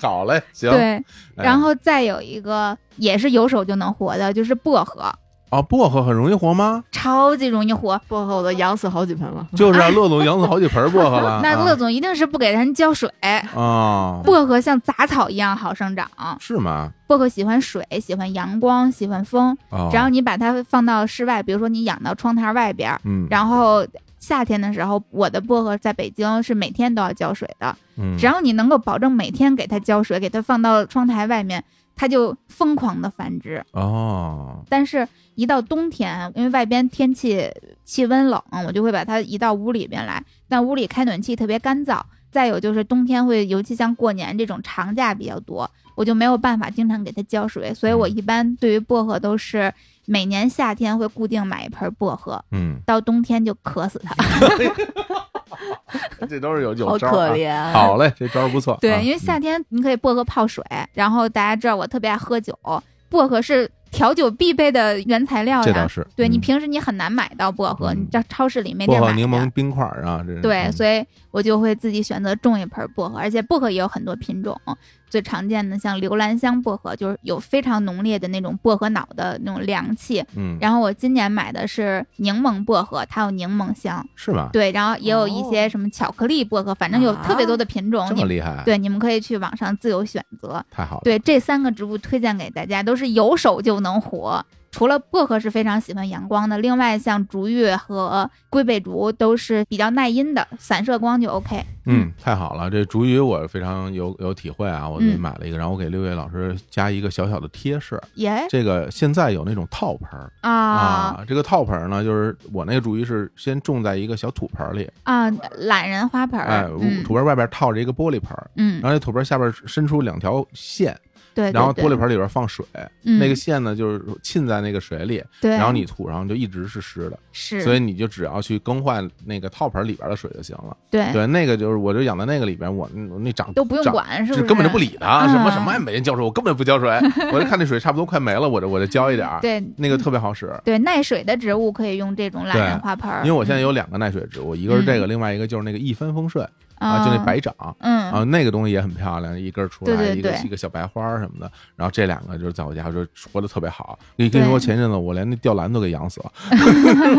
Speaker 1: 好嘞，行。
Speaker 2: 对，
Speaker 1: 哎
Speaker 2: 然后再有一个也是有手就能活的，就是薄荷，
Speaker 1: 哦，薄荷很容易活吗？
Speaker 2: 超级容易活，
Speaker 3: 薄荷我都养死好几盆了。
Speaker 1: <laughs> 就是啊，
Speaker 2: <laughs>
Speaker 1: 乐总养死好几盆薄荷了。
Speaker 2: 那
Speaker 1: 啊
Speaker 2: 乐总一定是不给人浇水。
Speaker 1: 哦，
Speaker 2: 薄荷像杂草一样好生长，
Speaker 1: 是吗？
Speaker 2: 薄荷喜欢水，喜欢阳光，喜欢风。
Speaker 1: 哦，
Speaker 2: 只要你把它放到室外，比如说你养到窗台外边儿，
Speaker 1: 嗯，
Speaker 2: 然后夏天的时候，我的薄荷在北京是每天都要浇水的。
Speaker 1: 嗯
Speaker 2: 只要你能够保证每天给它浇水，给它放到窗台外面，它就疯狂的繁殖。
Speaker 1: 哦，
Speaker 2: 但是，一到冬天，因为外边天气气温冷，我就会把它移到屋里边来。但屋里开暖气特别干燥，再有就是冬天会，尤其像过年这种长假比较多，我就没有办法经常给它浇水，所以我
Speaker 1: 嗯
Speaker 2: 一般对于薄荷都是每年夏天会固定买一盆薄荷，
Speaker 1: 嗯，
Speaker 2: <laughs> 到冬天就渴死它。
Speaker 1: <laughs> 这都是有有
Speaker 3: 好
Speaker 1: 招儿啊
Speaker 3: 可。怜，
Speaker 1: 好嘞，这招儿不错。啊
Speaker 2: 对，因为夏
Speaker 1: 嗯
Speaker 2: 天你可以薄荷泡水，然后大家知道我特别爱喝酒，薄荷是调酒必备的原材料
Speaker 1: 这
Speaker 2: 呀
Speaker 1: 倒。是，
Speaker 2: 对你
Speaker 1: 嗯
Speaker 2: 平时你很难买到薄荷，
Speaker 1: 嗯
Speaker 2: 你到超市里没地
Speaker 1: 薄
Speaker 2: 儿
Speaker 1: 荷
Speaker 2: 买。
Speaker 1: 柠檬冰块儿啊，这是
Speaker 2: 对，
Speaker 1: 嗯
Speaker 2: 所以我就会自己选择种一盆薄荷，而且薄荷也有很多品种，最常见的像留兰香薄荷，就是有非常浓烈的那种薄荷脑的那种凉气。
Speaker 1: 嗯，
Speaker 2: 然后我今年买的是柠檬薄荷，它有柠檬香，
Speaker 1: 是吗？
Speaker 2: 对，然后也有一些
Speaker 3: 哦
Speaker 2: 什么巧克力薄荷，反正有特别多的品种，
Speaker 1: 啊这
Speaker 2: 你
Speaker 1: 么厉害，，
Speaker 2: 对你们可以去网上自由选择。
Speaker 1: 太好了。
Speaker 2: 对，这三个植物推荐给大家，都是有手就能活。除了薄荷是非常喜欢阳光的，另外像竹芋和龟背竹都是比较耐阴的，散射光就 OK。
Speaker 1: 嗯，太好了，这竹鱼我非常有有体会啊，我自己
Speaker 2: 嗯
Speaker 1: 买了一个，然后我给六月老师加一个小小的贴士，
Speaker 2: 耶
Speaker 1: 这个现在有那种套盆儿
Speaker 2: 啊
Speaker 1: 啊，这个套盆儿呢，就是我那个竹鱼是先种在一个小土盆儿里，
Speaker 2: 啊，懒人花盆
Speaker 1: 哎
Speaker 2: 儿，，
Speaker 1: 屋
Speaker 2: 嗯
Speaker 1: 土盆儿外边套着一个玻璃盆儿，
Speaker 2: 嗯，
Speaker 1: 然后这土盆儿下边伸出两条线，
Speaker 2: 对，对
Speaker 1: 然后玻璃，
Speaker 2: 对
Speaker 1: 盆里边放水，
Speaker 2: 嗯
Speaker 1: 那个线呢就是浸在那个水里，
Speaker 2: 对，
Speaker 1: 然后你土上就一直是湿的，
Speaker 2: 是，
Speaker 1: 所以你就只要去更换那个套盆里边的水就行了。
Speaker 2: 对
Speaker 1: 对，那个就是我就养在那个里边，我我那长
Speaker 2: 哎都不用
Speaker 1: 长
Speaker 2: 管，是
Speaker 1: 就
Speaker 2: 不是？
Speaker 1: 根本就不理它，
Speaker 2: 嗯
Speaker 1: 什么什么也每天浇水，我根本不浇
Speaker 2: <laughs>
Speaker 1: 水，我就看那水差不多快没了，我就我就浇一点儿，
Speaker 2: 对
Speaker 1: 那个特别好使。
Speaker 2: 对，耐水的植物可以用这种懒人
Speaker 1: 对
Speaker 2: 花盆儿，
Speaker 1: 因为我现在
Speaker 2: 嗯
Speaker 1: 有两个耐水植物，一个是这个，另外一个就是那个一帆风顺。啊，就那
Speaker 2: 嗯
Speaker 1: 白掌
Speaker 2: 嗯
Speaker 1: 啊，那个东西也很漂亮，一根儿出来
Speaker 2: 对对
Speaker 1: 一个
Speaker 2: 对
Speaker 1: 一个小白花儿什么的。然后这两个就是在我家就活得特别好。你跟你说，
Speaker 2: 对
Speaker 1: 前阵子我连那吊兰都给养
Speaker 2: <laughs>
Speaker 1: 死了，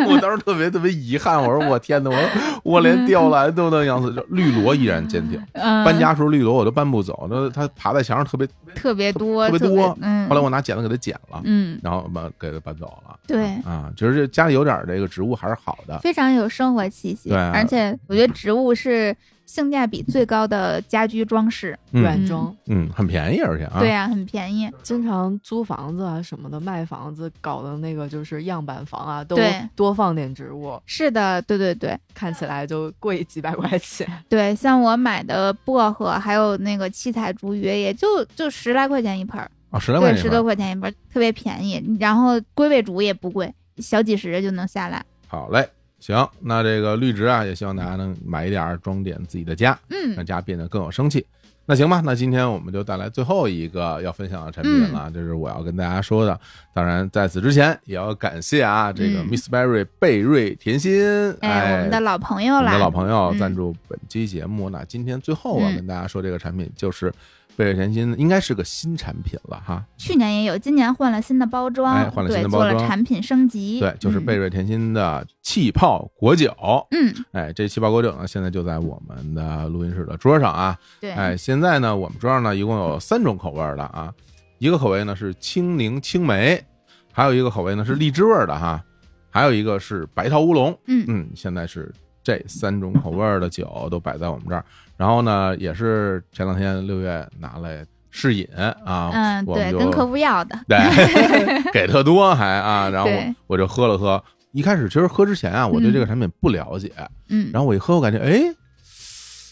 Speaker 1: 我当时特别特别遗憾，我说我天哪，我说我连吊兰都能养死，就绿萝依然坚挺。
Speaker 2: 嗯，
Speaker 1: 搬家时候绿萝我都搬不走，那它爬在墙上特别。
Speaker 2: 特别多，
Speaker 1: 特别多
Speaker 2: 嗯，
Speaker 1: 后来我拿剪子给它剪了，
Speaker 2: 嗯，
Speaker 1: 然后把给它搬走了。
Speaker 2: 对
Speaker 1: 啊，就是这家里有点儿这个植物还是好的。
Speaker 2: 非常有生活气息，
Speaker 1: 啊对啊
Speaker 2: 而且我觉得植物是性价比最高的家居装饰，
Speaker 1: 嗯
Speaker 3: 软装。
Speaker 1: 嗯，很便宜，而且啊，
Speaker 2: 对呀、很便宜，
Speaker 3: 经常租房子啊什么的，卖房子搞的那个就是样板房啊，都
Speaker 2: 对
Speaker 3: 多放点植物，
Speaker 2: 是的，对对对
Speaker 3: 看起来就贵几百块钱。
Speaker 2: 对，像我买的薄荷还有那个七彩竹芋，也就就十来块钱一盆儿，
Speaker 1: 啊，十来块
Speaker 2: 对，
Speaker 1: 钱一
Speaker 2: 十
Speaker 1: 盆
Speaker 2: 多
Speaker 1: 儿，
Speaker 2: 块钱一盆儿，特别便宜，然后龟背竹也不贵，小几十就能下来，
Speaker 1: 好嘞。行，那这个绿植啊，也希望大家能买一点儿装点自己的家，让
Speaker 2: 嗯
Speaker 1: 家变得更有生气。那行吧，那今天我们就带来最后一个要分享的产品
Speaker 2: 嗯
Speaker 1: 了，这是我要跟大家说的。当然，在此之前也要感谢啊，这个
Speaker 2: 嗯
Speaker 1: Miss Berry 贝瑞甜心，
Speaker 2: 哎，我们的老朋友
Speaker 1: 我们
Speaker 2: 啦，
Speaker 1: 的老朋友
Speaker 2: 嗯
Speaker 1: 赞助本期节目。那今天最后我要
Speaker 2: 嗯
Speaker 1: 跟大家说这个产品就是贝瑞甜心，应该是个新产品了哈，
Speaker 2: 去年也有，今年换了新的包装，
Speaker 1: 哎换了新的
Speaker 2: 对
Speaker 1: 包装
Speaker 2: 做了产品升级，
Speaker 1: 对，就是贝瑞甜心的气泡果酒。
Speaker 2: 嗯，嗯，
Speaker 1: 哎，这气泡果酒呢，现在就在我们的录音室的桌上啊。
Speaker 2: 对，
Speaker 1: 哎，现在呢，我们桌上呢一共有三种口味儿的啊，一个口味呢是青柠青梅，还有一个口味呢是荔枝味儿的哈，还有一个是白桃乌龙。
Speaker 2: 嗯
Speaker 1: 嗯，现在是这三种口味儿的酒都摆在我们这儿。然后呢，也是前两天六月拿来试饮啊，
Speaker 2: 嗯，
Speaker 1: 我们
Speaker 2: 对，
Speaker 1: 就
Speaker 2: 跟客户要的，
Speaker 1: <laughs> 对，给特多还啊，然后我
Speaker 2: 对
Speaker 1: 我就喝了喝。一开始其实喝之前啊，我对这个产品不了解，
Speaker 2: 嗯，
Speaker 1: 然后我一喝，我感觉哎，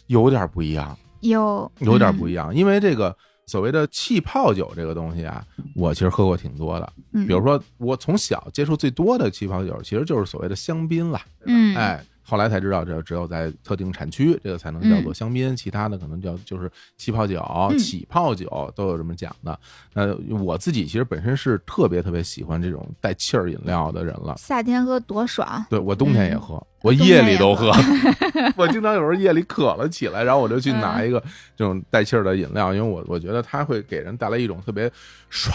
Speaker 1: 有点不一样，
Speaker 2: 有嗯
Speaker 1: 有点不一
Speaker 2: 样，
Speaker 1: 样，因为这个所谓的气泡酒这个东西啊，我其实喝过挺多的。
Speaker 2: 嗯
Speaker 1: 比如，说，我从小接触最多的气泡酒，其实就是所谓的香槟啦。
Speaker 2: 嗯，
Speaker 1: 哎，后来才知道，这只有在特定产区，这个才能叫做香槟，其他的可能叫就是气泡酒、
Speaker 2: 嗯
Speaker 1: 起泡酒都有这么讲的。那我自己其实本身是特别特别喜欢这种带气儿饮料的人了。
Speaker 2: 夏天喝多爽，
Speaker 1: 对我冬天也
Speaker 2: 嗯
Speaker 1: 喝，我夜里都喝。 <laughs> 我经常有时候夜里渴了起来，然后我就去
Speaker 2: 嗯
Speaker 1: 拿一个这种带气儿的饮料，因为我我觉得它会给人带来一种特别唰，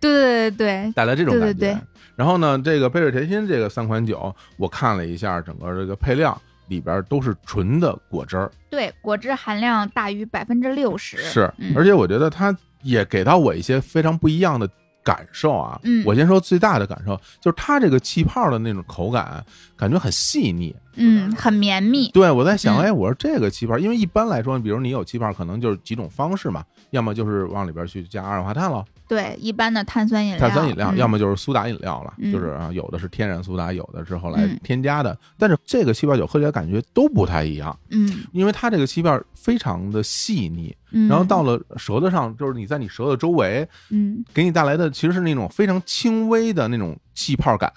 Speaker 2: 对对对对
Speaker 1: 带来这种感觉。
Speaker 2: 对对对
Speaker 1: 然后呢，这个贝瑞甜心这个三款酒，我看了一下整个这个配料。里边都是纯的果汁儿，
Speaker 2: 对，果汁含量大于百分之六十，
Speaker 1: 是，
Speaker 2: 嗯
Speaker 1: 而且我觉得它也给到我一些非常不一样的感受啊。
Speaker 2: 嗯
Speaker 1: 我先说最大的感受，就是它这个气泡的那种口感，啊感觉很细腻，
Speaker 2: 嗯，很绵密，
Speaker 1: 对，我在想，
Speaker 2: 嗯
Speaker 1: 哎，我说这个气泡，因为一般来说，比如你有气泡，可能就是几种方式嘛，要么就是往里边去加二氧化碳了，
Speaker 2: 对，一般的碳酸饮料，嗯
Speaker 1: 碳酸饮料，要
Speaker 2: 么
Speaker 1: 么就是苏打饮料了，
Speaker 2: 嗯
Speaker 1: 就是啊，有的是天然苏打，有的是后来
Speaker 2: 嗯
Speaker 1: 添加的。但是这个气泡酒喝起来感觉都不太一样，
Speaker 2: 嗯
Speaker 1: 因为它这个气泡非常的细腻，
Speaker 2: 嗯，
Speaker 1: 然后到了舌头上，就是你在你舌头周围
Speaker 2: 嗯
Speaker 1: 给你带来的其实是那种非常轻微的那种气泡感，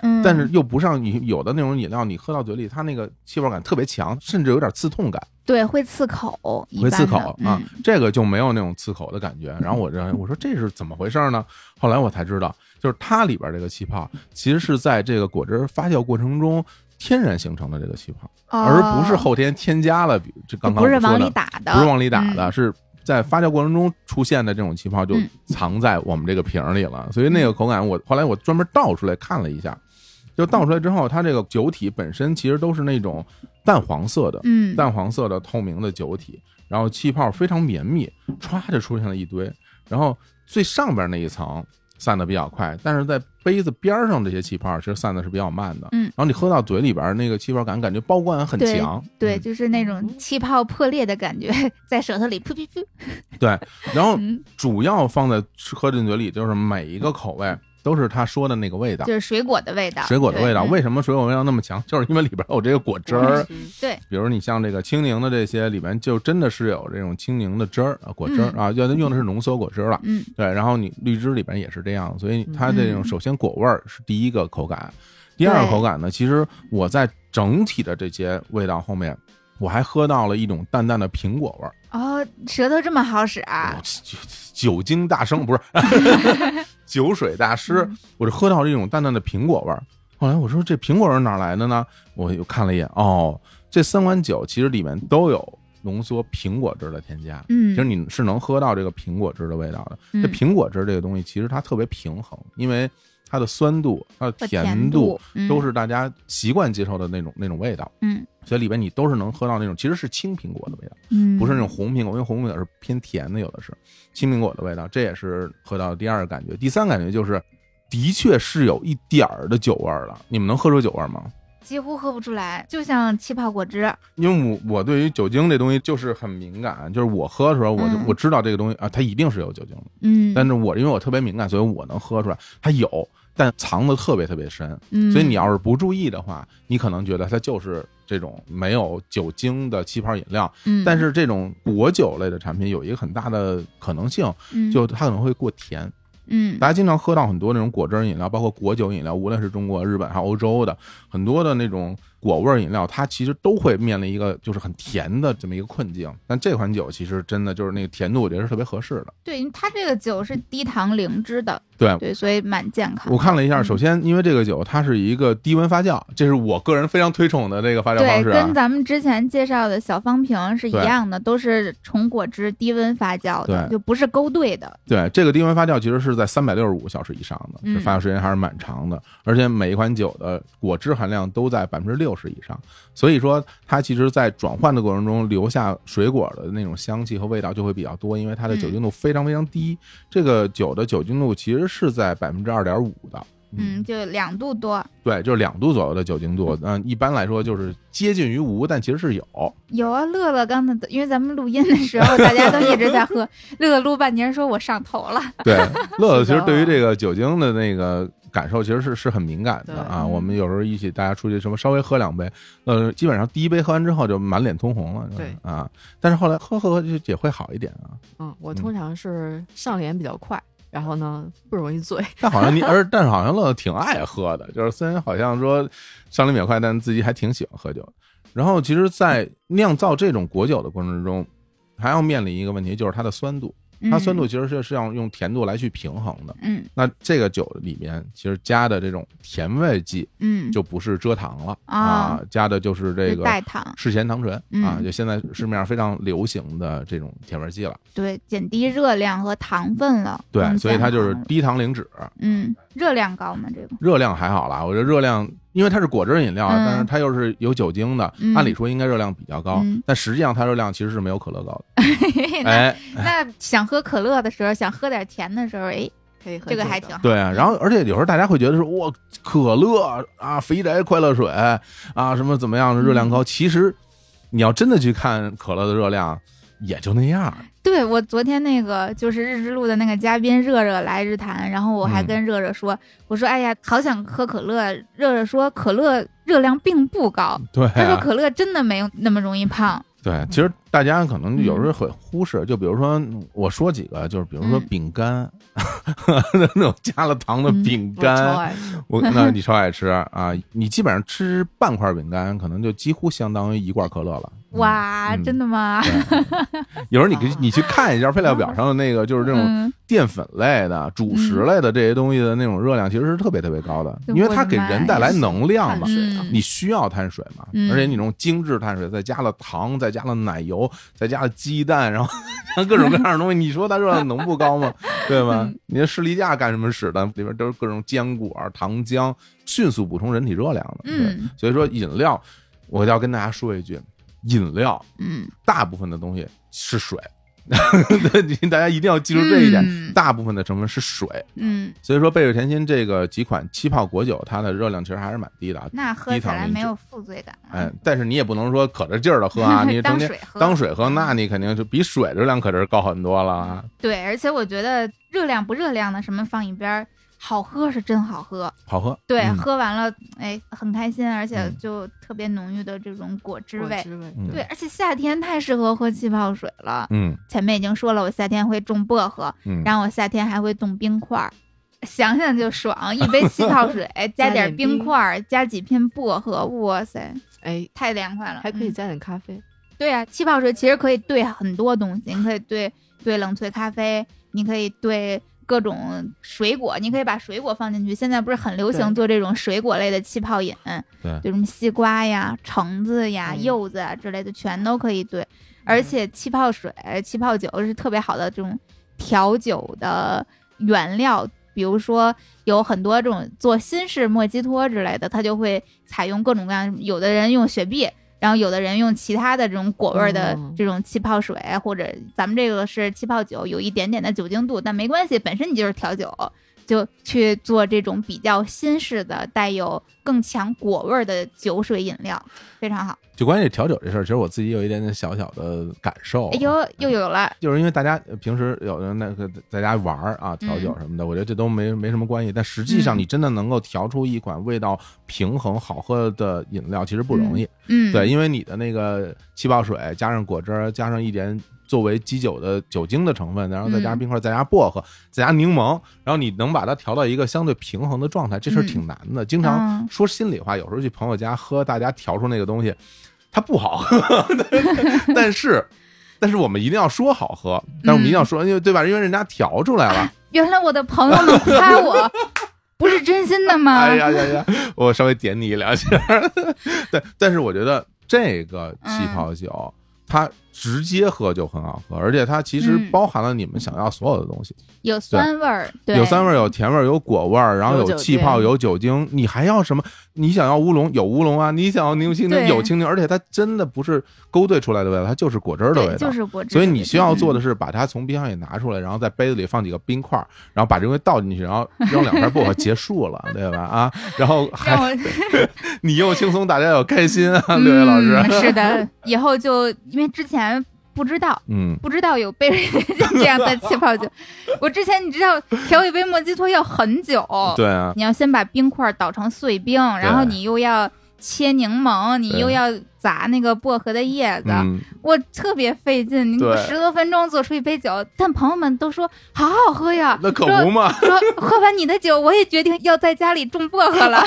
Speaker 2: 嗯，
Speaker 1: 但是又不像你有的那种饮料，你喝到嘴里，它那个气泡感特别强，甚至有点刺痛感。
Speaker 2: 对会刺口，一
Speaker 1: 会
Speaker 2: 般
Speaker 1: 刺
Speaker 2: 的
Speaker 1: 口啊，
Speaker 2: 嗯
Speaker 1: 这个就没有那种刺口的感觉。然后我这我说这是怎么回事呢？后来我才知道，就是它里边这个气泡其实是在这个果汁发酵过程中天然形成的这个气泡，而不是
Speaker 2: 哦
Speaker 1: 后天添加了。比这刚刚
Speaker 2: 不是
Speaker 1: 我说
Speaker 2: 往
Speaker 1: 的
Speaker 2: 里打的，
Speaker 1: 不是往里打的，
Speaker 2: 嗯
Speaker 1: 是在发酵过程中出现的这种气泡就
Speaker 2: 嗯
Speaker 1: 藏在我们这个瓶儿里了，所以那个口感我后来我专门倒出来看了一下，就倒出来之后，它这个酒体本身其实都是那种淡黄色的，
Speaker 2: 嗯，
Speaker 1: 淡黄色的透明的酒体，然后气泡非常绵密，歘就出现了一堆，然后最上边那一层散的比较快，但是在杯子边儿上这些气泡其实散的是比较慢的，
Speaker 2: 嗯
Speaker 1: 然后你喝到嘴里边儿那个气泡感感觉包感很
Speaker 2: 对
Speaker 1: 强，
Speaker 2: 对，
Speaker 1: 嗯
Speaker 2: 就是那种气泡破裂的感觉，在舌头里噗噗噗，
Speaker 1: 对，然后
Speaker 2: 嗯，
Speaker 1: 主要放在吃喝进嘴里，就是每一个口味都是他说的那个味道
Speaker 2: 就，是水果的味道，
Speaker 1: 水果的
Speaker 2: 对
Speaker 1: 味道。
Speaker 2: 嗯
Speaker 1: 为什么水果味道那么强？就是因为里边有这个果汁儿。
Speaker 3: 嗯
Speaker 2: 对，
Speaker 1: 比如你像这个青柠的这些里边，就真的是有这种青柠的汁儿啊，果汁儿
Speaker 2: 嗯
Speaker 1: 啊，要用的是浓缩果汁了。
Speaker 2: 嗯
Speaker 1: 对，然后你绿汁里边也是这样，所以它这种
Speaker 2: 嗯
Speaker 1: 首先果味儿是第一个口感，第二个
Speaker 2: 对
Speaker 1: 口感呢，其实我在整体的这些味道后面，我还喝到了一种淡淡的苹果味儿。
Speaker 2: 哦，舌头这么好使啊
Speaker 1: 我，哦酒酒精大生不
Speaker 2: <laughs>
Speaker 1: 是酒水大师，
Speaker 2: 嗯
Speaker 1: 我就喝到这种淡淡的苹果味儿。后来我说这苹果味儿哪儿来的呢？我又看了一眼，哦，这三款酒其实里面都有浓缩苹果汁的添加，
Speaker 2: 嗯
Speaker 1: 其实你是能喝到这个苹果汁的味道的。
Speaker 2: 嗯
Speaker 1: 这苹果汁这个东西其实它特别平衡，因为它的酸度、它的
Speaker 2: 和
Speaker 1: 甜
Speaker 2: 度
Speaker 1: 都是大家习惯接受的那种那种味道，
Speaker 2: 嗯
Speaker 1: 所以里边你都是能喝到那种其实是青苹果的味道，
Speaker 2: 嗯，
Speaker 1: 不是那种红苹果，因为红苹果是偏甜的，有的是青苹果的味道，这也是喝到的第二个感觉。第三个感觉就是，的确是有一点儿的酒味儿了。你们能喝出酒味儿吗？
Speaker 2: 几乎喝不出来，就像气泡果汁，
Speaker 1: 因为我我对于酒精这东西就是很敏感，就是我喝的时候，我就
Speaker 2: 嗯
Speaker 1: 我知道这个东西啊，它一定是有酒精的。
Speaker 2: 嗯，
Speaker 1: 但是我因为我特别敏感，所以我能喝出来它有，但藏的特别特别深。
Speaker 2: 嗯
Speaker 1: 所以你要是不注意的话，你可能觉得它就是这种没有酒精的气泡饮料。
Speaker 2: 嗯
Speaker 1: 但是这种果酒类的产品有一个很大的可能性，
Speaker 2: 嗯
Speaker 1: 就它可能会过甜。
Speaker 2: 嗯
Speaker 1: 大家经常喝到很多那种果汁儿饮料，包括果酒饮料，无论是中国、日本还有欧洲的很多的那种果味儿饮料，它其实都会面临一个就是很甜的这么一个困境。但这款酒其实真的就是那个甜度，我觉得是特别合适的。
Speaker 2: 对，因为它这个酒是低糖零脂的，
Speaker 1: 对，
Speaker 2: 对，所以蛮健康。
Speaker 1: 我看了一下，
Speaker 2: 嗯
Speaker 1: 首先因为这个酒它是一个低温发酵，这是我个人非常推崇的这个发酵方
Speaker 2: 对，
Speaker 1: 式、啊
Speaker 2: 跟。咱们之前介绍的小方瓶是一
Speaker 1: 对
Speaker 2: 样的，都是纯果汁低温发酵的，
Speaker 1: 对
Speaker 2: 就不是勾兑的。
Speaker 1: 对，这个低温发酵其实是在三百六十五小时以上的，
Speaker 2: 嗯
Speaker 1: 这发酵时间还是蛮长的，而且每一款酒的果汁含量都在百分之六十以上，所以说它其实，在转换的过程中留下水果的那种香气和味道就会比较多，因为它的酒
Speaker 2: 嗯
Speaker 1: 精度非常非常低，这个酒的酒精度其实是在百分之二点五的。
Speaker 2: 嗯，，就两度多。
Speaker 1: 对，就是两度左右的酒精度，嗯，一般来说就是接近于无，但其实是有。
Speaker 2: 有啊，乐乐刚才因为咱们录音的时候，大家都一直在
Speaker 1: <laughs>
Speaker 2: 喝，乐乐录半年说我上头了，
Speaker 3: <laughs>
Speaker 1: 对，乐乐
Speaker 3: 是
Speaker 1: 其
Speaker 3: 的
Speaker 1: 实对于这个酒精的那个感受，其实是是很敏感的啊。
Speaker 2: 对
Speaker 1: 我们有时候一起大家出去什么稍微喝两杯，呃，基本上第一杯喝完之后就满脸通红了，就是
Speaker 3: 对
Speaker 1: 啊。但是后来喝喝喝就也会好一点啊。
Speaker 3: 嗯，我通常是上脸比较快，然后呢不容易醉。
Speaker 1: 但好像你，而但是好像乐乐挺爱喝的，就是虽然好像说上林免快，但自己还挺喜欢喝酒的。然后其实，在酿造这种果酒的过程中，还要面临一个问题，就是它的酸度。它酸
Speaker 3: 嗯
Speaker 1: 度其实是是要用甜度来去平衡的。
Speaker 2: 嗯，
Speaker 1: 那这个酒里面其实加的这种甜味剂，
Speaker 2: 嗯嗯，
Speaker 1: 就不是蔗糖了
Speaker 2: 啊
Speaker 1: 啊，加的就是这
Speaker 2: 就
Speaker 1: 个
Speaker 2: 代糖，
Speaker 1: 嗜咸糖醇啊，
Speaker 2: 嗯
Speaker 1: 就现在市面上非常流行的这种甜味剂了。
Speaker 2: 对，减低热量和糖分了。
Speaker 1: 对，
Speaker 2: 更
Speaker 1: 所以它就是
Speaker 2: 健康了
Speaker 1: 低糖零脂，
Speaker 2: 嗯，热量高嘛，这个
Speaker 1: 热量还好啦。我觉得热量，因为它是果汁饮料，啊
Speaker 2: 嗯
Speaker 1: 但是它又是有酒精的
Speaker 2: 嗯，
Speaker 1: 按理说应该热量比较高
Speaker 2: 嗯，
Speaker 1: 但实际上它热量其实是没有可乐高的。 <laughs>
Speaker 2: 那、
Speaker 1: 哎，
Speaker 2: 那想喝可乐的时候，想喝点甜的时候，哎，
Speaker 3: <laughs> 可以喝
Speaker 2: 这个还挺好。
Speaker 1: 对啊，然后而且有时候大家会觉得说，哇，可乐啊，肥宅快乐水啊，什么怎么样，热量高。其实你要真的去看可乐的热量，也就那样。
Speaker 2: 对我昨天那个就是日之路的那个嘉宾热热来日坛，然后我还
Speaker 1: 嗯
Speaker 2: 跟热热说，我说哎呀，好想喝可乐。热热说可乐热量并不高，
Speaker 1: 对啊，
Speaker 2: 他说可乐真的没有那么容易胖。
Speaker 1: 对，其实大家可能有时候会忽视，就比如说我说几个，就是比如说
Speaker 2: 嗯
Speaker 1: 饼干， <laughs> 那种加了糖的饼
Speaker 3: 我
Speaker 2: 嗯
Speaker 3: 超
Speaker 1: 干，
Speaker 3: 爱吃。
Speaker 1: 我那你超爱吃啊！你基本上吃半块饼干，可能就几乎相当于一罐可乐了。嗯，
Speaker 2: 哇，
Speaker 1: 嗯
Speaker 2: 真的吗？
Speaker 1: 有时候你可以你去看一下配料表上的那个， <laughs> 就是这种
Speaker 2: 嗯，
Speaker 1: 淀粉类的、主食类的这些东西的那种热量，其实是特别特别高的，
Speaker 2: 嗯
Speaker 1: 因为它给人带来能量嘛
Speaker 3: 我的妈呀。水
Speaker 2: 嗯
Speaker 1: 你需要碳水嘛？
Speaker 2: 嗯
Speaker 1: 而且你那种精致碳水，再加了糖，再加了奶油，再加了鸡蛋，然后 <laughs> 然后各种各样的东西，你说它热量能不高吗？对吧？
Speaker 2: 嗯
Speaker 1: 你的士力架干什么使的？里边都是各种坚果、糖浆，迅速补充人体热量的。对
Speaker 2: 嗯
Speaker 1: 所以说饮料，我要跟大家说一句，饮料
Speaker 2: 嗯，
Speaker 1: 大部分的东西是水， <laughs> 对大家一定要记住这一点，
Speaker 2: 嗯
Speaker 1: 大部分的成分是水。
Speaker 2: 嗯，
Speaker 1: 所以说，贝瑞甜心这个几款气泡果酒，它的热量其实还是蛮低的啊。
Speaker 2: 那喝
Speaker 1: 低
Speaker 2: 起
Speaker 1: 糖
Speaker 2: 来
Speaker 1: 零
Speaker 2: 没
Speaker 1: 脂
Speaker 2: 有负罪感了。
Speaker 1: 哎，但是你也不能说可着劲儿的喝
Speaker 2: <laughs>
Speaker 1: 啊，你
Speaker 2: 嗯当
Speaker 1: 成天
Speaker 2: 水喝嗯
Speaker 1: 当水喝，那你肯定是比水热量可是高很多了啊。
Speaker 2: 对，而且我觉得热量不热量的什么放一边儿，好喝是真好喝。
Speaker 1: 好喝，
Speaker 2: 对，
Speaker 1: 嗯
Speaker 2: 喝完了，哎，很开心，而且
Speaker 1: 嗯
Speaker 2: 就特别浓郁的这种果汁
Speaker 3: 果
Speaker 2: 味。
Speaker 3: 汁味
Speaker 1: 嗯
Speaker 2: 对，而且夏天太适合喝气泡水了。
Speaker 1: 嗯
Speaker 2: 前面已经说了，我夏天会种薄荷，
Speaker 1: 嗯，
Speaker 2: 然后我夏天还会冻冰块儿，想想就爽。一杯气泡水加点
Speaker 3: 点
Speaker 2: 冰
Speaker 3: 冰
Speaker 2: 块儿，加几片薄荷，哇塞，
Speaker 3: 哎，
Speaker 2: 太凉快了。
Speaker 3: 还可以
Speaker 2: 嗯
Speaker 3: 加点咖啡。
Speaker 2: 对啊，气泡水其实可以兑很多东西，你可以兑兑冷萃咖啡，你可以兑各种水果，你可以把水果放进去。现在不是很流行
Speaker 3: 对
Speaker 2: 做这种水果类的气泡饮，
Speaker 1: 对
Speaker 2: 就什么西瓜呀、橙子呀、
Speaker 3: 嗯
Speaker 2: 柚子啊之类的，全都可以兑。而且气泡水、气泡酒是特别好的这种调酒的原料，比如说有很多这种做新式莫吉托之类的，它就会采用各种各样，有的人用雪碧，然后有的人用其他的这种果味儿的
Speaker 3: 哦
Speaker 2: 这种气泡水，啊或者咱们这个是气泡啊哎酒，有一点点的酒精度，但没关系，本身你就是调酒，就去做这种比较新式的、带有更强果味儿的酒水饮料，非常好。
Speaker 1: 就关于调酒这事儿，其实我自己有一点点小小的感受。啊
Speaker 2: 哎呦，又有了，
Speaker 1: 就是因为大家呃平时有人那个在家玩儿啊，调酒什么的，我觉得这都没没什么关系。但实际上，
Speaker 2: 嗯
Speaker 1: 你真的能够调出一款味道平衡、好喝的饮料，其实不容易。
Speaker 2: 嗯，
Speaker 1: 对，，因为你的那个气泡水加上果汁儿，加上一点作为基酒的酒精的成分，然后再加上
Speaker 2: 嗯
Speaker 1: 冰块，再加薄荷，再加柠檬，然后你能把它调到一个相对平衡的状态，这事儿
Speaker 2: 嗯
Speaker 1: 挺难的。经常
Speaker 2: 嗯
Speaker 1: 说心里话，有时候去朋友家喝，大家调出那个东西，它不好喝， <laughs> 但是。但是我们一定要说好喝，但是我们一定要说，因为对吧？因为人家调出来了。
Speaker 2: 原来我的朋友们
Speaker 1: <laughs>
Speaker 2: 夸我，不是真心的吗？
Speaker 1: 哎呀呀呀！我稍微点你两下。 <laughs> 对，但是我觉得这个气泡酒，
Speaker 2: 嗯
Speaker 1: 它直接喝就很好喝，而且它其实
Speaker 2: 嗯
Speaker 1: 包含了你们想要所有的东西，
Speaker 2: 有酸味儿，对，
Speaker 1: 有酸味儿、有甜味儿、有果味儿，然后
Speaker 3: 有酒
Speaker 1: 气泡、
Speaker 3: 精
Speaker 1: 有酒精，你还要什么？你想要乌龙有乌龙啊，你想要柠青柠
Speaker 2: 对
Speaker 1: 有青柠，而且它真的不是勾兑出来的味道，它就是果汁儿的味
Speaker 2: 对，
Speaker 1: 道。
Speaker 2: 就是嗯果汁。
Speaker 1: 所以你需要做
Speaker 2: 的
Speaker 1: 的是把它从冰箱里拿出来，然后在杯子里放几个冰块儿，然后把这东西倒进去，然后扔两片
Speaker 2: <laughs>
Speaker 1: 薄荷，结束了，对吧？啊，然后 <laughs> 还
Speaker 2: 让我
Speaker 1: 你又轻松，大家又开心啊，六月老师。
Speaker 2: 嗯是的，以后就因为之前不知道。
Speaker 1: 嗯，
Speaker 2: 不知道有被这样的气
Speaker 1: <laughs>
Speaker 2: 泡酒，我之前你知道调一杯莫吉托要很久，
Speaker 1: 对啊，
Speaker 2: 你要先把冰块捣成碎冰，然后你又要切柠檬，你
Speaker 1: 对
Speaker 2: 又要砸那个薄荷的叶子，
Speaker 1: 嗯，
Speaker 2: 我特别费劲，你
Speaker 1: 对
Speaker 2: 十多分钟做出一杯酒，但朋友们都说好好喝呀，
Speaker 1: 那可不嘛，
Speaker 2: 说喝完你的酒，我也决定要在家里种薄荷了。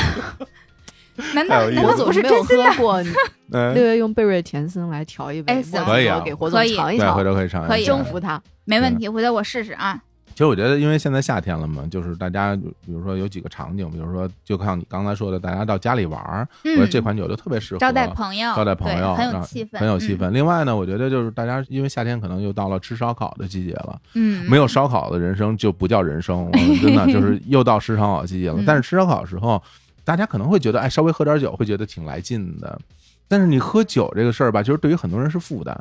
Speaker 1: 太
Speaker 2: 难道
Speaker 1: 哎有意思了
Speaker 2: 难道
Speaker 3: 我
Speaker 2: 不
Speaker 3: 怎么
Speaker 2: 是
Speaker 3: 没有
Speaker 2: 真心的？
Speaker 3: 喝过？你六
Speaker 1: 嗯，
Speaker 3: 月用贝瑞甜心来调一杯，
Speaker 2: 哎
Speaker 3: 我
Speaker 2: 行
Speaker 1: 可以啊
Speaker 3: 给活
Speaker 2: 可
Speaker 3: 动
Speaker 2: 以
Speaker 3: 尝一
Speaker 1: 对，回
Speaker 3: 尝，
Speaker 1: 头可以啊尝一下。
Speaker 2: 可以
Speaker 3: 征服它。
Speaker 2: 没
Speaker 1: 嗯
Speaker 2: 问题，回头我试试啊。
Speaker 1: 其实我觉得，因为现在夏天了嘛，就是大家比如说有几个场景，比如说就像你刚才说的，大家到家里玩儿，我觉得
Speaker 2: 嗯，
Speaker 1: 这款酒就特别适合
Speaker 2: 招待朋友，
Speaker 1: 招待朋友
Speaker 2: 对很
Speaker 1: 然
Speaker 2: 有
Speaker 1: 后
Speaker 2: 气氛，嗯
Speaker 1: 很有气氛。另外呢，我觉得就是大家因为夏天可能又到了吃烧烤的季节了，
Speaker 2: 嗯。嗯，
Speaker 1: 没有烧烤的人生就不叫人
Speaker 2: <laughs>
Speaker 1: 生，我们真的就是又到吃烧烤季节了
Speaker 2: 嗯。
Speaker 1: 但是吃烧烤的时候，大家可能会觉得，哎，稍微喝点酒会觉得挺来劲的。但是你喝酒这个事儿吧，其实对于很多人是负担，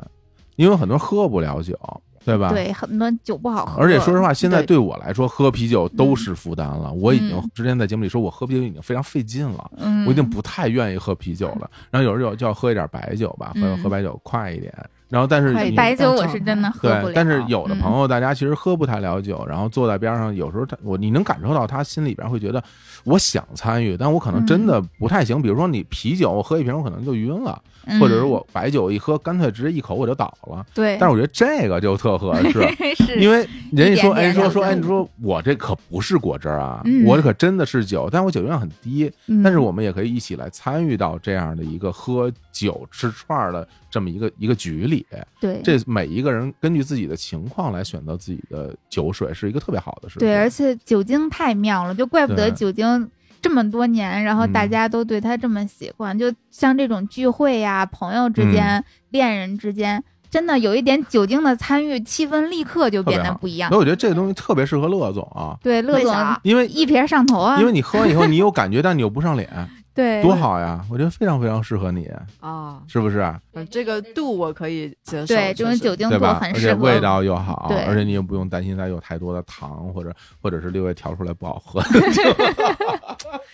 Speaker 1: 因为很多人喝不了酒，对吧？。
Speaker 2: 对，很多酒不好喝，
Speaker 1: 啊而且说实话，现在
Speaker 3: 对
Speaker 1: 对我来说，喝啤酒都是负担了。我已经
Speaker 2: 嗯
Speaker 1: 之前在节目里说，我喝啤酒已经非常费劲了。
Speaker 2: 嗯，
Speaker 1: 我已经不太愿意喝啤酒了。然后有时候就要喝一点白酒吧，喝
Speaker 2: 嗯
Speaker 1: 喝白酒快一点。然后但是
Speaker 3: 快一
Speaker 1: 你
Speaker 3: 点
Speaker 2: 白酒，我是真的喝不
Speaker 1: 对
Speaker 2: 了，，
Speaker 1: 但是有的
Speaker 2: 嗯
Speaker 1: 朋友大家其实喝不太了酒，然后坐在边上，有时候他我你能感受到他心里边会觉得我想参与，但我可能真的不太行。比如说你啤酒，我喝一瓶我可能就晕了，
Speaker 2: 嗯
Speaker 1: 或者是我白酒一喝，干脆直接一口我就倒了。
Speaker 2: 对，
Speaker 1: 但是我觉得这个就特合适。
Speaker 2: <laughs> 是
Speaker 1: 因为人家说，
Speaker 2: 一点点
Speaker 1: 哎，说说，
Speaker 2: 了
Speaker 1: 哎，
Speaker 2: 解
Speaker 1: 你说我这可不是果汁儿啊，
Speaker 2: 嗯
Speaker 1: 我这可真的是酒，但我酒量很低，
Speaker 2: 嗯
Speaker 1: 但是我们也可以一起来参与到这样的一个喝酒吃串儿的这么一个一个局里。
Speaker 2: 对
Speaker 1: 这每一个人根据自己的情况来选择自己的酒水，是一个特别好的事情。
Speaker 2: 对，而且酒精太妙了，就怪不得
Speaker 1: 对
Speaker 2: 酒精这么多年，然后大
Speaker 1: 嗯
Speaker 2: 家都对它这么喜欢。就像这种聚会呀、朋友之间、
Speaker 1: 嗯
Speaker 2: 恋人之间，真的有一点酒精的参与，气氛立刻就
Speaker 1: 特别
Speaker 2: 变得
Speaker 1: 好
Speaker 2: 不一样
Speaker 1: 所以。我觉得这个东西特别适合乐总啊，
Speaker 2: 对，乐
Speaker 3: 为
Speaker 2: 总
Speaker 3: 啥
Speaker 1: 因为
Speaker 2: 一瓶上头啊，
Speaker 1: 因为你喝完以后你有感觉，但你又不上脸，
Speaker 2: <laughs> 对，
Speaker 1: 多好呀！我觉得非常非常适合你，
Speaker 3: 啊？
Speaker 1: 是不是？
Speaker 3: 嗯这个度我可以接受。
Speaker 2: 对，这
Speaker 3: 确
Speaker 2: 种
Speaker 3: 实
Speaker 2: 酒精
Speaker 1: 对
Speaker 2: 度
Speaker 1: 吧？
Speaker 2: 很
Speaker 1: 而且
Speaker 2: 适合
Speaker 1: 味道又好
Speaker 2: 对，
Speaker 1: 而且你也不用担心它有太多的糖或者或者是六月调出来不好喝。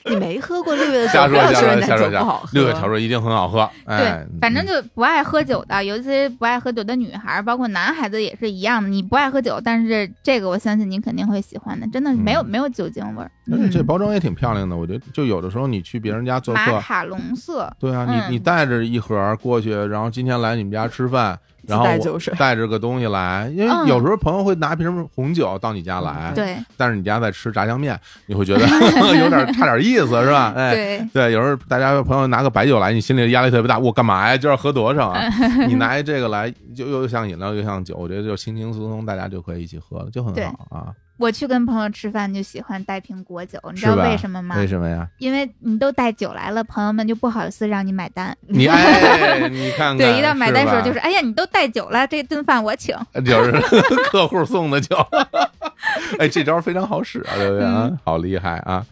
Speaker 3: 你没喝过六月的酒，
Speaker 1: 瞎
Speaker 3: 不
Speaker 1: 说瞎
Speaker 3: 要说
Speaker 1: 说
Speaker 3: 人
Speaker 1: 瞎
Speaker 3: 家
Speaker 1: 说
Speaker 3: 酒
Speaker 1: 瞎说
Speaker 3: 不好，喝。
Speaker 1: 六月调出来一定很好喝。哎
Speaker 2: 对，，反正就不爱喝酒的，尤其不爱喝酒的女孩，包括男孩子也是一样的。你不爱喝酒，但是这个我相信你肯定会喜欢的，真的没有、
Speaker 1: 嗯
Speaker 2: 没有酒精味儿。
Speaker 1: 而且
Speaker 2: 嗯
Speaker 1: 这包装也挺漂亮的，我觉得就有的时候你去别人家做
Speaker 2: 马
Speaker 1: 客，
Speaker 2: 卡龙色，
Speaker 1: 对啊，你你
Speaker 2: 嗯
Speaker 1: 带着一盒儿过去，然后今天来你们家吃饭，然后
Speaker 3: 自带
Speaker 1: 我
Speaker 3: 酒水
Speaker 1: 带着个东西来，因为
Speaker 2: 嗯
Speaker 1: 有时候朋友会拿瓶红酒到你家来，
Speaker 2: 对
Speaker 1: 但是你家在吃炸酱面，你
Speaker 2: <laughs>
Speaker 1: 会觉得 <laughs> 有点差点意思，是吧？哎。
Speaker 2: 对，
Speaker 1: 对，有时候大家朋友拿个白酒来，你心里压力特别大，我干嘛呀？就要喝多少
Speaker 2: <laughs>
Speaker 1: 啊？你拿一这个来，就又像饮料又像酒，我觉得就轻轻松松，大家就可以一起喝了，就很
Speaker 2: 对
Speaker 1: 好啊。
Speaker 2: 我去跟朋友吃饭就喜欢带瓶果酒，你知
Speaker 1: 是
Speaker 2: 道
Speaker 1: 吧？
Speaker 2: 为什么吗？
Speaker 1: 为什么呀？
Speaker 2: 因为你都带酒来了，朋友们就不好意思让你买单。
Speaker 1: 你 <laughs> 哎，你看看，
Speaker 2: 对，一到买单时候就是，
Speaker 1: 是
Speaker 2: 哎呀，你都带酒了，这顿饭我请。
Speaker 1: 吧 <laughs> 就是客户送的酒， <laughs> 哎，这招非常好使啊，对不对啊？
Speaker 2: 嗯
Speaker 1: 好厉害啊！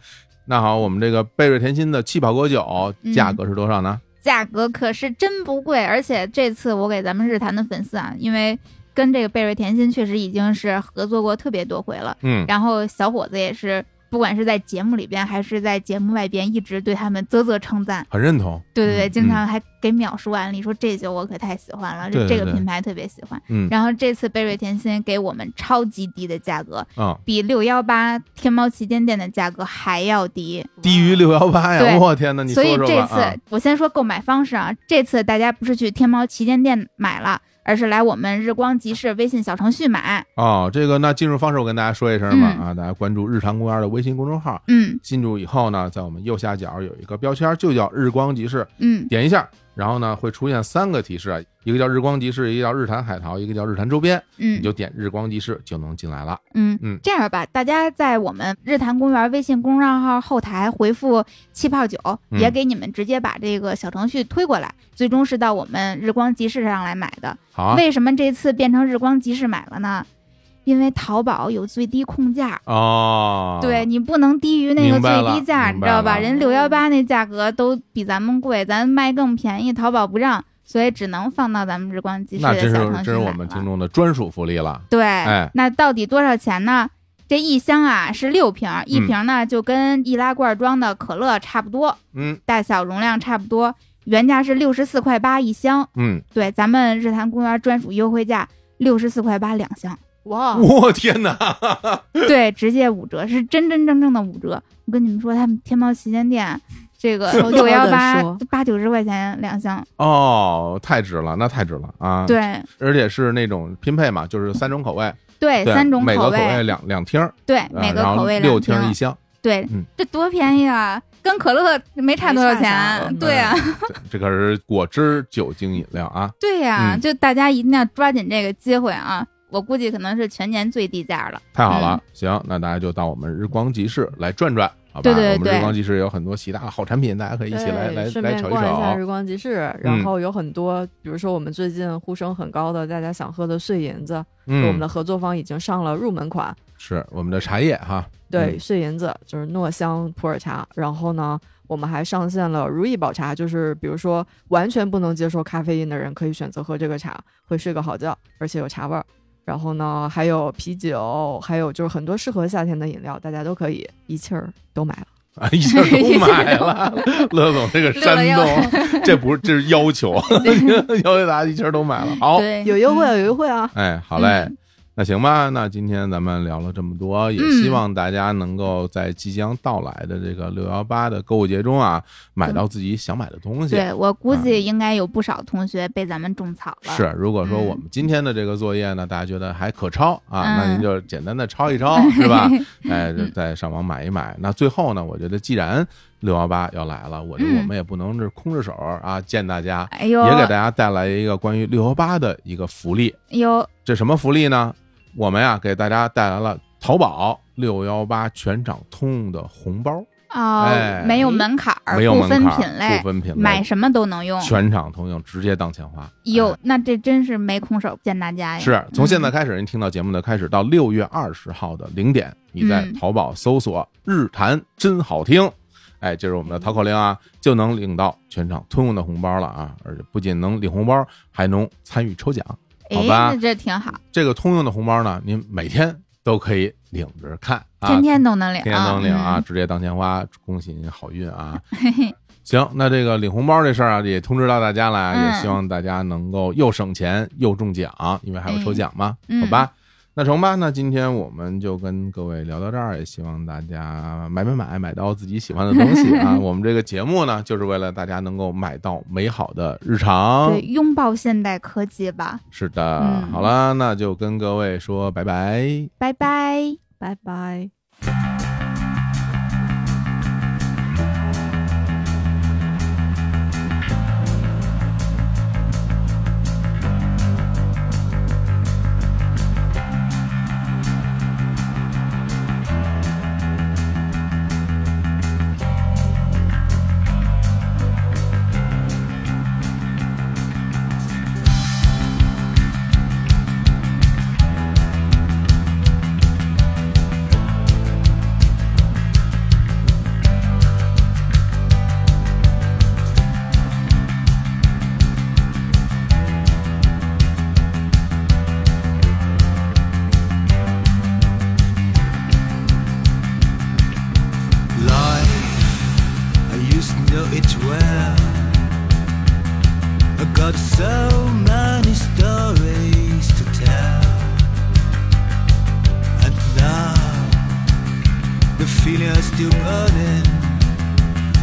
Speaker 1: 那好，我们这个贝瑞甜心的气泡果酒
Speaker 2: 嗯
Speaker 1: 价格是多少呢？
Speaker 2: 价格可是真不贵，而且这次我给咱们日坛的粉丝啊，因为跟这个贝瑞甜心确实已经是合作过特别多回了，
Speaker 1: 嗯，
Speaker 2: 然后小伙子也是，不管是在节目里边还是在节目外边，一直对他们啧啧称赞。
Speaker 1: 很认同。
Speaker 2: 对对对，
Speaker 1: 嗯
Speaker 2: 经常还给秒叔案例，说这酒我可太喜欢了，
Speaker 1: 对对
Speaker 2: 这这
Speaker 1: 对
Speaker 2: 个品牌特别喜欢。
Speaker 1: 嗯
Speaker 2: 然后这次贝瑞甜心给我们超级低的价格，
Speaker 1: 啊，
Speaker 2: 比六幺八天猫旗舰店的价格还要低。
Speaker 1: 低于六幺八呀！
Speaker 2: 对
Speaker 1: 我天哪，你说
Speaker 2: 所以
Speaker 1: 说吧
Speaker 2: 这次、
Speaker 1: 啊
Speaker 2: 我先说购买方式啊，这次大家不是去天猫旗舰店买了，而是来我们日光集市微信小程序买。
Speaker 1: 哦，这个那进入方式我跟大家说一声嘛、
Speaker 2: 嗯
Speaker 1: 啊，大家关注日常公园的微信公众号，
Speaker 2: 嗯
Speaker 1: 进入以后呢，在我们右下角有一个标签，就叫日光集市，
Speaker 2: 嗯，
Speaker 1: 点一下，然后呢会出现三个提示啊，一个叫日光集市，一个叫日坛海淘，一个叫日坛周边，
Speaker 2: 嗯，
Speaker 1: 你就点日光集市就能进来了。
Speaker 2: 嗯
Speaker 1: 嗯
Speaker 2: 这样吧，大家在我们日坛公园微信公众号后台回复“气泡酒”，
Speaker 1: 嗯
Speaker 2: 也给你们直接把这个小程序推过来，最终是到我们日光集市上来买的。
Speaker 1: 好啊，
Speaker 2: 为什么这次变成日光集市买了呢？因为淘宝有最低控价。
Speaker 1: 哦，
Speaker 2: 对，你不能低于那个
Speaker 1: 明白
Speaker 2: 最低价，
Speaker 1: 了
Speaker 2: 你知道
Speaker 1: 明白
Speaker 2: 吧？
Speaker 1: 了
Speaker 2: 人六幺八那价格都比咱们贵，咱卖更便宜，淘宝不让，所以只能放到咱们日光集市
Speaker 1: 那
Speaker 2: 的
Speaker 1: 真
Speaker 2: 小
Speaker 1: 是
Speaker 2: 程序
Speaker 1: 真啊是
Speaker 2: 买
Speaker 1: 我们
Speaker 2: 了
Speaker 1: 听众的专属福利了。
Speaker 2: 对，
Speaker 1: 哎
Speaker 2: 那到底多少钱呢？这一箱啊是六瓶儿，一瓶儿呢就跟易拉罐装的可乐差不多，
Speaker 1: 嗯
Speaker 2: 大小容量差不多，原价是六十四块八一箱，
Speaker 1: 嗯，
Speaker 2: 对，咱们日坛公园专属优惠价六十四块八两
Speaker 1: <laughs>
Speaker 2: 箱，哦
Speaker 3: 哇，
Speaker 1: 我天哪，
Speaker 2: 对，直接五折，是真真正正的五折。我跟你们说，他们天猫旗舰店这个
Speaker 3: 悄悄地
Speaker 2: 六幺八
Speaker 3: 说
Speaker 2: 八九十块钱两箱，
Speaker 1: 哦，太值了，那太值了啊！，
Speaker 2: 对
Speaker 1: 而且是那种拼配嘛，就是三种口味，
Speaker 2: 对，
Speaker 1: 对
Speaker 2: 三种
Speaker 1: 每个
Speaker 2: 口
Speaker 1: 口味两两听儿，
Speaker 2: 对，
Speaker 1: 啊
Speaker 2: 每个
Speaker 1: 然后
Speaker 2: 口味
Speaker 1: 六
Speaker 2: 两
Speaker 1: 听
Speaker 2: 瓶
Speaker 1: 儿
Speaker 2: 儿
Speaker 1: 一，箱，
Speaker 2: 对
Speaker 1: 嗯，
Speaker 2: 这多便宜啊，跟可乐没差多少
Speaker 1: 嗯
Speaker 2: 钱，
Speaker 3: 没差啥
Speaker 2: 对啊。
Speaker 1: 这这可是果汁酒精饮料啊！
Speaker 2: <laughs> 对呀、
Speaker 1: 嗯
Speaker 2: 就大家一定要抓紧这个机会啊！我估计可能是全年最低价了。
Speaker 1: 太好了，
Speaker 2: 嗯
Speaker 1: 行，那大家就到我们日光集市来转转，好吧？
Speaker 2: 对对
Speaker 1: 我们日
Speaker 2: 对
Speaker 1: 光集市有很多其他的好产品，大家可以一起来
Speaker 3: 对
Speaker 1: 来
Speaker 3: 顺
Speaker 1: 来
Speaker 3: 便
Speaker 1: 瞅一
Speaker 3: 逛一下
Speaker 1: 瞅。
Speaker 3: 日光集市，
Speaker 1: 嗯
Speaker 3: 然后有很多，比如说我们最近呼声很高的，大家想喝的碎银子，我们
Speaker 1: 嗯
Speaker 3: 的，合作方已经上了入门款，
Speaker 1: 是我们的茶叶哈，
Speaker 3: 对，
Speaker 1: 嗯
Speaker 3: 碎银子就是糯香普洱茶，然后呢，我们还上线了如意宝茶，就是比如说完全不能接受咖啡因的人可以选择喝这个茶，会睡个好觉，而且有茶味儿。然后呢，还有啤酒，还有就是很多适合夏天的饮料，大家都可以一气儿都买了。
Speaker 1: 啊，一下都买了。乐总这个山
Speaker 2: 乐
Speaker 1: 东，这不是这是要求， <laughs> 要求大家一下都买了。好，
Speaker 2: 对，
Speaker 3: 有优惠，有优惠啊！
Speaker 1: 哎，好嘞
Speaker 2: 嗯。
Speaker 1: 那行吧，那今天咱们聊了这么多，也
Speaker 2: 嗯
Speaker 1: 希望大家能够在即将到来的这个六幺八的购物节中啊，买到自己想买的东西。
Speaker 2: 对我估计应该有不少同学被咱们种草了。
Speaker 1: 是，，如果说
Speaker 2: 嗯
Speaker 1: 我们今天的这个作业呢，大家觉得还可抄啊，
Speaker 2: 嗯
Speaker 1: 那您就简单的抄一
Speaker 2: <laughs>
Speaker 1: 抄，是吧？哎，就再上网买一买。那最后呢，我觉得既然六幺八要来了，我觉得
Speaker 2: 嗯
Speaker 1: 我们也不能是空着手啊见大家，
Speaker 2: 哎呦，
Speaker 1: 也给大家带来一个关于六幺八的一个福利。
Speaker 2: 有
Speaker 1: 这什么福利呢？我们呀、给大家带来了淘宝六幺八全场通的红包，
Speaker 2: 哦、
Speaker 1: 哎
Speaker 2: 没有门槛儿，
Speaker 1: 没有
Speaker 2: 不
Speaker 1: 门
Speaker 2: 分
Speaker 1: 槛
Speaker 2: 品
Speaker 1: 儿，
Speaker 2: 类
Speaker 1: 不，分品
Speaker 2: 买
Speaker 1: 类，
Speaker 2: 什么都能用。
Speaker 1: 全场通用，直接当钱花。哎
Speaker 2: 哟，那这真是没空手见大家呀！
Speaker 1: 是从现在开始，您听到节目的开始到六月二十号的零点，你在
Speaker 2: 嗯
Speaker 1: 淘宝搜索“日谈真好听”，哎，这是我们的淘口令啊，就能领到全场通用的红包了啊！而且不仅能领红包，还能参与抽奖。好
Speaker 2: 哎，
Speaker 1: 吧
Speaker 2: 那这挺好，
Speaker 1: 这个通用的红包呢，您每天都可以领着看啊，
Speaker 2: 天天都能领，
Speaker 1: 天天都能领啊，
Speaker 2: 嗯
Speaker 1: 直接当钱花，恭喜您好运啊！
Speaker 2: <laughs> 嘿嘿，
Speaker 1: 行，那这个领红包这事儿啊，也通知到大家了啊，
Speaker 2: 嗯
Speaker 1: 也希望大家能够又省钱又中奖，因为还有抽奖嘛，
Speaker 2: 嗯
Speaker 1: 好吧？那成吧，那今天我们就跟各位聊到这儿，也希望大家买买买，买到自己喜欢的东西
Speaker 2: <laughs>
Speaker 1: 啊！我们这个节目呢，就是为了大家能够买到美好的日常
Speaker 2: 嗯对，。拥抱现代科技吧，
Speaker 1: 是的，
Speaker 2: 嗯
Speaker 1: 好了，那就跟各位说拜拜。
Speaker 2: 拜拜。
Speaker 3: 拜拜。
Speaker 5: the feeling is still burning.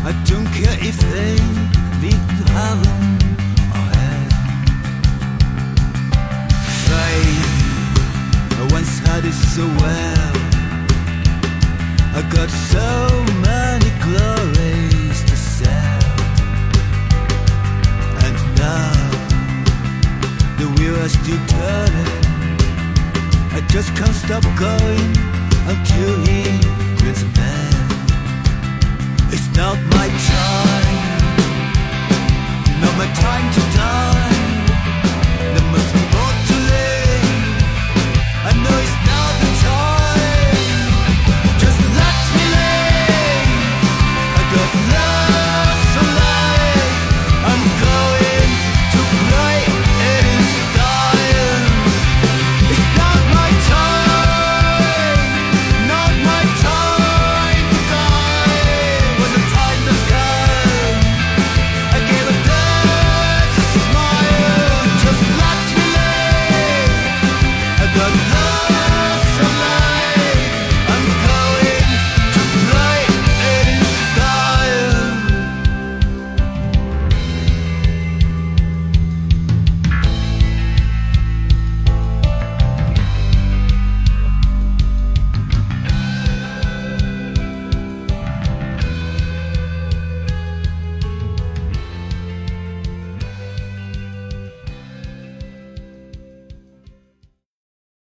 Speaker 5: I don't care if they lead to heaven or hell. Faith, I once had it so well.